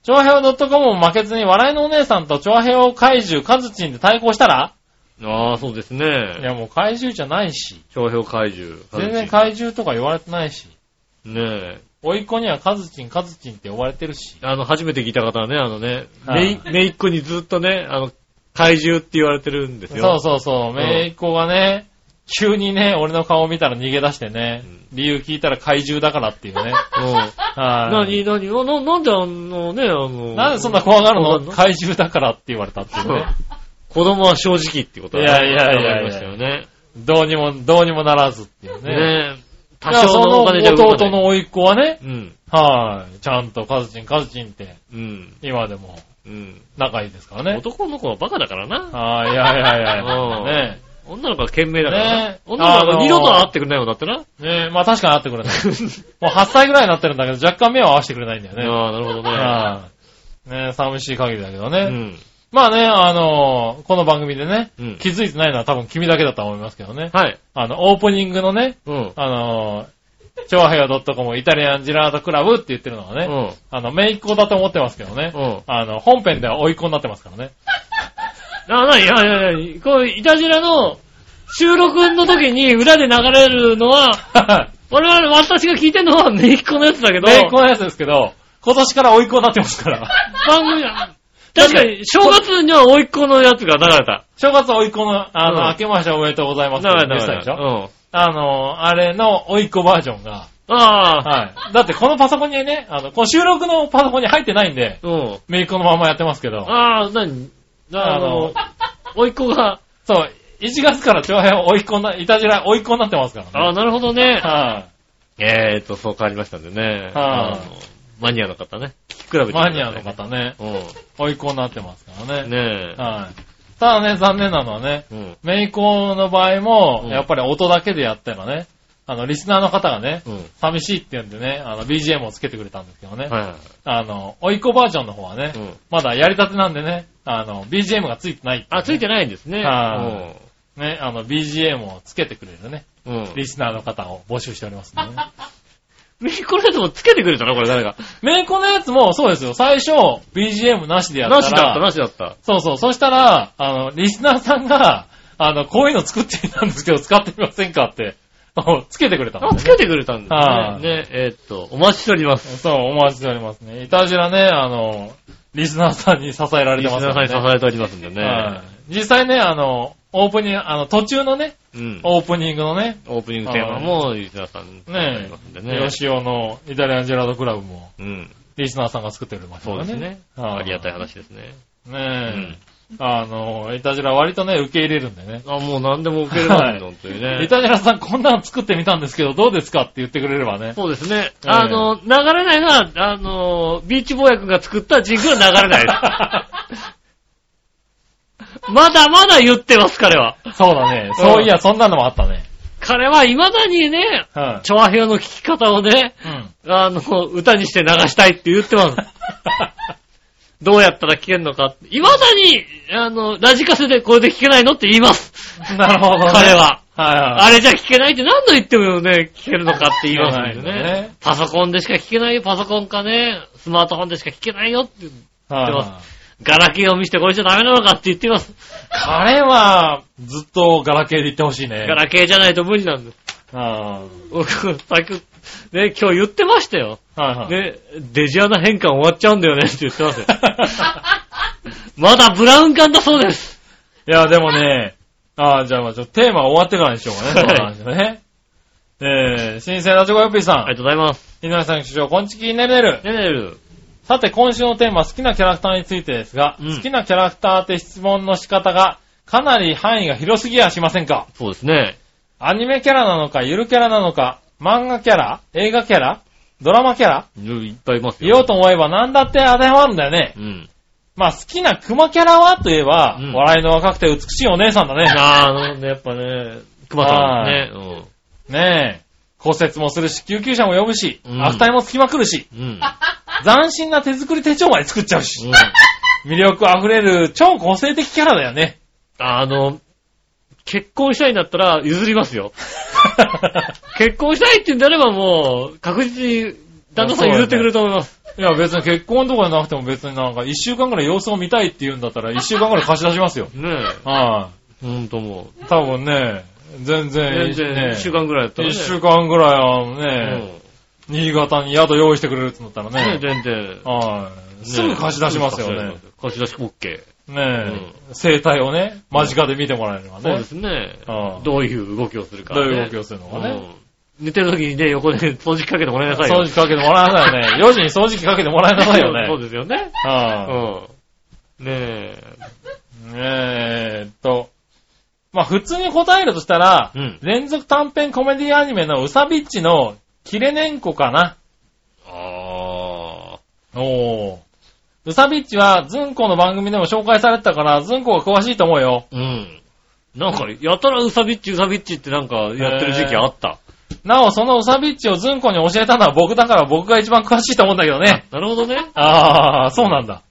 Speaker 3: 長平 .com も負けずに笑いのお姉さんと長平怪獣カズチンで対抗したら
Speaker 2: ああ、そうです
Speaker 3: い
Speaker 2: ね。
Speaker 3: やもう怪獣じゃないし。
Speaker 2: 商標怪獣。
Speaker 3: 全然
Speaker 2: 怪
Speaker 3: 怪獣とか言われてないし。
Speaker 2: 獣。ねえ。
Speaker 3: 甥いっ子にはカズチンカズチンって呼ばれてるし。
Speaker 2: あの、初めて聞いた方はね、あのね、
Speaker 3: ああ
Speaker 2: めい、めいっ子にずっとね、あの、怪獣って言われてるんですよ。
Speaker 3: そうそうそう。めいっ子がね、急にね、俺の顔を見たら逃げ出してね
Speaker 2: うん、
Speaker 3: 理由聞いたら怪獣だからっていう ね。
Speaker 2: うん。な
Speaker 3: はい。
Speaker 2: になにあな、なんであのね、あの、
Speaker 3: なんでそんな怖がる
Speaker 2: 怖
Speaker 3: の
Speaker 2: がるの
Speaker 3: 怪獣だからって言われたっていうね。
Speaker 2: 子供は正直ってことはね
Speaker 3: いやいやいやいや
Speaker 2: わかりましたよね。
Speaker 3: どうにも、どうにもならずっていうね。
Speaker 2: ねえ。多
Speaker 3: だから
Speaker 2: 少
Speaker 3: そ
Speaker 2: の
Speaker 3: の
Speaker 2: お金じゃ動かない
Speaker 3: 弟の甥いっ子はね、
Speaker 2: うん。
Speaker 3: はい、ちゃんとカズチンカズチンって、
Speaker 2: うん。
Speaker 3: 今でも
Speaker 2: うん。
Speaker 3: 仲いいですからね。
Speaker 2: 男の子はバカだからな。
Speaker 3: はい、いやいやいやい
Speaker 2: うん
Speaker 3: や。 ね
Speaker 2: 女の子は賢明だからな
Speaker 3: ね。
Speaker 2: 女の子
Speaker 3: あ
Speaker 2: は
Speaker 3: のー
Speaker 2: 二度と会ってくれないもんだってな。
Speaker 3: え。ねえ、まあ確かに会ってくれない。もう8歳ぐらいになってるんだけど、若干目を合わせてくれないんだよね。
Speaker 2: ああ、なるほどね。
Speaker 3: はい。ねえ、寂しい限りだけど
Speaker 2: う
Speaker 3: ね。
Speaker 2: ん。
Speaker 3: まあね、あのーこの番組でね、
Speaker 2: うん
Speaker 3: 気づいてないのは多分君だけだと思いますけどね。
Speaker 2: はい。
Speaker 3: あの、オープニングのね、
Speaker 2: うん。
Speaker 3: あのー、超平洋 .com イタリアンジェラートクラブって言ってるのは
Speaker 2: う
Speaker 3: ね、
Speaker 2: ん。
Speaker 3: あの、めいっ子だと思ってますけどね。
Speaker 2: うん。
Speaker 3: あの、本編では甥いっ子になってますからね。
Speaker 2: あ、なに、いやいやいや、こう、いたじらの収録の時に裏で流れるの は、我々、私が聞いてるのはめいっ子のやつだけど、
Speaker 3: めいっ子のやつですけど、今年から甥いっ子になってますから。
Speaker 2: 番組 が、確かに、正月にはおいっ子のやつが流れた。
Speaker 3: 正月甥いっ子の、あの、
Speaker 2: うん
Speaker 3: 明けましておめでとうございます
Speaker 2: 流れた、
Speaker 3: でし
Speaker 2: 流
Speaker 3: た
Speaker 2: れ。
Speaker 3: でしたょ、
Speaker 2: うん。
Speaker 3: あの、あれの甥いっ子バージョンが、
Speaker 2: ああ、
Speaker 3: はい。だってこのパソコンにね、あの、この収録のパソコンに入ってないんで、
Speaker 2: うん。
Speaker 3: めいっ子のままやってますけど、
Speaker 2: ああ、なに、あの
Speaker 3: の、
Speaker 2: おいっ子が、
Speaker 3: そう、1月から長編甥いっ子な、いたじら甥いっ子になってますから
Speaker 2: あ
Speaker 3: ね。
Speaker 2: あ、なるほどね。
Speaker 3: は
Speaker 2: えーと、そう変わりましたんでね。
Speaker 3: はい
Speaker 2: あのマニアの方ね。聞き比べて
Speaker 3: い。
Speaker 2: くださ
Speaker 3: マ
Speaker 2: い
Speaker 3: ニアの。方ね、
Speaker 2: う
Speaker 3: 甥いっ子になってますから
Speaker 2: ん。
Speaker 3: ね。
Speaker 2: ね
Speaker 3: はい。ただね、残念なのはね、
Speaker 2: え。うん。
Speaker 3: メイコの場合も
Speaker 2: う、ん
Speaker 3: やっぱり音だけでやったらね、あの、リスナーの方がね、
Speaker 2: うん。
Speaker 3: 寂しいって言うんでね、あの、BGM をつけてくれたんですけどね、
Speaker 2: は
Speaker 3: あの、おいっ子バージョンの方はね、
Speaker 2: い。うん。
Speaker 3: まだやりたてなんでね、あの、BGM がついてないっていうね
Speaker 2: あ、ついてないんですね。
Speaker 3: はね、あの、BGM をつけてくれるね、
Speaker 2: うん。うん。
Speaker 3: リスナーの方を募集しておりますんでね。
Speaker 2: ミニコレートもつけてくれたな、これ誰か。
Speaker 3: メイコのやつもそうですよ、最初、BGM なしでやったら、
Speaker 2: なしだった、なしだった。
Speaker 3: そうそう、そしたら、あの、リスナーさんが、あの、こういうの作ってみたんですけど、使ってみませんかって、 つけてくれたんで
Speaker 2: あ、つけてくれたんです
Speaker 3: は
Speaker 2: ね。
Speaker 3: い
Speaker 2: ねえ、えーっと、お待ちしております。
Speaker 3: そう、お待ちしておりますね。いたじらね、あの、リスナーさんに支えら
Speaker 2: リ
Speaker 3: れて
Speaker 2: ス
Speaker 3: ます
Speaker 2: ナー
Speaker 3: か
Speaker 2: さんに支
Speaker 3: らね。
Speaker 2: えておりますんで
Speaker 3: は
Speaker 2: ね。
Speaker 3: い実際ね、あの、オープニング、あの、途中のね、
Speaker 2: うん。
Speaker 3: オープニングのね、
Speaker 2: オープニングテーマもリスナーさんに支えておりますんでね。
Speaker 3: よしおのイタリアンジェラードクラブも、
Speaker 2: うん。
Speaker 3: リスナーさんが作っておりますか
Speaker 2: そう
Speaker 3: ら
Speaker 2: で
Speaker 3: ね。
Speaker 2: すね。
Speaker 3: はい
Speaker 2: ありがたい話ですね。う
Speaker 3: ね
Speaker 2: ん。
Speaker 3: え、あの、いたじら割とね、受け入れるんでね。
Speaker 2: あ、もう何でも受けれます
Speaker 3: は
Speaker 2: ね、
Speaker 3: い
Speaker 2: 本当にね
Speaker 3: い。たじらさんこんなの作ってみたんですけど、どうですかって言ってくれればね。
Speaker 2: そうですね。
Speaker 3: ええ
Speaker 2: あの、流れないのは、あの、ビーチボーイ君が作ったジングルは流れない です。まだまだ言ってます、彼は。
Speaker 3: そうだね。そういや、そんなのもあったね。
Speaker 2: 彼は未だにね、
Speaker 3: はい。
Speaker 2: 調和表の聞き方をね、
Speaker 3: うん。
Speaker 2: あの、歌にして流したいって言ってます。どうやったら聞けるのかって。未だに、あの、ラジカセでこれで聞けないのって言います。
Speaker 3: なるほどね
Speaker 2: 彼は。
Speaker 3: はいはい。
Speaker 2: あれじゃ聞けないって何度言ってもね、聞けるのかって言いますけど
Speaker 3: 聞けないの
Speaker 2: ね
Speaker 3: ね。
Speaker 2: パソコンでしか聞けないよ、パソコンかね、スマートフォンでしか聞けないよって、
Speaker 3: はいはい
Speaker 2: 言ってまガラケーを見せてこれじゃダメなのかって言ってます。
Speaker 3: 彼は、ずっとガラケーで行ってほしいね。
Speaker 2: ガラケーじゃないと無理なんです。
Speaker 3: あ
Speaker 2: 僕、さっき、ね、今日言ってましたよ。
Speaker 3: あはいはい。
Speaker 2: ね、デジアナ変換終わっちゃうんだよねって言ってますよ。 まだブラウン管だそうです。
Speaker 3: いや、でもね、ああ、じゃあまあちょっとテーマが終わってからにしようかね。そうなんですよね。えー、新鮮なチョコヨッピーさ
Speaker 2: ありがとう
Speaker 3: ん。
Speaker 2: ございます。
Speaker 3: 井上さん、主張、こんちきねるねる。
Speaker 2: ねねる。
Speaker 3: さて、今週のテーマ、好きなキャラクターについてですが、
Speaker 2: うん
Speaker 3: 好きなキャラクターって質問の仕方が、かなり範囲が広すぎやしませんか
Speaker 2: そうですね。
Speaker 3: アニメキャラなのか、ゆるキャラなのか、漫画キャラ映画キャラドラマキャラ
Speaker 2: いっぱいいますよ。
Speaker 3: 言おうと思えば何だって当てはまるんだよね。
Speaker 2: うん。
Speaker 3: まあ好きなクマキャラはといえば、
Speaker 2: うん
Speaker 3: 笑いの若くて美しいお姉さんだね。
Speaker 2: ああ、なんでやっぱね、熊さんですね。
Speaker 3: ねえ。骨折もするし、救急車も呼ぶし、
Speaker 2: うん
Speaker 3: 悪態もつきまくるし、
Speaker 2: うん。うん。
Speaker 3: 斬新な手作り手帳まで作っちゃうし、
Speaker 2: うん
Speaker 3: 魅力あふれる超個性的キャラだよ ね。
Speaker 2: あの、結婚したいんだったら譲りますよ。結婚したいって言うんであればもう、確実に旦那さん譲ってくれると思います。
Speaker 3: いや別に結婚とかじゃなくても別になんか一週間ぐらい様子を見たいって言うんだったら一週間ぐらい貸し出しますよ。
Speaker 2: ねえ。
Speaker 3: は
Speaker 2: ほんともう。
Speaker 3: い、多分ね、全
Speaker 2: 全
Speaker 3: 然、
Speaker 2: 然、
Speaker 3: ね
Speaker 2: 1週間ぐらいだったら、ね。
Speaker 3: 一週間ぐらいは
Speaker 2: うん
Speaker 3: ね、新潟に宿用意してくれるって言ったら
Speaker 2: ねえ
Speaker 3: ね、
Speaker 2: 全然。
Speaker 3: はい。
Speaker 2: ね
Speaker 3: すぐ貸し出しますよね。。
Speaker 2: 貸し出し OK。
Speaker 3: ねえ、生態をね、間近で見てもらえればね。
Speaker 2: そうですね。
Speaker 3: うん
Speaker 2: どういう動きをするか、
Speaker 3: どういう動きをするのかね
Speaker 2: うん寝てる時にね、横で掃除機かけてもらいな さい
Speaker 3: 掃
Speaker 2: よ。
Speaker 3: 除機かけてもらえなさ いよね。4時に掃除機かけてもらえなさいよ
Speaker 2: そう
Speaker 3: ね。
Speaker 2: ですよね。
Speaker 3: あ
Speaker 2: うん。ねえ。
Speaker 3: あえーっと。まあ、普通に答えるとしたら、
Speaker 2: うん
Speaker 3: 連続短編コメディアニメのウサビッチのキレネンコかな。
Speaker 2: あ
Speaker 3: おー。ウサビッチはズンコの番組でも紹介されてたから、ズンコが詳しいと思うよ。
Speaker 2: ー。うん。なんか、やたらうさびっちうさびっちってなんかやってる時期あった。
Speaker 3: なお、そのウサビッチをズンコに教えたのは僕だから僕が一番詳しいと思うんだけどね。
Speaker 2: なるほどね。
Speaker 3: ああ、そうなんだ。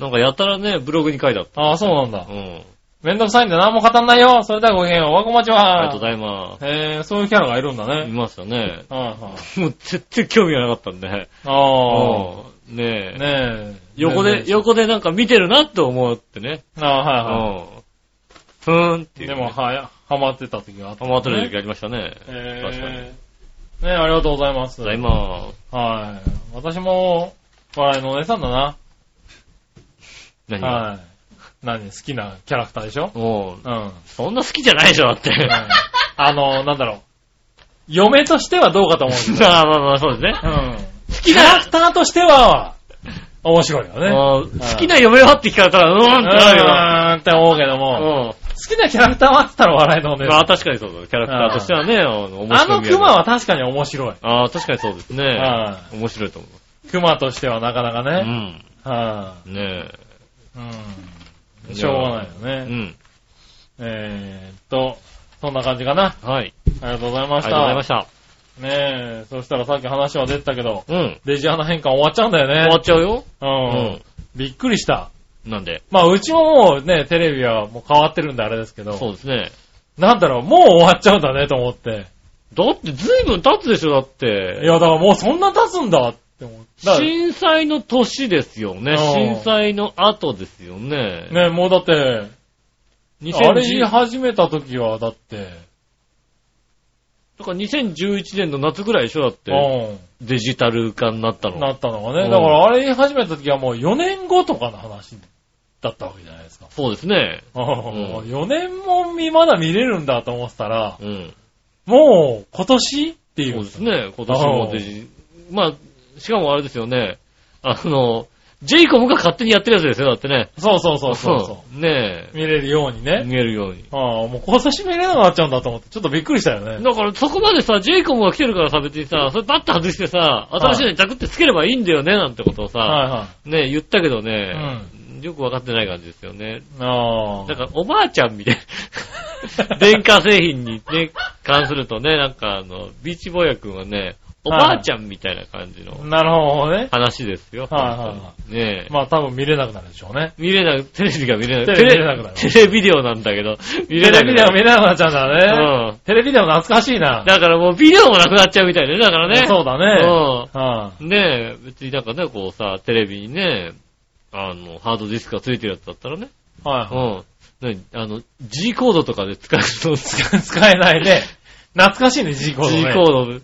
Speaker 2: なんかやたらね、ブログに書いてあっ
Speaker 3: ああ、そうなんだ
Speaker 2: た。う。ん。
Speaker 3: めんどくさいんで何も語んないよ。それではごきげんよう。わこまち
Speaker 2: あり
Speaker 3: は。
Speaker 2: がとうございま
Speaker 3: えー、そういうキャラがいるんだ
Speaker 2: す。い
Speaker 3: ね。
Speaker 2: ましたね。
Speaker 3: はいはい。
Speaker 2: もう絶対興味がなかったんで。
Speaker 3: ああ。
Speaker 2: うんねえ。
Speaker 3: ねえ。
Speaker 2: 横で、
Speaker 3: よ
Speaker 2: 横でなんか見てるなって思ってね。
Speaker 3: ああ、はいは
Speaker 2: うん。ふーんってい
Speaker 3: い。
Speaker 2: う。
Speaker 3: でも、はや、はまってた時があった、
Speaker 2: ハマってる時
Speaker 3: が。
Speaker 2: やりましたね。
Speaker 3: えー、
Speaker 2: 確かに。ありがとう
Speaker 3: ねえ、ありがとうございます。
Speaker 2: ございます。
Speaker 3: はい。私も、笑いのお姉さんだな。
Speaker 2: 何が
Speaker 3: はい。何好きなキャラクターでしょ
Speaker 2: もう、
Speaker 3: うん。はい
Speaker 2: そんな好きじゃないでしょ、だって。
Speaker 3: あの、なんだろう。嫁としてはどうかと思うけ ど。
Speaker 2: まあまあまあ、そうですね。
Speaker 3: うん。
Speaker 2: 好
Speaker 3: キ
Speaker 2: き
Speaker 3: ャラ
Speaker 2: な、
Speaker 3: クターとしては、面白いよね。
Speaker 2: あ
Speaker 3: う
Speaker 2: ー好きな嫁はって聞かれたら、うーんってなるよな。
Speaker 3: ーんって思うけど
Speaker 2: うん
Speaker 3: も、好きなキャラクターはって言ったら笑いのお姉さん
Speaker 2: まあ確かにそうだ。キャラクターとしてはね、あの、面
Speaker 3: あ
Speaker 2: 白
Speaker 3: の
Speaker 2: い。
Speaker 3: クマは確かに面白い。
Speaker 2: ああ、確かにそうですね。
Speaker 3: は
Speaker 2: 面白いと思う。
Speaker 3: いクマとしてはなかなか
Speaker 2: う
Speaker 3: ね。
Speaker 2: ん。
Speaker 3: は
Speaker 2: ね
Speaker 3: いうん。
Speaker 2: え。
Speaker 3: しょうがないよ
Speaker 2: う
Speaker 3: ね。
Speaker 2: ん。
Speaker 3: えーっと、そんな感じかな。
Speaker 2: はい。
Speaker 3: ありがとうござい
Speaker 2: あ
Speaker 3: ま
Speaker 2: り
Speaker 3: し
Speaker 2: がとうございま
Speaker 3: た。
Speaker 2: した。
Speaker 3: ねえ、そしたらさっき話は出てたけど、
Speaker 2: うん。
Speaker 3: デジアナ変換終わっちゃうんだよね。
Speaker 2: 終わっちゃうよ。う
Speaker 3: うん
Speaker 2: ん。。
Speaker 3: びっくりした。
Speaker 2: なんで。
Speaker 3: まあ、うちももうね、テレビはもう変わってるんであれですけ
Speaker 2: そ
Speaker 3: ど、
Speaker 2: うですね。
Speaker 3: なんだろう、もう終わっちゃうんだねと思って。
Speaker 2: だって随分経つでしょ、だっ
Speaker 3: い
Speaker 2: て。
Speaker 3: や、だからもうそんな経つんだって思って。だから
Speaker 2: 震災の年ですよね。
Speaker 3: うん
Speaker 2: 震災の後ですよね。
Speaker 3: ねえ、もうだって、あれ言い
Speaker 2: 2010
Speaker 3: 始めた時は、だって、
Speaker 2: だから2011年の夏ぐらいでしょだって、
Speaker 3: う
Speaker 2: デジタル化になった
Speaker 3: ん、
Speaker 2: の。
Speaker 3: なったのが
Speaker 2: う
Speaker 3: ね。
Speaker 2: ん
Speaker 3: だからあれ言い始めた時はもう4年後とかの話だったわけじゃないですか。
Speaker 2: そうですね。ん
Speaker 3: 4年も見まだ見れるんだと思ってたら、
Speaker 2: うん。
Speaker 3: もう今年ってい
Speaker 2: そう
Speaker 3: う
Speaker 2: です。ね。今年もデジ、まあ、しかもあれですよね。あの、ジェイコムが勝手にやってるやつですよ、だってね。
Speaker 3: そうそうそうそうそ
Speaker 2: うん。 ね
Speaker 3: う。見れるように
Speaker 2: え。
Speaker 3: ね。
Speaker 2: 見えるように。
Speaker 3: ああ、もう今年見れなくなっちゃうんだと思って、ちょっとびっくりしたよね。
Speaker 2: だからそこまでさ、ジェイコムが来てるからさ、別にさ、それバッと外してさ、新しいのにザクってつければいいんだよね、なんてことをさ、
Speaker 3: はいはい。
Speaker 2: ね言ったけどね、よくわかってない感じですよね。
Speaker 3: ああ。
Speaker 2: なんか、おばあちゃんみたい な。電化製品に、ね、関するとね、なんかあの、ビーチボーヤ君はね、おばあちゃんみたいな感じの
Speaker 3: なるほどね。
Speaker 2: 話ですよ。
Speaker 3: はいはいは
Speaker 2: ねえ。
Speaker 3: まあ多分見れなくなるでしょうね。
Speaker 2: 見れなく、テレビが見れな
Speaker 3: テ
Speaker 2: く
Speaker 3: レビ見れなくなる
Speaker 2: テレテレビデオなんだけど、見
Speaker 3: テ
Speaker 2: れな
Speaker 3: レ
Speaker 2: く
Speaker 3: ビでは
Speaker 2: な
Speaker 3: 見れなくなっちゃうんだね。
Speaker 2: うん
Speaker 3: テレビでも懐かしいな。
Speaker 2: だからもうビデオもなくなっちゃうみたいだね、だからね。
Speaker 3: そうだね。
Speaker 2: う
Speaker 3: は
Speaker 2: ねえ、別になんかね、こうさ、テレビにね、あの、ハードディスクがついてるやつだったらね。
Speaker 3: いは
Speaker 2: うん。ねあの、G コードとかで使うの、使
Speaker 3: い。使えないね。懐かしいね、G コード
Speaker 2: G
Speaker 3: ね。
Speaker 2: コードで。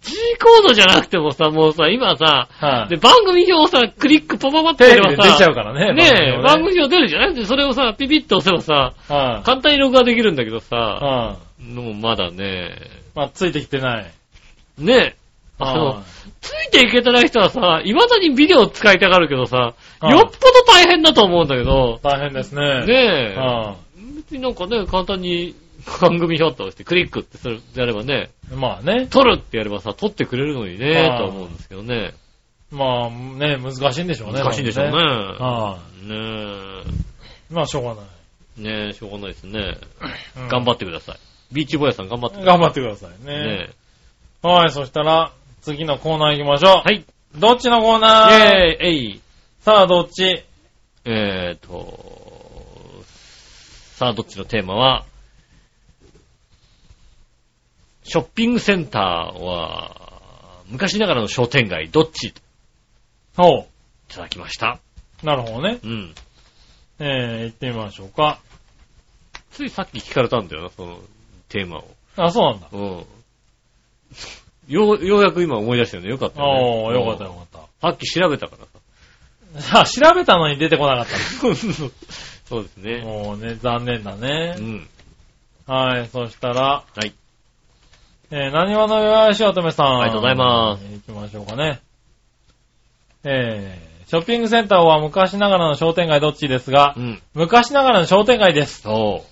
Speaker 2: G コードじゃなくてもさ、もうさ、今さ、
Speaker 3: はい
Speaker 2: で、番組表をさ、クリックポパパって
Speaker 3: テ
Speaker 2: や
Speaker 3: レビ
Speaker 2: れ
Speaker 3: で
Speaker 2: ば
Speaker 3: 出
Speaker 2: さ、
Speaker 3: ちゃうからね。
Speaker 2: ねえ、
Speaker 3: 番
Speaker 2: 番
Speaker 3: 組をね
Speaker 2: 組表出るじゃないで、それをさ、ピピッと押せばさ、
Speaker 3: はい。
Speaker 2: 簡単に録画できるんだけどさ、
Speaker 3: うん。
Speaker 2: もうまだね、
Speaker 3: まあ、ついてきてない。
Speaker 2: ねえ、あ
Speaker 3: は
Speaker 2: の、ついていけてない人はさ、未だにビデオ使いたがるけどさ、
Speaker 3: はい
Speaker 2: よっぽど大変だと思うんだけど
Speaker 3: い、大変ですね。
Speaker 2: ねえ、
Speaker 3: は
Speaker 2: 別になんかね、簡単に 番組表と押してクリックってする、やればね、
Speaker 3: いまあね。
Speaker 2: 撮るってやればさ、撮ってくれるのにね
Speaker 3: は、い
Speaker 2: とは思うんですけどね。
Speaker 3: まあ、ね、難しいんでしょうね。
Speaker 2: 難しいんでしょうね。
Speaker 3: 多分は
Speaker 2: ね
Speaker 3: い。まあ、しょうがない。
Speaker 2: え、ねえ、しょうがないですね。
Speaker 3: うん
Speaker 2: 頑張ってください。ビーチボヤさん頑張ってくだ
Speaker 3: 頑張ってください
Speaker 2: さい。
Speaker 3: ね。
Speaker 2: ね
Speaker 3: はい、そしたら、次のコーナー行きましょう。
Speaker 2: はい。
Speaker 3: どっちのコーナー
Speaker 2: え。イェーイえい
Speaker 3: さあ、どっち
Speaker 2: えーと、さあ、どっちのテーマは、ショッピングセンターは、昔ながらの商店街、どっちい
Speaker 3: ほ
Speaker 2: ただきました。
Speaker 3: う。なるほどね。
Speaker 2: うん。
Speaker 3: えー、行ってみましょうか。
Speaker 2: ついさっき聞かれたんだよな、そのテーマを。
Speaker 3: あ、そうなんだ。
Speaker 2: うん。 よう、ようやく今思い出したよね。よかったね。
Speaker 3: おー、よかった
Speaker 2: うん
Speaker 3: よかっ
Speaker 2: さっき調べたから
Speaker 3: た。さあ、調べたのに出てこな かっ
Speaker 2: さ。そうです
Speaker 3: た。
Speaker 2: ね。
Speaker 3: もうね、残念だね
Speaker 2: う。ん。
Speaker 3: はい、そしたら、
Speaker 2: はい。
Speaker 3: えー、何話の岩井しおとめさん。
Speaker 2: ありがとうございます
Speaker 3: えー。行きましょうかね。えー、ショッピングセンターは昔ながらの商店街どっちですが
Speaker 2: う、ん。
Speaker 3: 昔ながらの商店街です。
Speaker 2: そ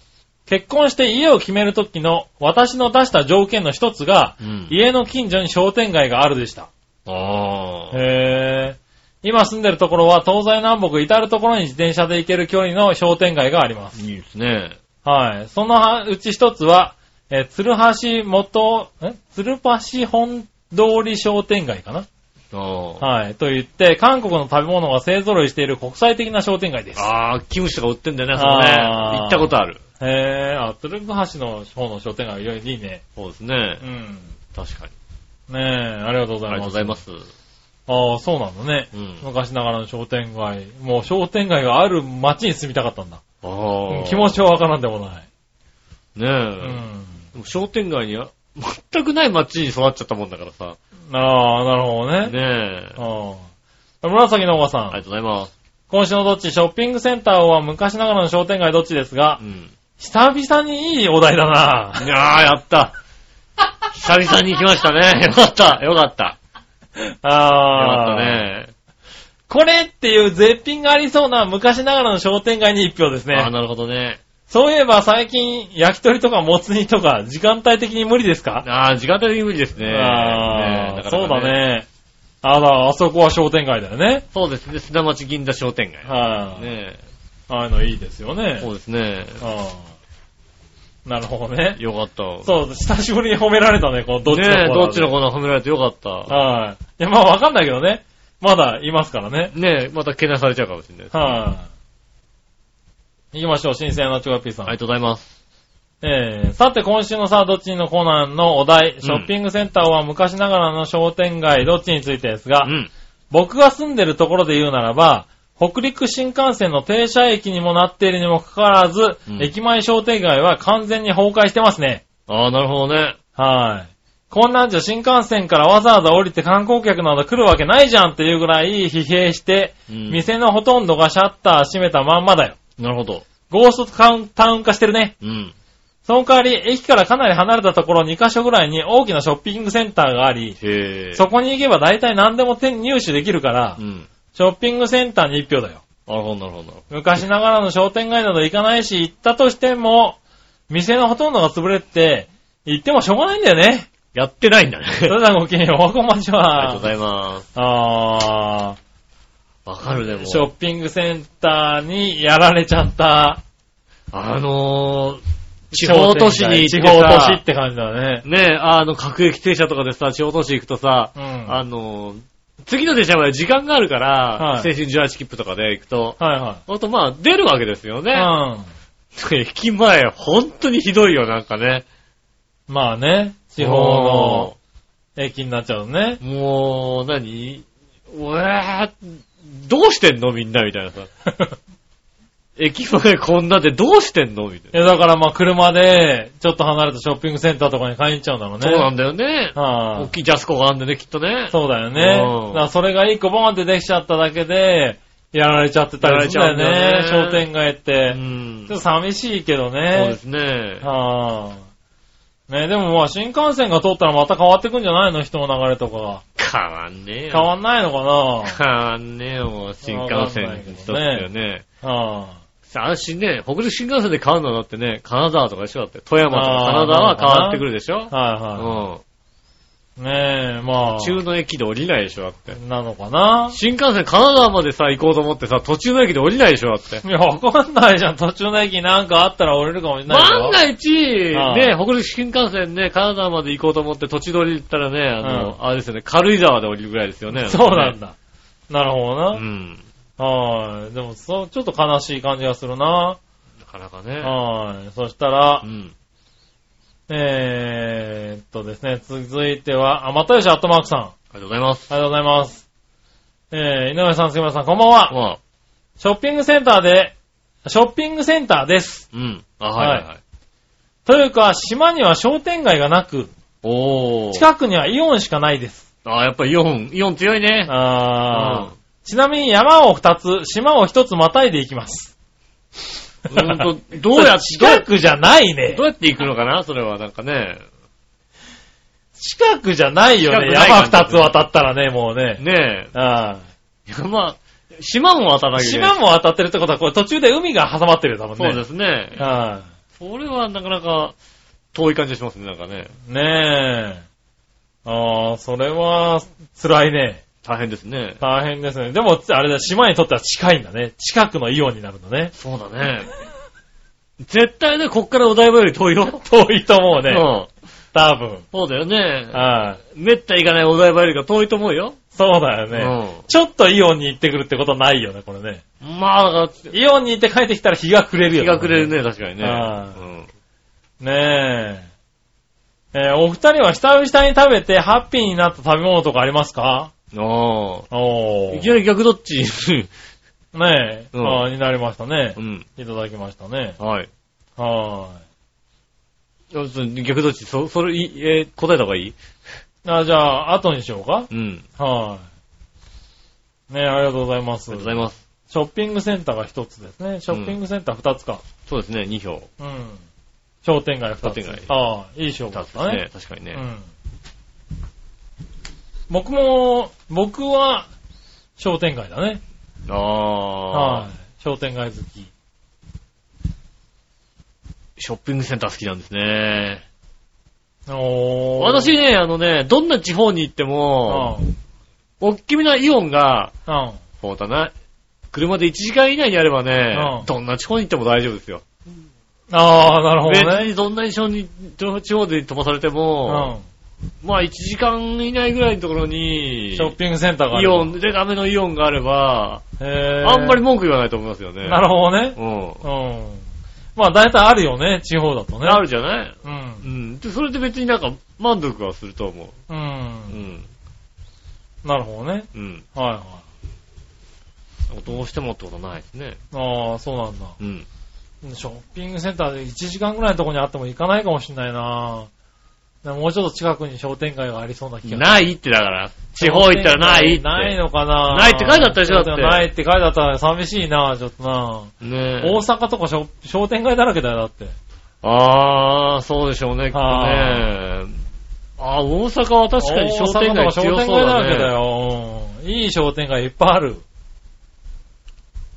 Speaker 3: 結婚して家を決めるときの私の出した条件の一つが、
Speaker 2: う。うん。
Speaker 3: 家の近所に商店街があるでした。
Speaker 2: ああ。
Speaker 3: へー。今住んでるところは東西南北至るところに自転車で行ける距離の商店街があります。
Speaker 2: いいですね。
Speaker 3: はい。そのうち一つは、えー鶴橋元、え鶴橋本通り商店街かな
Speaker 2: あ
Speaker 3: はい。と言って、韓国の食べ物が勢揃いしている国際的な商店街です。
Speaker 2: あ。ああ、キムチとか売ってんだよね、そのね。
Speaker 3: あー
Speaker 2: 行ったことある。
Speaker 3: へー、あ、鶴橋の方の商店街、いろいろいいね。
Speaker 2: そうですね
Speaker 3: う。ん。
Speaker 2: 確かに。
Speaker 3: ねえ、ありがとうご
Speaker 2: あ
Speaker 3: ざ
Speaker 2: りが
Speaker 3: い
Speaker 2: とうご
Speaker 3: ます。
Speaker 2: ざいます。
Speaker 3: ああ、そうなんだね。
Speaker 2: うん
Speaker 3: 昔ながらの商店街。もう商店街がある街に住みたかったんだ。
Speaker 2: あ
Speaker 3: うん
Speaker 2: あ。
Speaker 3: 気持ちはわからんでもない。
Speaker 2: ねえ。
Speaker 3: うん。
Speaker 2: でも商店街には全くない街に育っちゃったもんだからさ。
Speaker 3: ああ、なるほどね。
Speaker 2: ねえ。
Speaker 3: うん。紫のおばさ
Speaker 2: ありが
Speaker 3: ん。
Speaker 2: とうございます。
Speaker 3: 今週のどっちショッピングセンターは昔ながらの商店街どっちですが
Speaker 2: う、ん。
Speaker 3: 久々にいいお題だな。
Speaker 2: いやあ、やった。久々に行きましたね。よかった、よかった。よかっ
Speaker 3: あ
Speaker 2: た
Speaker 3: あ。。
Speaker 2: ね。
Speaker 3: これっていう絶品がありそうな昔ながらの商店街に一票です
Speaker 2: ああ、
Speaker 3: ね。
Speaker 2: なるほどね。
Speaker 3: そういえば最近焼き鳥とかもつ煮とか時間帯的に無理ですか
Speaker 2: ああ、時間的に無理ですね。
Speaker 3: あ
Speaker 2: ね
Speaker 3: あ
Speaker 2: え
Speaker 3: そうだ。ね。あら、あそこは商店街だよね。
Speaker 2: そうですね。砂町銀座商店街。
Speaker 3: はい、
Speaker 2: ね
Speaker 3: ああいうのいいですよ
Speaker 2: え。
Speaker 3: ね。
Speaker 2: そうですね。
Speaker 3: ああなるほどね。
Speaker 2: よかった。
Speaker 3: そう、久しぶりに褒められたね、このどっちのコー
Speaker 2: ね
Speaker 3: ナー
Speaker 2: え、
Speaker 3: で
Speaker 2: どっちのコーナー褒められてよかった。
Speaker 3: はい、いや、まあわかんないけどね。まだいますからね。
Speaker 2: ねえ、またけなされちゃうかもしれないです。
Speaker 3: はい、行きましょう、新鮮なチョコヨッピーさ
Speaker 2: あ
Speaker 3: ん。
Speaker 2: りがとうございます。
Speaker 3: えー、さて今週のさあ、どっちのコーナーのお題、ショッピングセンターは昔ながらの商店街、どっちについてですが、
Speaker 2: うん。
Speaker 3: 僕が住んでるところで言うならば、北陸新幹線の停車駅にもなっているにもかかわらず、
Speaker 2: うん
Speaker 3: 駅前商店街は完全に崩壊してますね。
Speaker 2: ああ、なるほどね。
Speaker 3: はい。こんなんじゃ新幹線からわざわざ降りて観光客など来るわけないじゃんっていうぐらい疲弊して、
Speaker 2: うん
Speaker 3: 店のほとんどがシャッター閉めたまんまだよ。
Speaker 2: なるほど。
Speaker 3: ゴーストタウンタウン化してるね。
Speaker 2: うん。
Speaker 3: その代わり、駅からかなり離れたところ2カ所ぐらいに大きなショッピングセンターがあり、
Speaker 2: へえ。
Speaker 3: そこに行けば大体何でも手に入手できるから、
Speaker 2: うん。
Speaker 3: ショッピングセンターに一票だよ。
Speaker 2: なるほど、なるほどなるほ
Speaker 3: 昔ながらの商店街など行かないし、行ったとしても、店のほとんどが潰れてて、行ってもしょうがないんだ よね。
Speaker 2: ど。やってないんだね。
Speaker 3: それではごきげんよう、おはこんばんち
Speaker 2: ありが
Speaker 3: は。
Speaker 2: とうございます。
Speaker 3: あ
Speaker 2: わかるで
Speaker 3: ー
Speaker 2: も。
Speaker 3: ショッピングセンターにやられちゃった。
Speaker 2: あのー、地方都市に行って
Speaker 3: 地
Speaker 2: さ
Speaker 3: 方都市って感じだね。
Speaker 2: ねえ、あの、各駅停車とかでさ、地方都市行くとさ、
Speaker 3: うん
Speaker 2: あの、次の電車まで時間があるから、
Speaker 3: はい
Speaker 2: 青春18切符とかで行くと、
Speaker 3: はいは
Speaker 2: あとまあ、出るわけですよ
Speaker 3: い。
Speaker 2: ね。 駅前、本当にひどいよ、なんかね。
Speaker 3: うん。まあね、地方の駅になっちゃうね
Speaker 2: う。ん。もう、何うわーどうしてんのみんな、みたいなさ。駅前こんなでどうしてんのみたい
Speaker 3: いや、だからまあ車で、ちょっと離れたショッピングセンターとかに買いに行っちゃうんだろうね。
Speaker 2: な。そうなんだよね。
Speaker 3: は
Speaker 2: 大
Speaker 3: い
Speaker 2: きいジャスコがあんでね、きっとね。
Speaker 3: そうだよね。
Speaker 2: うん
Speaker 3: だからそれが一個ボーンってできちゃっただけで、やられちゃってたりするんだよね。
Speaker 2: やられちゃうん
Speaker 3: 商
Speaker 2: だよね
Speaker 3: 店街っ
Speaker 2: う
Speaker 3: て。
Speaker 2: ん。
Speaker 3: ち
Speaker 2: そ
Speaker 3: ょっ
Speaker 2: う
Speaker 3: と寂しいけど
Speaker 2: で
Speaker 3: ね。
Speaker 2: すね。
Speaker 3: はあ。ね、でもまあ新幹線が通ったらまた変わってくんじゃないの人の流れとか。
Speaker 2: 変わんねえよ。
Speaker 3: 変わんないの か
Speaker 2: 変わんねえよ、もう新幹線にとってよね。
Speaker 3: なはあ。
Speaker 2: さあ、しね、北陸新幹線で変わるのはだってね、金沢とかでしょだって。富山とか金沢は変わってくるでしょ
Speaker 3: はいは
Speaker 2: う
Speaker 3: い。ねえ、まあ
Speaker 2: ん。。中の駅で降りないでしょだって。
Speaker 3: なのかな
Speaker 2: 新幹線金沢までさ、行こうと思ってさ、途中の駅で降りないでしょだって。
Speaker 3: いや、わかんないじゃん。途中の駅なんかあったら折れるかもしれないよ。
Speaker 2: 万が一、
Speaker 3: ああ
Speaker 2: ね、北陸新幹線ね、金沢まで行こうと思って途中で降りたらね、あの、あれですよね、軽井沢で降りるぐらいですよね。
Speaker 3: そうなんだ。なる
Speaker 2: う
Speaker 3: ほどな。
Speaker 2: ん。
Speaker 3: はい。でも、そう、ちょっと悲しい感じがするな。
Speaker 2: なかなかね。
Speaker 3: はい。そしたら
Speaker 2: う、ん。
Speaker 3: えーっとですね、続いては、あ、またよし、アットマークさん。あ
Speaker 2: ありがとうございます。
Speaker 3: りがとうございます。えー、井上さん、杉村さん、こんばんは。
Speaker 2: まあ、
Speaker 3: ショッピングセンターで、ショッピングセンターです。
Speaker 2: うん。あ、はいはいは。
Speaker 3: はいというか、島には商店街がなく、
Speaker 2: おー。
Speaker 3: 近くにはイオンしかないです。
Speaker 2: あーやっぱイオン、イオン強いね。
Speaker 3: あー。ちなみに山を二つ、島を一つまたいでいきます。
Speaker 2: うんと、どうや って、ど
Speaker 3: 近くじゃないね
Speaker 2: うど。うやって行くのかなそれはなんかね。
Speaker 3: 近くじゃないよ
Speaker 2: 近
Speaker 3: ね。
Speaker 2: くない
Speaker 3: 山二つ渡ったらね、もうね。
Speaker 2: ね
Speaker 3: ああ
Speaker 2: え。山、島も渡らなきゃいけない。
Speaker 3: 島も渡ってるってことは、これ途中で海が挟まってるよ、多分
Speaker 2: そ
Speaker 3: ね。
Speaker 2: うですね。
Speaker 3: あ
Speaker 2: それはなかなか遠い感じがしますね、なんかね。
Speaker 3: あねえ。ああ、それは、辛いね。
Speaker 2: 大変ですね。
Speaker 3: 大変ですね。でも、あれだ、島にとっては近いんだね。近くのイオンになるんだね。
Speaker 2: そうだね。絶対ね、こっからお台場より遠いよ。
Speaker 3: 遠いと思う
Speaker 2: う
Speaker 3: ね。
Speaker 2: ん。
Speaker 3: 多分。
Speaker 2: そうだよね。
Speaker 3: ああ
Speaker 2: めった行かないお台場よりが遠いと思うよ。
Speaker 3: そうだよね。ちょっとイオンに行ってくるってことないよね、これね。
Speaker 2: うん。まあ、だから、
Speaker 3: イオンに行って帰ってきたら日が暮れるよ
Speaker 2: 日
Speaker 3: ね。
Speaker 2: が暮れるね、確かにね。う
Speaker 3: ああ
Speaker 2: ん
Speaker 3: ねえ。えーお二人は久々に食べてハッピーになった食べ物とかありますか
Speaker 2: あ
Speaker 3: お
Speaker 2: あ。
Speaker 3: ー。
Speaker 2: いきなり逆どっち
Speaker 3: ねえ、
Speaker 2: うん
Speaker 3: あーになりましたね
Speaker 2: う。ん。
Speaker 3: いただきましたね。
Speaker 2: はい。
Speaker 3: は
Speaker 2: あちょ逆どっちそ、それ、いえー答えた方がいい
Speaker 3: ーい。あ、じゃあ、後にしようか。
Speaker 2: うん。
Speaker 3: はーい。ねえ、ありがとうございま
Speaker 2: あ
Speaker 3: す。
Speaker 2: りがとうご
Speaker 3: シ
Speaker 2: ざいます。
Speaker 3: ョッピングセンターが一つですね。ショッピングセンター二つか。
Speaker 2: そうですね、2票。
Speaker 3: うん。商店街二つ。
Speaker 2: 商店街
Speaker 3: ああ、いい勝負だ
Speaker 2: 2
Speaker 3: っ
Speaker 2: つ
Speaker 3: たね
Speaker 2: ね。。確かに
Speaker 3: う
Speaker 2: ね。
Speaker 3: ん。僕も、僕は、商店街だね。
Speaker 2: あ
Speaker 3: は
Speaker 2: あ。
Speaker 3: い。商店街好き。
Speaker 2: ショッピングセンター好きなんですね。
Speaker 3: おー。
Speaker 2: 私ね、あのね、どんな地方に行って
Speaker 3: うん、
Speaker 2: も、おっきめなイオンが、
Speaker 3: うん。
Speaker 2: そうだな。車で1時間以内にあればね
Speaker 3: う、ん
Speaker 2: どんな地方に行っても大丈夫ですよ。
Speaker 3: あー、なるほ
Speaker 2: 別
Speaker 3: どね。
Speaker 2: にどんな地方に、地方で飛ばされても、
Speaker 3: う
Speaker 2: まあ1時間以内ぐらいのところ
Speaker 3: ん。
Speaker 2: に、
Speaker 3: ショッピングセンターがあ
Speaker 2: イ
Speaker 3: る。
Speaker 2: オン、でダメのイオンがあれば、
Speaker 3: へー
Speaker 2: あんまり文句言わないと思いますよね。
Speaker 3: なるほどね。
Speaker 2: うん。
Speaker 3: うん。まあ、大体あるよね、地方だとね。
Speaker 2: あるじゃない
Speaker 3: うん
Speaker 2: う。ん。で、それで別になんか満足はすると思う。
Speaker 3: う。
Speaker 2: うんん。
Speaker 3: なるほどね。
Speaker 2: うん。
Speaker 3: はいは
Speaker 2: どうしてもってことないですね。
Speaker 3: い。ああ、そうなんだ。
Speaker 2: うん。
Speaker 3: ショッピングセンターで1時間ぐらいのところにあっても行かないかもしれないなでももうちょっと近くに商店街がありそうな気が
Speaker 2: ないってだから。地方行ったらないって。
Speaker 3: ないのかな
Speaker 2: ないって書いてあったでしょだって
Speaker 3: ないって書いてあったら寂しいなちょっとな
Speaker 2: ねえ
Speaker 3: 大阪とかショ商店街だらけだよ、だって。
Speaker 2: ああ、そうでしょうね、きっと
Speaker 3: は
Speaker 2: ね。ああ、大阪は確かに商店
Speaker 3: 大
Speaker 2: 街
Speaker 3: 阪とか商
Speaker 2: 強そう
Speaker 3: 店街だ
Speaker 2: だ
Speaker 3: らけだ
Speaker 2: ね。
Speaker 3: よ。うんいい商店街いっぱいある。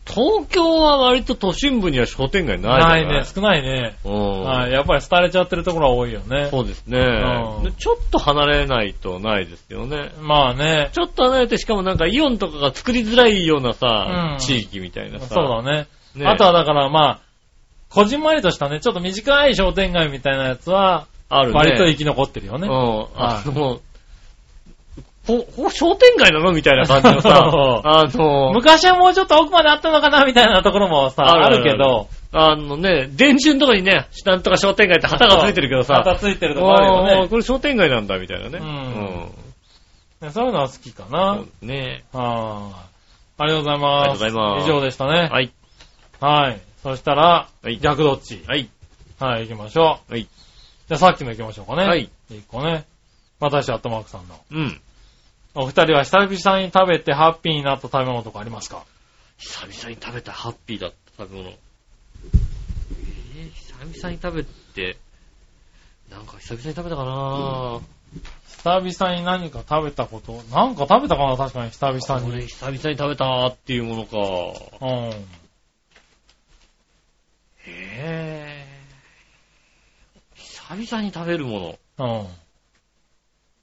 Speaker 2: 東京は割と都心部には商店街ない
Speaker 3: ない
Speaker 2: じゃ
Speaker 3: ね、少ないね。
Speaker 2: うん。
Speaker 3: はい、やっぱり廃れちゃってるところは多いよね。
Speaker 2: そうですね、
Speaker 3: うん
Speaker 2: でちょっと離れないとないですよね。
Speaker 3: まあね。
Speaker 2: ちょっと離れて、しかもなんかイオンとかが作りづらいようなさ、
Speaker 3: うん
Speaker 2: 地域みたいなさ。
Speaker 3: そうだね。
Speaker 2: ね
Speaker 3: あとはだからまあ、こじんまりとしたね、ちょっと短い商店街みたいなやつは、
Speaker 2: あるね。
Speaker 3: 割と生き残ってるよ
Speaker 2: う
Speaker 3: ね。、
Speaker 2: ん。あの、こ、こ商店街なのみたいな感じのさ
Speaker 3: そう
Speaker 2: あの、
Speaker 3: 昔はもうちょっと奥まであったのかなみたいなところもさ、
Speaker 2: ある
Speaker 3: あ
Speaker 2: ある
Speaker 3: るけど。
Speaker 2: あのね、電柱のとこにね、なんとか商店街って旗がついてるけどさ、
Speaker 3: 旗ついてるとこある
Speaker 2: あ
Speaker 3: よ
Speaker 2: ーこれ商店街なんだ、みたいなね。
Speaker 3: ね。そういうのは好きか
Speaker 2: うん。
Speaker 3: な
Speaker 2: そ。うね
Speaker 3: あーありがとうございます。
Speaker 2: ありがとうございます
Speaker 3: 以上でしたね。
Speaker 2: はい。
Speaker 3: はい。そしたら、
Speaker 2: はい。
Speaker 3: 逆どっち
Speaker 2: はい。
Speaker 3: はい、行きましょう。
Speaker 2: はい。
Speaker 3: じゃあさっきの行きましょうかね。
Speaker 2: はい。
Speaker 3: 一個ね。私、アットマークさんの。
Speaker 2: うん。
Speaker 3: お二人は久々に食べてハッピーになった食べ物とかありますか
Speaker 2: 久々に食べたハッピーだった食べ物。えー、久々に食べて、なんか久々に食べたかな
Speaker 3: 久々に何か食べたことなんか食べたかな確かに久
Speaker 2: ぁ。
Speaker 3: 々
Speaker 2: これ
Speaker 3: に。
Speaker 2: 久々に食べたっていうものか。
Speaker 3: うん。
Speaker 2: えぇ、久々に食べるも
Speaker 3: うん。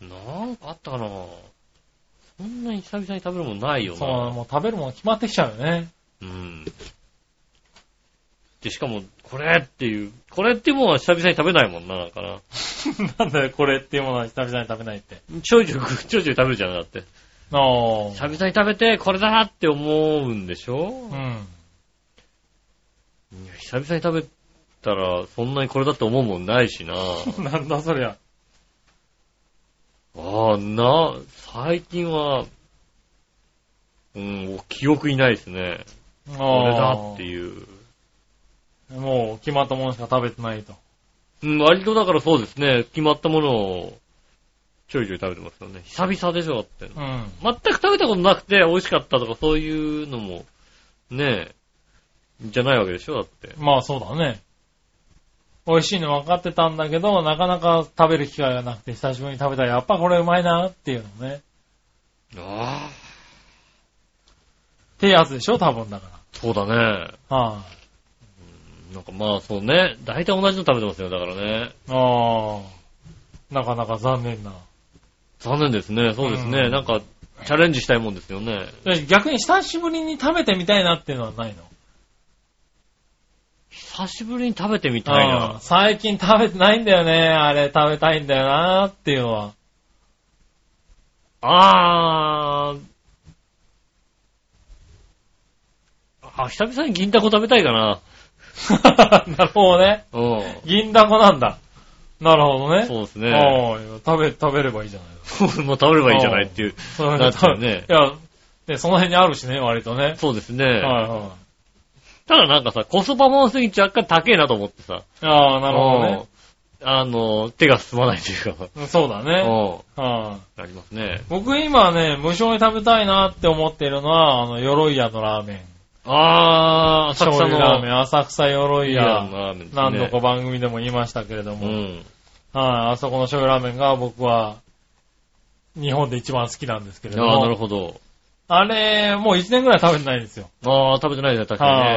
Speaker 2: の。なんかあったかなそんなに久々に食べるものないよな。
Speaker 3: そうもう食べるもの決まってきちゃうよね。
Speaker 2: うん。で、しかも、これっていう、これっていうものは久々に食べないもんな、なんかな。
Speaker 3: なんだよ、これっていうものは久々に食べないって。
Speaker 2: ちょいちょい、ちょいちょい食べるじゃん、だって。
Speaker 3: ああ。
Speaker 2: 久々に食べて、これだって思うんでしょ
Speaker 3: うん。
Speaker 2: いや久々に食べたら、そんなにこれだって思うもんないしな。
Speaker 3: なんだそりゃ。
Speaker 2: ああ、な、最近は、うん、記憶にないですね。
Speaker 3: あ
Speaker 2: これだ
Speaker 3: あ。
Speaker 2: っていう。
Speaker 3: もう決まったものしか食べてないと。
Speaker 2: うん、割とだからそうですね、決まったものを、ちょいちょい食べてますよね。久々でしょ、だって。
Speaker 3: うん。
Speaker 2: 全く食べたことなくて美味しかったとかそういうのも、ねえ、じゃないわけでしょだって。
Speaker 3: まあそうだね。美味しいの分かってたんだけど、なかなか食べる機会がなくて、久しぶりに食べたら、やっぱこれうまいなっていうのね。
Speaker 2: ああ。
Speaker 3: ってやつでしょ多分だか
Speaker 2: そうだね。
Speaker 3: ら。はい、
Speaker 2: なんかまあそうね、大体同じの食べてますよ、だからね。
Speaker 3: あ。ああ。なかなか残念な。
Speaker 2: 残念ですね、そうですね。
Speaker 3: うん
Speaker 2: なんか、チャレンジしたいもんですよね。
Speaker 3: 逆に久しぶりに食べてみたいなっていうのはないの
Speaker 2: 久しぶりに食べてみたい
Speaker 3: ああ
Speaker 2: な。
Speaker 3: 最近食べてないんだよね。あれ食べたいんだよなっていう のは。
Speaker 2: あー。あ、久々に銀だこ食べたいかな。
Speaker 3: なるほどね。
Speaker 2: うん。
Speaker 3: 銀だこなんだ。なるほどね。
Speaker 2: そうです
Speaker 3: う
Speaker 2: ね。
Speaker 3: 食べ、食べればいいじゃない
Speaker 2: もう食べればいいんじゃないっていう。
Speaker 3: そういう
Speaker 2: だ
Speaker 3: の
Speaker 2: ってね
Speaker 3: いや、で、その辺にあるしね、割とね。
Speaker 2: そうですね。
Speaker 3: はいは
Speaker 2: ただなんかさ、コストパフォーマンスに若干高えなと思ってさ。
Speaker 3: い。ああ、なる
Speaker 2: うん
Speaker 3: ほ
Speaker 2: あの、手が進まないというか。
Speaker 3: どね。そうだね。
Speaker 2: う
Speaker 3: はい
Speaker 2: ん。ありますね。
Speaker 3: 僕今ね、無償に食べたいなって思ってるのは、あの、鎧屋のラーメン。
Speaker 2: あー、浅
Speaker 3: 醤
Speaker 2: 草のラー
Speaker 3: 油ラーメ
Speaker 2: メン。
Speaker 3: ン、浅草鎧屋。
Speaker 2: ラーメンですね。
Speaker 3: 何度か番組でも言いましたけれど
Speaker 2: う
Speaker 3: も、はい、
Speaker 2: ん。
Speaker 3: あそこの醤油ラーメンが僕は、日本で一番好きなんですけれど
Speaker 2: あー、なる
Speaker 3: も、
Speaker 2: ほど。
Speaker 3: あれ、もう1年ぐらい食べてないんですよ。
Speaker 2: あー、食べてないね、確かにね。
Speaker 3: はい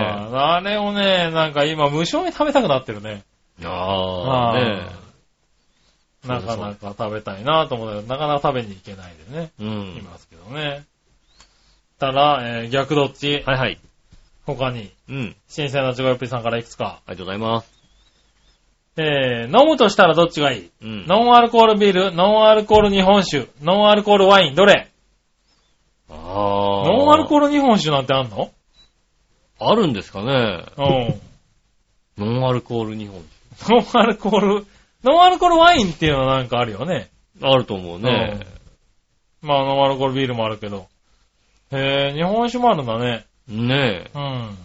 Speaker 3: あれをね、なんか今無償に食べたくなってるね。
Speaker 2: あー、ね
Speaker 3: なかなか食べたいなと思ったけど、なかなか食べに行けないでね、
Speaker 2: う
Speaker 3: い
Speaker 2: ん。
Speaker 3: ますけどね。たら、えー逆どっち、
Speaker 2: はいはい。
Speaker 3: 他に、
Speaker 2: うん。
Speaker 3: 新鮮なチョコヨッピーさんからいくつか。
Speaker 2: ありがとうございます。
Speaker 3: えー飲むとしたらどっちがいい、
Speaker 2: うん。
Speaker 3: ノンアルコールビール、ノンアルコール日本酒、ノンアルコールワイン、どれ
Speaker 2: あー。
Speaker 3: ノンアルコール日本酒なんてあんの
Speaker 2: あるんですかね。
Speaker 3: うん。
Speaker 2: ノンアルコール日本。
Speaker 3: ノンアルコール、ノンアルコールワインっていうのはなんかあるよね。
Speaker 2: あると思うね。
Speaker 3: まあ、ノンアルコールビールもあるけど。へえ、日本酒もあるんだね。
Speaker 2: ねえ。
Speaker 3: うん。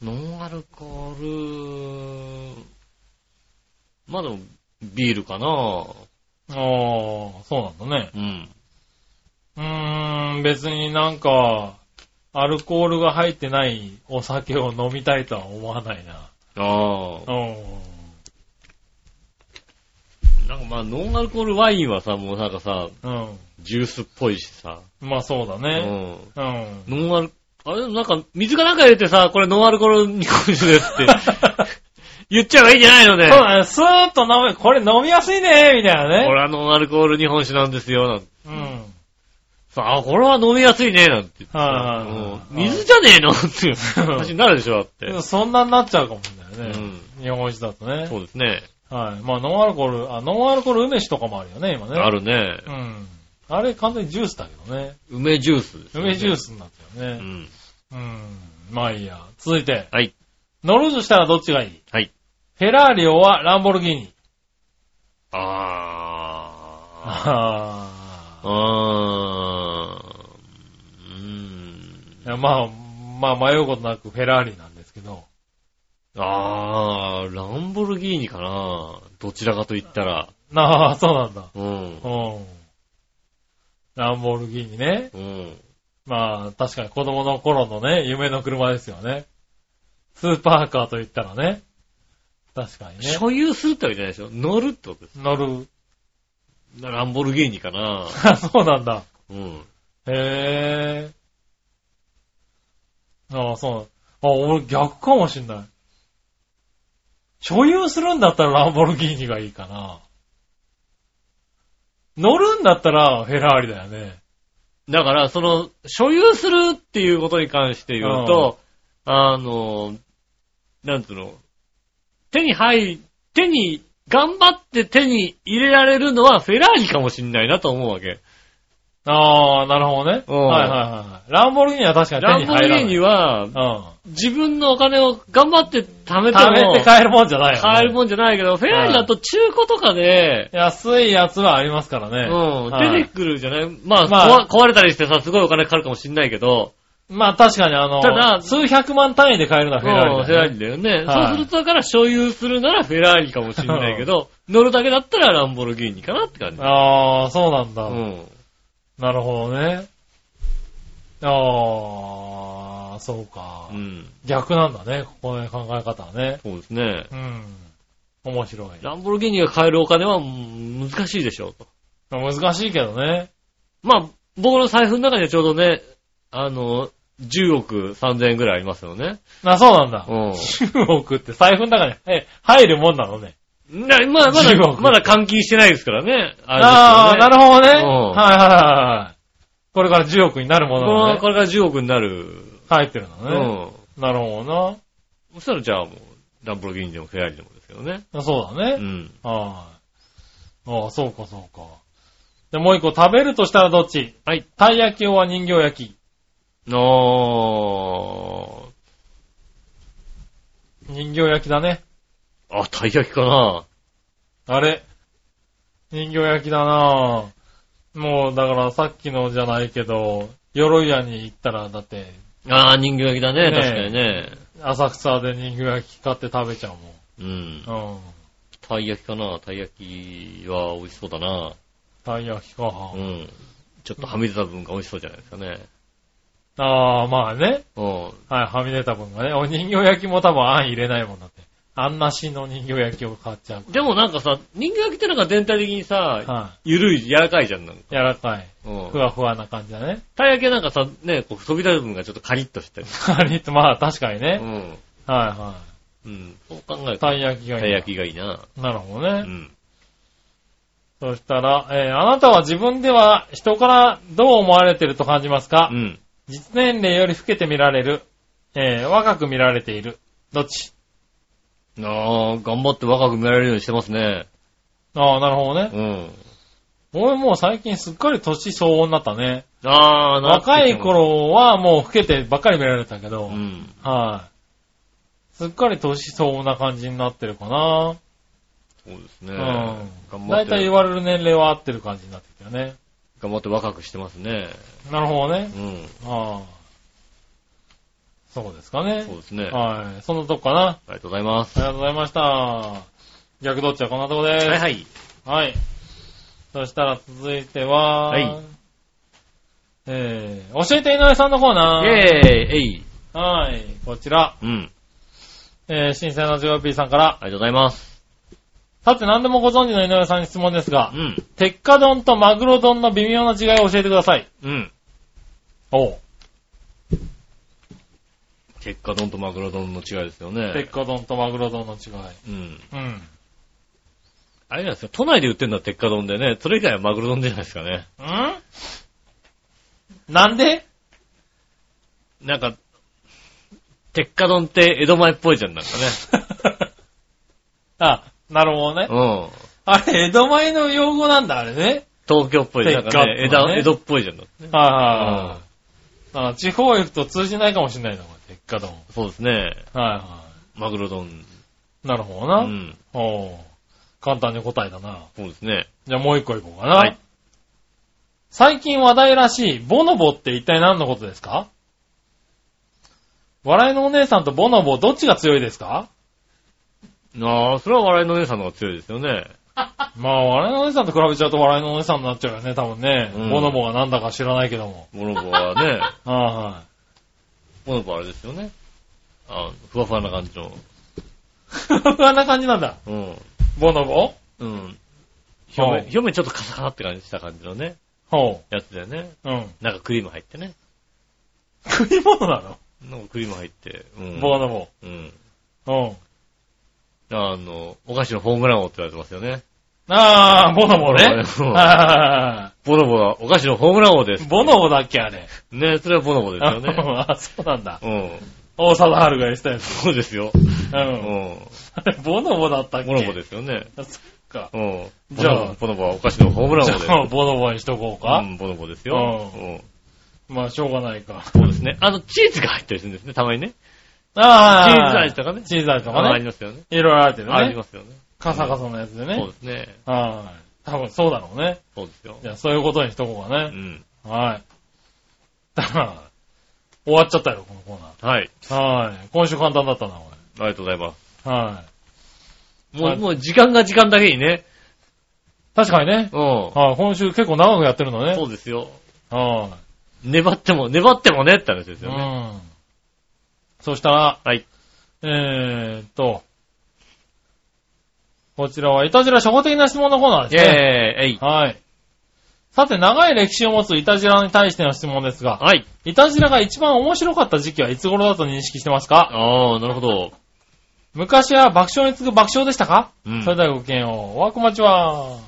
Speaker 2: ノンアルコール、まあでも、ビールかな
Speaker 3: ああ、そうなんだね。
Speaker 2: うん。
Speaker 3: うーん、別になんか、アルコールが入ってないお酒を飲みたいとは思わないな。
Speaker 2: あ
Speaker 3: う
Speaker 2: あ。
Speaker 3: ん。
Speaker 2: なんかまあ、ノンアルコールワインはさ、もうなんかさ、
Speaker 3: うん。
Speaker 2: ジュースっぽいしさ。
Speaker 3: まあそうだ
Speaker 2: う
Speaker 3: ね。
Speaker 2: ん。
Speaker 3: うん。
Speaker 2: ノンアル、あれなんか、水かなんか入れてさ、これノンアルコール日本酒です って、言っちゃえばいいんじゃないの
Speaker 3: そう
Speaker 2: ね。
Speaker 3: だね。スーッと飲め、これ飲みやすいねみたいな
Speaker 2: 俺
Speaker 3: ね。
Speaker 2: はノンアルコール日本酒なんですよ、なんて
Speaker 3: うん。
Speaker 2: あ、これは飲みやすいね、なんて言って
Speaker 3: はい
Speaker 2: さ。
Speaker 3: はいはい
Speaker 2: もう水じゃねえの っていう話になるでしょ、だって
Speaker 3: で。もそんなになっちゃうかもしれ
Speaker 2: う
Speaker 3: ないね。
Speaker 2: ん。
Speaker 3: 日本酒だとね。
Speaker 2: そうですね。
Speaker 3: はい。まあ、ノンアルコール、あ、ノンアルコール梅酒とかもあるよね、今ね。
Speaker 2: あ。るね
Speaker 3: う。ん。あれ完全にジュースだけどね。
Speaker 2: 梅ジュースですよね。
Speaker 3: 梅ジュースになったよ
Speaker 2: う
Speaker 3: ね。
Speaker 2: ん。
Speaker 3: うん。まあいいや。続いて、
Speaker 2: はい。
Speaker 3: 乗るとしたらどっちがいい
Speaker 2: はい。
Speaker 3: フェラーリオはランボルギーニ。
Speaker 2: あ
Speaker 3: あ
Speaker 2: ー。あー。うーん。
Speaker 3: ーいやまあ、まあ迷うことなくフェラーリなんですけど。
Speaker 2: あー、ランボルギーニかなどちらかと言ったら。
Speaker 3: ああ、そうなんだ。
Speaker 2: うん
Speaker 3: う。ん。ランボルギーニね。
Speaker 2: うん。
Speaker 3: まあ、確かに子供の頃のね、夢の車ですよね。スーパーカーと言ったらね。確かにね。
Speaker 2: 所有するってわけじゃないですよ。乗るってことです。
Speaker 3: 乗る。
Speaker 2: ランボルギーニかな
Speaker 3: あそうなんだ。
Speaker 2: うん。
Speaker 3: へぇー。ああ、そうなんあ、俺逆かもしんない。所有するんだったらランボルギーニがいいかな。乗るんだったらフェラーリだよね。
Speaker 2: だから、その、所有するっていうことに関して言うと、あの、なんつうの、手に入、手に、頑張って手に入れられるのはフェラーリかもしんないなと思うわけ。
Speaker 3: ああ、なるほどね。
Speaker 2: うん
Speaker 3: はいはいはい。ランボルギーニは確かに手
Speaker 2: ラ
Speaker 3: に
Speaker 2: ンボル
Speaker 3: 入
Speaker 2: ギ
Speaker 3: らない。
Speaker 2: ーニは、
Speaker 3: うん。
Speaker 2: 自分のお金を頑張って貯 めて
Speaker 3: 食べ
Speaker 2: も
Speaker 3: て、買えるもんじゃないよ、ね。
Speaker 2: 買えるもんじゃないけど、フェラーリだと中古とかで、
Speaker 3: 安いやつはありますからね。
Speaker 2: うん、
Speaker 3: はい
Speaker 2: 出てくるじゃないまあ、
Speaker 3: まあ
Speaker 2: 壊壊れたりしてさ、すごいお金かかるかもしんないけど、
Speaker 3: まあ確かにあの、
Speaker 2: ただ
Speaker 3: 数百万単位で買えるのはフェラーリだ、
Speaker 2: うん
Speaker 3: ね。
Speaker 2: フェラーリだよね。
Speaker 3: はい
Speaker 2: そうすると、だから所有するならフェラーリかもしれないけど、乗るだけだったらランボルギーニかなって感じ。
Speaker 3: ああ、そうなんだ。
Speaker 2: うん。
Speaker 3: なるほどね。ああ、そうか、
Speaker 2: うん。
Speaker 3: 逆なんだね、ここの考え方はね。
Speaker 2: そうですね。
Speaker 3: うん。面白い。
Speaker 2: ランボルギーニが買えるお金はうん難しいでしょうと。
Speaker 3: 難しいけどね。
Speaker 2: まあ、僕の財布の中にはちょうどね、あの、10億3000円ぐらいありますよね。
Speaker 3: あ、そうなんだ。
Speaker 2: うん。
Speaker 3: 10億って財布の中にえ入るもんなのね。
Speaker 2: なまあ、ま
Speaker 3: 10
Speaker 2: だ、
Speaker 3: 億
Speaker 2: まだ換金してないですからね。
Speaker 3: あ
Speaker 2: あ
Speaker 3: あ、な
Speaker 2: る
Speaker 3: るほどね。はい
Speaker 2: うん
Speaker 3: はいはいはい。これから10億になるも
Speaker 2: ほ
Speaker 3: の
Speaker 2: ど、
Speaker 3: が、
Speaker 2: ね。これ
Speaker 3: ね、
Speaker 2: これから10億になる。
Speaker 3: 入ってる
Speaker 2: う
Speaker 3: のね。
Speaker 2: ん。
Speaker 3: なるほど
Speaker 2: そしたらじゃあもう、ランボルギーニでもフェラーリでもですけどね。
Speaker 3: な。そうだね。
Speaker 2: うん。
Speaker 3: はい。ああ、そうかそうか。で、もう一個食べるとしたらどっち
Speaker 2: はい。
Speaker 3: たい焼き用は人形焼き。
Speaker 2: の
Speaker 3: 人形焼きだね。
Speaker 2: ー。あ、たい焼きかな
Speaker 3: あれ。人形焼きだなぁ。もう、だからさっきのじゃないけど、鎧屋に行ったら、だって、
Speaker 2: あー、人形焼きだね。
Speaker 3: ね
Speaker 2: 確かにね。
Speaker 3: 浅草で人形焼き買って食べちゃう
Speaker 2: うん。
Speaker 3: もん。うん。
Speaker 2: たい焼きかなたい焼きは美味しそうだな
Speaker 3: たい焼きか。
Speaker 2: うん。ちょっとはみ出た分が美味しそうじゃないですかね。
Speaker 3: ああ、まあね。
Speaker 2: うん。
Speaker 3: はい、はみ出た分がね。お人形焼きも多分あん入れないもんだって。あんなしの人形焼きを買っちゃう。
Speaker 2: でもなんかさ、人形焼きってなんか全体的にさ、
Speaker 3: は
Speaker 2: ゆるい、柔らかいじゃん。なんか
Speaker 3: い。柔らかい。
Speaker 2: うん
Speaker 3: ふ。わふわな感じだね。
Speaker 2: たい焼きはなんかさ、ね、こう飛び出た部分がちょっとカリッとしてる。
Speaker 3: カリッと、まあ確かに
Speaker 2: う
Speaker 3: ね。
Speaker 2: ん。
Speaker 3: はいは
Speaker 2: うん。そう考える
Speaker 3: い。
Speaker 2: と、
Speaker 3: たい焼きがいい。
Speaker 2: たい焼きがいいな。
Speaker 3: なるほど
Speaker 2: う
Speaker 3: ね。
Speaker 2: ん。
Speaker 3: そしたら、えーあなたは自分では人からどう思われてると感じますか、
Speaker 2: うん。
Speaker 3: 実年齢より老けて見られる。えー若く見られている。どっち
Speaker 2: あー、頑張って若く見られるようにしてますね。
Speaker 3: ああ、なるほどね。
Speaker 2: うん。
Speaker 3: 俺もう最近すっかり年相応になったね。
Speaker 2: あー、なってきて
Speaker 3: 若い。頃はもう老けてばっかり見られてたけど、
Speaker 2: う
Speaker 3: はい、
Speaker 2: ん。
Speaker 3: すっかり年相応な感じになってるかな。
Speaker 2: そうですね。
Speaker 3: うん。
Speaker 2: 頑張
Speaker 3: だ
Speaker 2: っ
Speaker 3: いたい
Speaker 2: て、
Speaker 3: 言われる年齢は合ってる感じになってきたよね。
Speaker 2: 頑張って若くしてますね。
Speaker 3: なるほどね
Speaker 2: う。ん。
Speaker 3: ああ。そうですかね
Speaker 2: そう。ですね。あ
Speaker 3: はい。そんなとこかな。あ
Speaker 2: りがとうございます。
Speaker 3: りがとうございました。逆どっちはこんなとこです。
Speaker 2: はい
Speaker 3: い。
Speaker 2: はい。
Speaker 3: はい。そしたら続いては、
Speaker 2: はい。
Speaker 3: えー、教えて井上さんのコーナー。
Speaker 2: イェーイえい
Speaker 3: はい。こちら、
Speaker 2: うん。
Speaker 3: えー、新鮮な JOP さんか
Speaker 2: あ
Speaker 3: ら、
Speaker 2: りがとうございます。
Speaker 3: さて何でもご存知の井上さんに質問ですが
Speaker 2: う、ん。
Speaker 3: 鉄火丼とマグロ丼の微妙な違いを教えてください。
Speaker 2: うん。
Speaker 3: おう。
Speaker 2: 鉄火丼とマグロ丼の違いですよね。
Speaker 3: 鉄火丼とマグロ丼の違い。
Speaker 2: うん。
Speaker 3: うん。
Speaker 2: あれじゃないですか。都内で売ってるのは鉄火丼でね、それ以外はマグロ丼じゃないですかね。
Speaker 3: んなんで
Speaker 2: なんか、鉄火丼って江戸前っぽいじゃん、なんか
Speaker 3: あ、なるほどね。
Speaker 2: ね。うん。
Speaker 3: あれ、江戸前の用語なんだ、あれね。
Speaker 2: 東京っぽいじゃん、なんかね。
Speaker 3: 鉄火丼ね
Speaker 2: 江戸江戸っぽいじゃん。だってね
Speaker 3: はいはいはい。あ地方行くと通じないかもしれないな、これ鉄火丼。
Speaker 2: そうですね。
Speaker 3: はいは
Speaker 2: マグロ丼。
Speaker 3: い。なるほ
Speaker 2: う
Speaker 3: どな。
Speaker 2: ん。
Speaker 3: おう簡単に答えだな。
Speaker 2: そうですね。
Speaker 3: じゃあもう一個いこうかな。
Speaker 2: はい
Speaker 3: 最近話題らしい、ボノボって一体何のことですか笑いのお姉さんとボノボどっちが強いですか
Speaker 2: ああ、それは笑いのお姉さんの方が強いですよね。
Speaker 3: まあ、笑いのお姉さんと比べちゃうと笑いのお姉さんになっちゃうよね、多分ね。
Speaker 2: うん
Speaker 3: ボノボがなんだか知らないけども。
Speaker 2: モノボはね、
Speaker 3: はいは
Speaker 2: モノボあれですよね。あふわふわな感じの。
Speaker 3: い。 あんな感じなんだ。
Speaker 2: うん。
Speaker 3: ボノボ
Speaker 2: うん。表
Speaker 3: は
Speaker 2: 面
Speaker 3: い、
Speaker 2: 表面ちょっとカサカサって感じした感じのね、
Speaker 3: ほ
Speaker 2: やつだよね。
Speaker 3: う。うん。
Speaker 2: なんかクリーム入ってね。
Speaker 3: 食い物なの、
Speaker 2: なんかクリーム入って。うん。
Speaker 3: ボノボ。
Speaker 2: うん。
Speaker 3: うん。
Speaker 2: あの、お菓子のホームラン王って言われてますよね。
Speaker 3: あー、ボノボね。
Speaker 2: うん
Speaker 3: あ
Speaker 2: ボノボはお菓子のホームラン王です。
Speaker 3: ーボノボだっけ、あれ。
Speaker 2: ね、それはボノボですよね。
Speaker 3: あ、そうなんだ。
Speaker 2: うん。
Speaker 3: 大沢春が言ってたやつ。
Speaker 2: そうですよ。
Speaker 3: う。
Speaker 2: うんん。
Speaker 3: あれボノボだったっけ
Speaker 2: ボノボですよね。
Speaker 3: す。そっか。
Speaker 2: うん。
Speaker 3: じゃ
Speaker 2: ボ
Speaker 3: あ
Speaker 2: ノボボノボはお菓子のホームラン
Speaker 3: じ
Speaker 2: 王
Speaker 3: ゃ
Speaker 2: です。
Speaker 3: あ、ボノボにしとこう
Speaker 2: う
Speaker 3: か。
Speaker 2: ん、ボノボですよ。
Speaker 3: う
Speaker 2: うん。
Speaker 3: まあ、しょうがないか。
Speaker 2: そうですね。あの、チーズが入ったりするんですね、たまにね。チ
Speaker 3: あー。
Speaker 2: ーズ味とかね。
Speaker 3: チーズ味と
Speaker 2: あ
Speaker 3: か
Speaker 2: あり
Speaker 3: ね。
Speaker 2: ますよね。
Speaker 3: いろいろあるけど
Speaker 2: あり
Speaker 3: ね
Speaker 2: ま。すよね。
Speaker 3: カサカサのやつ
Speaker 2: そ
Speaker 3: で
Speaker 2: う
Speaker 3: ね
Speaker 2: で。すね。
Speaker 3: はい。多分そうだろうね。
Speaker 2: そうですよ
Speaker 3: じ。ゃあ、そういうことにしとこうか
Speaker 2: う
Speaker 3: ね。
Speaker 2: ん。
Speaker 3: はい。だから、終わっちゃったよ、このコーナ
Speaker 2: はい。
Speaker 3: ー。はい。今週簡単だったな、こ
Speaker 2: ありがとうございます。
Speaker 3: れ。はい。
Speaker 2: も
Speaker 3: は
Speaker 2: う、
Speaker 3: い
Speaker 2: もう時間が時間だけにね。
Speaker 3: 確かにね。
Speaker 2: うん。
Speaker 3: はい、今週結構長くやってるのね。
Speaker 2: そうですよ。
Speaker 3: は
Speaker 2: 粘っても、粘ってもねって話です
Speaker 3: い。う
Speaker 2: よね。
Speaker 3: ん。そしたら、
Speaker 2: はい。
Speaker 3: えーっと、こちらは、いたじら初歩的な質問のコー
Speaker 2: イェー
Speaker 3: ナー
Speaker 2: イ
Speaker 3: ですね。
Speaker 2: えい。
Speaker 3: はい。さて、長い歴史を持ついたじらに対しての質問ですが、
Speaker 2: はい。
Speaker 3: いたじらが一番面白かった時期はいつ頃だと認識してますか
Speaker 2: ああ、なるほど。
Speaker 3: 昔は爆笑に次ぐ爆笑でしたか、
Speaker 2: うん
Speaker 3: それではごきげんよう。おわこまちは。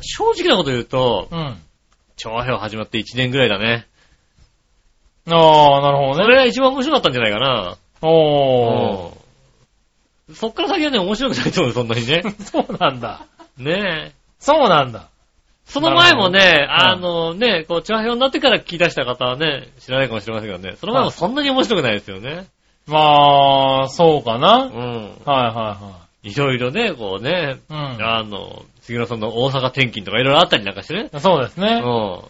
Speaker 2: 正直なこと言うと、
Speaker 3: うん。
Speaker 2: 長編始まって1年ぐらいだね。
Speaker 3: あー、なるほ
Speaker 2: そ
Speaker 3: ど
Speaker 2: れ
Speaker 3: ね。
Speaker 2: が一番面白かったんじゃないかな。
Speaker 3: おー。
Speaker 2: うんそっから先はね、面白くないと思う、そんなに ね。
Speaker 3: そうなんだ。
Speaker 2: ねえ。
Speaker 3: そうなんだ。
Speaker 2: その前もね、
Speaker 3: な
Speaker 2: あ
Speaker 3: る
Speaker 2: のね、こう、長編になってから聞き出した方はね、知らないかもしれませんけどね、その前もそんなに面白くないですよね。
Speaker 3: まあ、そうか
Speaker 2: う
Speaker 3: な。はい
Speaker 2: ん。
Speaker 3: はい
Speaker 2: ろいろね、こうね、
Speaker 3: いはい。
Speaker 2: あの、杉野さんの大阪転勤とかいろいろあったりなんかしてね。
Speaker 3: うん。そうです
Speaker 2: う
Speaker 3: ね。
Speaker 2: ん。
Speaker 3: そ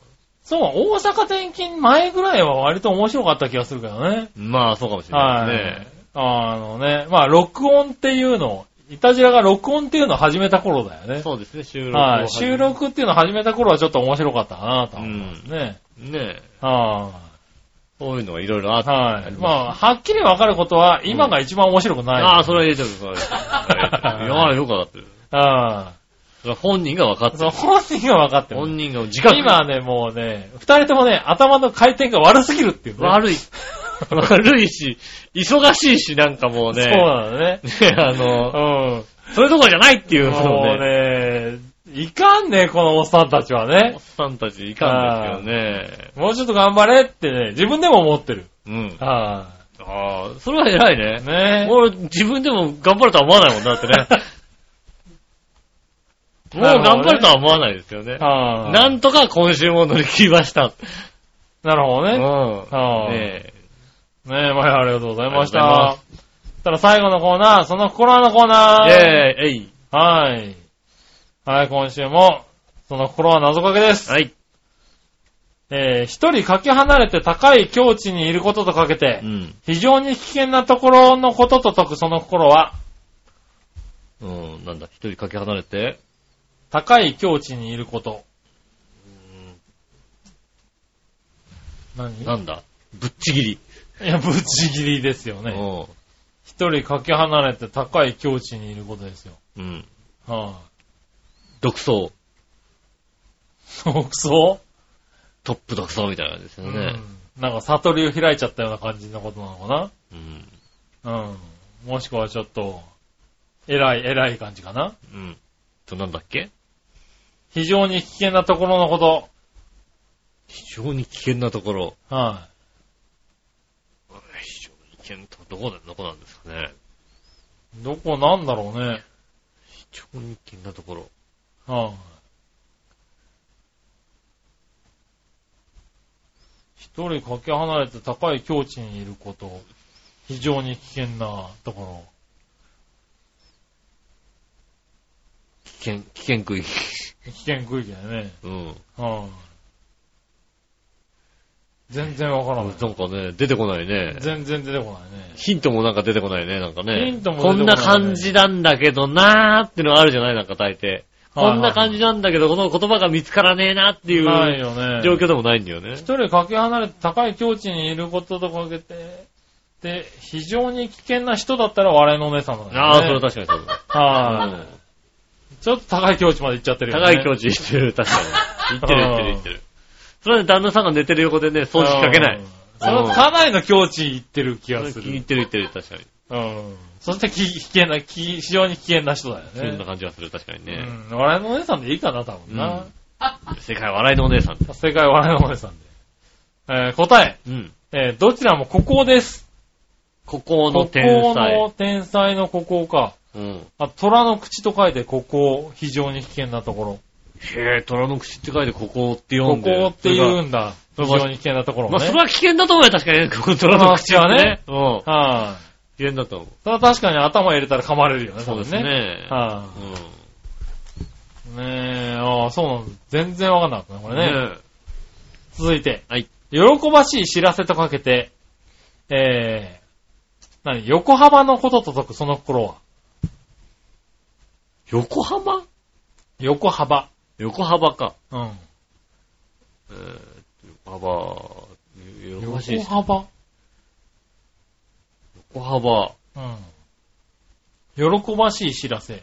Speaker 3: う、大阪転勤前ぐらいは割と面白かった気がするけどね。
Speaker 2: まあ、そうかもしれ
Speaker 3: は
Speaker 2: ない
Speaker 3: い。
Speaker 2: ですね。
Speaker 3: あのね、まあ、録音っていうのを、いたじらが録音っていうのを始めた頃だよね。
Speaker 2: そうですね、収録を
Speaker 3: は
Speaker 2: 始
Speaker 3: い。
Speaker 2: め
Speaker 3: 収録っていうのを始めた頃はちょっと面白かったかなとは
Speaker 2: う
Speaker 3: 思い
Speaker 2: ん
Speaker 3: ま。すね。
Speaker 2: ねえ。
Speaker 3: は
Speaker 2: そういうのがいろいろあっ
Speaker 3: い。
Speaker 2: て。
Speaker 3: はい。まあ、はっきりわかることは、今が一番面白くない。
Speaker 2: ああ、それは言えてる、それ は。いやあ、よくわかってる。
Speaker 3: あ
Speaker 2: それは本人が分かって
Speaker 3: そ
Speaker 2: る
Speaker 3: う、。本人が分かってる。
Speaker 2: 本人が自覚
Speaker 3: 今ね、もうね、二人ともね、頭の回転が悪すぎるっていうね。
Speaker 2: 悪い。 悪いし、忙しいし、なんかもうね。
Speaker 3: そうなのね。
Speaker 2: ね、あ
Speaker 3: う
Speaker 2: の、
Speaker 3: ん。
Speaker 2: それどころじゃないっていう、そ
Speaker 3: もう
Speaker 2: のね、
Speaker 3: ね、いかんね、このおっさんたちは
Speaker 2: お
Speaker 3: ね
Speaker 2: っ。さんたちいかんですけ
Speaker 3: もうちょっと頑張れってね、自分でも思ってる。
Speaker 2: どね。うん。
Speaker 3: は
Speaker 2: ああ、それは偉い
Speaker 3: い。
Speaker 2: ね。
Speaker 3: ね
Speaker 2: 俺、自分でも頑張るとは思わないもんだってね。 もう頑張るとは思わないですよね。
Speaker 3: は
Speaker 2: な
Speaker 3: なん
Speaker 2: とか今週も乗り切りました。
Speaker 3: なるほど
Speaker 2: う
Speaker 3: ね。
Speaker 2: ん。
Speaker 3: ねあー
Speaker 2: ねえ。
Speaker 3: え、まあありがとうございまし
Speaker 2: ありがとうござい
Speaker 3: た。そしたら最後のコーナー、その心のコーナー。
Speaker 2: イェーイえい。
Speaker 3: はい。はい、今週も、その心は謎かけです。
Speaker 2: はい。
Speaker 3: えー、一人かけ離れて高い境地にいることとかけて、
Speaker 2: うん。
Speaker 3: 非常に危険なところのことと解くその心は、
Speaker 2: うん、なんだ、一人かけ離れて。
Speaker 3: 高い境地にいること。何
Speaker 2: なんだ、ぶっちぎり。
Speaker 3: いや、ぶっちぎりですよね。
Speaker 2: う
Speaker 3: 一人かけ離れて高い境地にいることですよ。
Speaker 2: ん。うん。
Speaker 3: は
Speaker 2: 独走。
Speaker 3: ぁ、独走
Speaker 2: トップ独走みたいな感じですよね。
Speaker 3: うんなんか悟りを開いちゃったような感じのことなの
Speaker 2: うん。
Speaker 3: かなうん。もしくはちょっと、偉い、偉い感じかな
Speaker 2: うん。と、なんだっけ
Speaker 3: 非常に危険なところのこと。
Speaker 2: 非常に危険なところ。
Speaker 3: は
Speaker 2: 非常に危険なところ、どこなのどこなんですかね。
Speaker 3: い。どこなんだろうね。
Speaker 2: 非常に危険なところ。
Speaker 3: はい。一人かけ離れて高い境地にいること、非常に危険なとこ
Speaker 2: 危険、危険区域。
Speaker 3: ろ。危険区域だよね。
Speaker 2: うん。
Speaker 3: はい。全然わから
Speaker 2: な
Speaker 3: ない。
Speaker 2: んかね、出てこないね。
Speaker 3: 全然出てこないね。
Speaker 2: ヒントもなんか出てこないね、なんかね。
Speaker 3: ヒントも出て
Speaker 2: こ
Speaker 3: こない
Speaker 2: ん
Speaker 3: ね
Speaker 2: な感じなんだけどなーってのあるじゃないなんか大抵。こんな感じなんだけど、この言葉が見つからねえなってい
Speaker 3: ないないうよね。
Speaker 2: 状況でもないんだよね。
Speaker 3: 一人かけ離れて高い境地にいることとかけて、で、非常に危険な人だったら笑いのお姉さんなんだよね。
Speaker 2: ああ、それは確かにそうだ。
Speaker 3: はい、ちょっと高い境地まで行っちゃってるよ ね。
Speaker 2: 高い境地行ってる、確かに。行ってる、行ってる、行ってる。それはね旦那さんが寝てる横でね、掃除機かけな
Speaker 3: う
Speaker 2: い
Speaker 3: ん。そのかなりの境地行ってる気がす
Speaker 2: 行
Speaker 3: る
Speaker 2: っ。てる、行ってる、確かに。
Speaker 3: うん。そしてき危険な、き非常に危険な人だよね。
Speaker 2: そんな感じはする、確かに
Speaker 3: う
Speaker 2: ね。
Speaker 3: ん。笑いのお姉さんでいいかな、多分な。
Speaker 2: 世界笑いのお姉さんです。
Speaker 3: 正解は笑いのお姉さんで。えー答え。
Speaker 2: うん。
Speaker 3: えーどちらも孤高です。
Speaker 2: ここの
Speaker 3: 孤
Speaker 2: 天
Speaker 3: 高の
Speaker 2: 才。
Speaker 3: 天才の孤高か。
Speaker 2: うん。
Speaker 3: あ、虎の口と書いて孤高。非常に危険なところ。
Speaker 2: へえ、虎の口って書いてここって読
Speaker 3: 孤
Speaker 2: んで。
Speaker 3: 高って言うんだ。
Speaker 2: そ
Speaker 3: 非
Speaker 2: れが
Speaker 3: 常に危険なところを
Speaker 2: まあ、それ
Speaker 3: ね。
Speaker 2: は危険だと思うよ、確かにね。ここ、虎の口はね。うん。
Speaker 3: はい、
Speaker 2: 危険だと思う。
Speaker 3: それは確かに頭入れたら噛まれるよね、
Speaker 2: そうです
Speaker 3: 多分
Speaker 2: ね。
Speaker 3: はい、
Speaker 2: うん。
Speaker 3: ねえ、ああ、そうなんだ。全然わかんなかったね、これね。
Speaker 2: ね
Speaker 3: 続いて。
Speaker 2: はい。
Speaker 3: 喜ばしい知らせとかけて、えー、何横幅のことと解く、その心は。
Speaker 2: 横浜
Speaker 3: 横幅。
Speaker 2: 横幅か。
Speaker 3: うん。
Speaker 2: えー、横幅、よ横
Speaker 3: 横
Speaker 2: 幅、
Speaker 3: 幅
Speaker 2: 横幅、
Speaker 3: うん。喜ばしい知らせ。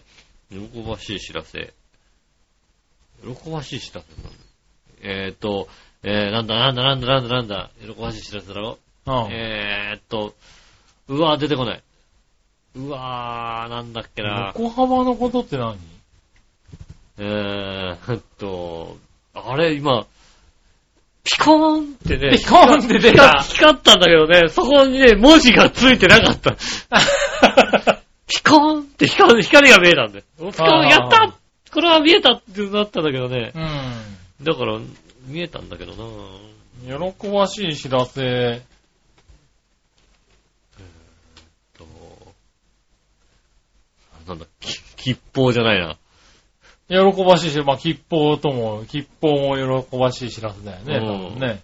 Speaker 2: 喜ばしい知らせ。喜ばしい知らせなんだ。えーっと、えー、なんだなんだなんだなんだなんだ、喜ばしい知らせだろ
Speaker 3: うん。
Speaker 2: えーっと、うわー出てこない。うわー、なんだっけな。
Speaker 3: 横幅のことって何
Speaker 2: えーっと、あれ、今、ピコーンってね、
Speaker 3: ピコーンって出た
Speaker 2: 光光ったんだけどね、そこにね、文字がついてなか った。ピコーンって光光が見えたんだよ。ピコーン、
Speaker 3: あー
Speaker 2: やったこれは見えたってなったんだけどね。
Speaker 3: うん。
Speaker 2: だから、見えたんだけどな
Speaker 3: 喜ばしい知らせ。
Speaker 2: となんだ、き吉報じゃないな。
Speaker 3: 喜ばしい知らせ。まあ、吉報とも、吉報も喜ばしい知らせだよね。
Speaker 2: うん
Speaker 3: 多分ね。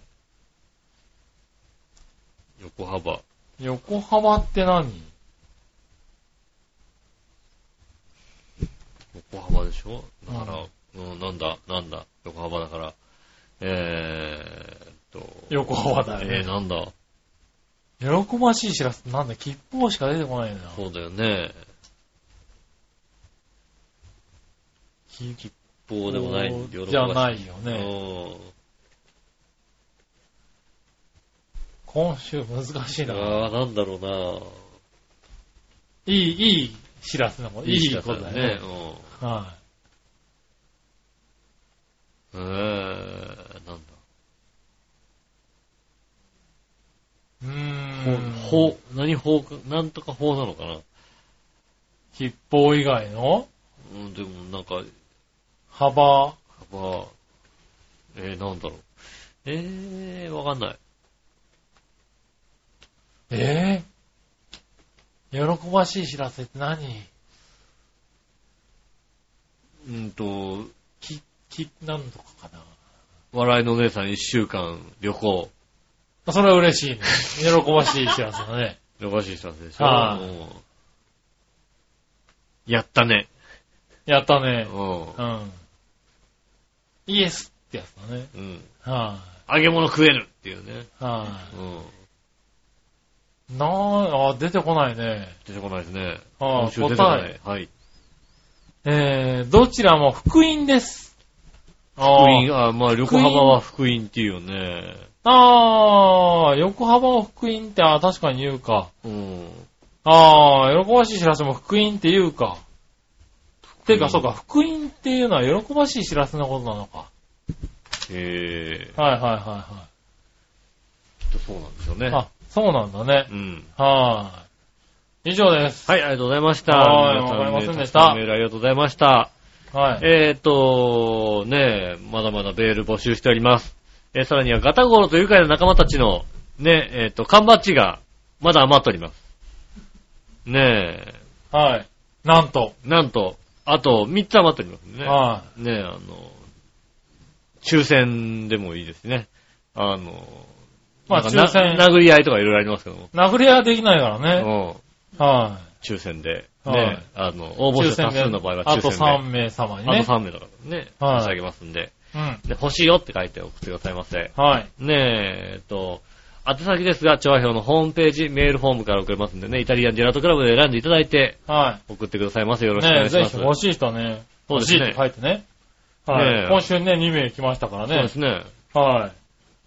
Speaker 2: 横幅。
Speaker 3: 横幅って何
Speaker 2: 横幅でしょだから
Speaker 3: う、
Speaker 2: うん、なんだ、なんだ、横幅だから。えーっと、
Speaker 3: 横幅だよね
Speaker 2: えー、なんだ、
Speaker 3: 喜ばしい知らせ。なんだ、吉報しか出てこないな。
Speaker 2: そうだよね。吉報でもない、。
Speaker 3: じゃないいよ
Speaker 2: う
Speaker 3: ね。
Speaker 2: ん。
Speaker 3: 今週難しいな。
Speaker 2: ああ、なんだろうな。
Speaker 3: いい、いい知らせのこと。いいことだよね。
Speaker 2: うん。
Speaker 3: は
Speaker 2: えー、なん
Speaker 3: い。うーん。
Speaker 2: だ。ほ、ほ、何法か、なんとか法なのかな。
Speaker 3: 吉報以外の
Speaker 2: うん、でもなんか、
Speaker 3: 幅。
Speaker 2: 幅、えー、なんだろう。えー、わかんない。
Speaker 3: えぇ、喜ばしい知らせって何
Speaker 2: うんと、
Speaker 3: き、き、なんとかかな。
Speaker 2: 笑いのお姉さん一週間旅行。
Speaker 3: それは嬉しいね。喜ばしい知らせだ ね。
Speaker 2: おかしい人なんでしょ
Speaker 3: はい
Speaker 2: うんやったね。
Speaker 3: やった
Speaker 2: う
Speaker 3: ね。
Speaker 2: ん
Speaker 3: うん。イエスってやつだね。
Speaker 2: うん。
Speaker 3: は
Speaker 2: 揚げ物食えるっていうね。
Speaker 3: い、はい、
Speaker 2: うん。
Speaker 3: なあ、あ出てこないね。
Speaker 2: 出てこないですね。
Speaker 3: ああ
Speaker 2: 今週出てこな
Speaker 3: 答
Speaker 2: い。はい。
Speaker 3: えー、どちらも福音です。福
Speaker 2: 福音、ああまあ、横
Speaker 3: 福
Speaker 2: 幅
Speaker 3: 音
Speaker 2: は福音っていうよね。
Speaker 3: ああ、横幅を福音って、ああ、確かに言うか。
Speaker 2: うん。
Speaker 3: ああ、喜ばしい知らせも福音って言うか。てか、
Speaker 2: 福
Speaker 3: そ
Speaker 2: 音
Speaker 3: うか、福音っていうのは喜ばしい知らせのことなのか。
Speaker 2: えへえ。
Speaker 3: はいはいは
Speaker 2: きっとそうなんでしょう
Speaker 3: い
Speaker 2: ね。
Speaker 3: はい。あ、そうなんだね
Speaker 2: う。ん。
Speaker 3: はい。以上です。
Speaker 2: はい、ありがとうございました。
Speaker 3: はい
Speaker 2: 皆さね
Speaker 3: わかりませんでした
Speaker 2: たくさんメールありがとうございました。
Speaker 3: はい。
Speaker 2: えーと、ねえ、まだまだベール募集しております。えーさらにはガタゴロと愉快な仲間たちの、ねえ、えーと、缶バッジが、まだ余っております。ねえ、
Speaker 3: はい。なんと。
Speaker 2: なんと、あと3つ余っておりますね。
Speaker 3: は
Speaker 2: ねえ、あの、抽選でもいいですね。あの、
Speaker 3: い。まあ、
Speaker 2: なんかな
Speaker 3: 抽選。
Speaker 2: 殴り合いとかいろいろありますけども。
Speaker 3: 殴り合いはできないからね。
Speaker 2: うん
Speaker 3: は
Speaker 2: 抽選で、
Speaker 3: は
Speaker 2: ね
Speaker 3: い、
Speaker 2: あの、応
Speaker 3: い。
Speaker 2: 募者多数の場合は
Speaker 3: あ
Speaker 2: 抽
Speaker 3: と
Speaker 2: 選で。あ
Speaker 3: 3名様に
Speaker 2: と
Speaker 3: ね。
Speaker 2: 3名だからね、
Speaker 3: はい
Speaker 2: 差し上げますんで
Speaker 3: うん。
Speaker 2: で欲しいよって書いて送ってくださいませ。
Speaker 3: はい。
Speaker 2: ねえ、えっと、宛先ですが、調和表のホームページ、メールフォームから送れますんでね、イタリアンジェラートクラブで選んでいただいて、
Speaker 3: は
Speaker 2: 送ってくださいませ。よ
Speaker 3: い。
Speaker 2: ろしくお願
Speaker 3: ね
Speaker 2: いし
Speaker 3: ぜ
Speaker 2: ま
Speaker 3: ひ
Speaker 2: す。
Speaker 3: 欲しい人はね、
Speaker 2: そう
Speaker 3: 欲
Speaker 2: で
Speaker 3: し
Speaker 2: す
Speaker 3: いっ
Speaker 2: ね
Speaker 3: て書いてね。
Speaker 2: ね
Speaker 3: はい。
Speaker 2: え
Speaker 3: 今週ね、2名来ましたから
Speaker 2: そうで
Speaker 3: ね。
Speaker 2: すね。
Speaker 3: はい。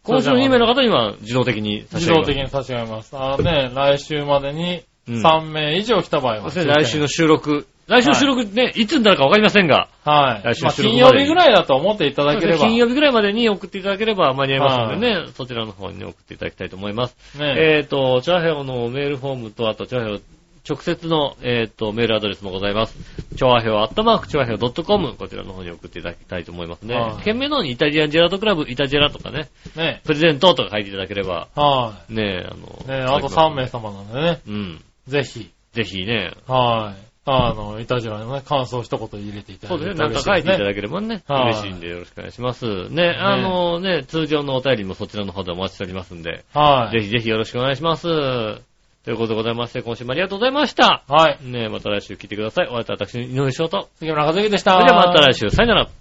Speaker 2: 今週の2名の方には自動的に差し
Speaker 3: 自
Speaker 2: 上げ
Speaker 3: 動
Speaker 2: ます
Speaker 3: 的に差し上げます。あのね、来週までに
Speaker 2: うん
Speaker 3: 3名以上来た場合
Speaker 2: そう
Speaker 3: は。
Speaker 2: ですね、来週の。収録。来週の収録ね、い、つになるかわかりませんが、
Speaker 3: はい。
Speaker 2: 来週
Speaker 3: まあ
Speaker 2: 収録
Speaker 3: 金
Speaker 2: までに
Speaker 3: 曜日ぐらいだと思っていただければ。
Speaker 2: 金曜日ぐらいまでに送っていただければ間に合いますのでね、そちらの方に送っていただきたいと思います。
Speaker 3: ね
Speaker 2: えっ、と、チャヘオのメールフォームと、あとチャヘオ直接の、えっ、と、メールアドレスもございます。チョアヘオアットマークチョアヘオドットコム、こちらの方に送っていただきたいと思いますね。
Speaker 3: はい
Speaker 2: 懸命の方にイタリアンジェラートクラブ、イタジェラとかね、
Speaker 3: ね
Speaker 2: プレゼントとか書いていただければ、
Speaker 3: は
Speaker 2: ねえ、あの、
Speaker 3: い。ねあと3名。様なんでね。
Speaker 2: うん。
Speaker 3: ぜひ。
Speaker 2: ぜひね、
Speaker 3: はい。あの、いたじらのね、感想を一言入れていただ
Speaker 2: そう
Speaker 3: いて
Speaker 2: ですね。なんか書いていただければね、
Speaker 3: はい
Speaker 2: 嬉しいんでよろしくお願いします。ね、あのね、通常のお便りもそちらの方でお待ちしておりますんで、
Speaker 3: はい。
Speaker 2: ぜひぜひよろしくお願いします。ということでございまして、今週もありがとうございました。
Speaker 3: はい。
Speaker 2: ねまた来週聞いてください。お会いいたい私、井上翔と。
Speaker 3: 杉村和之でした。
Speaker 2: それではまた来週、さよなら。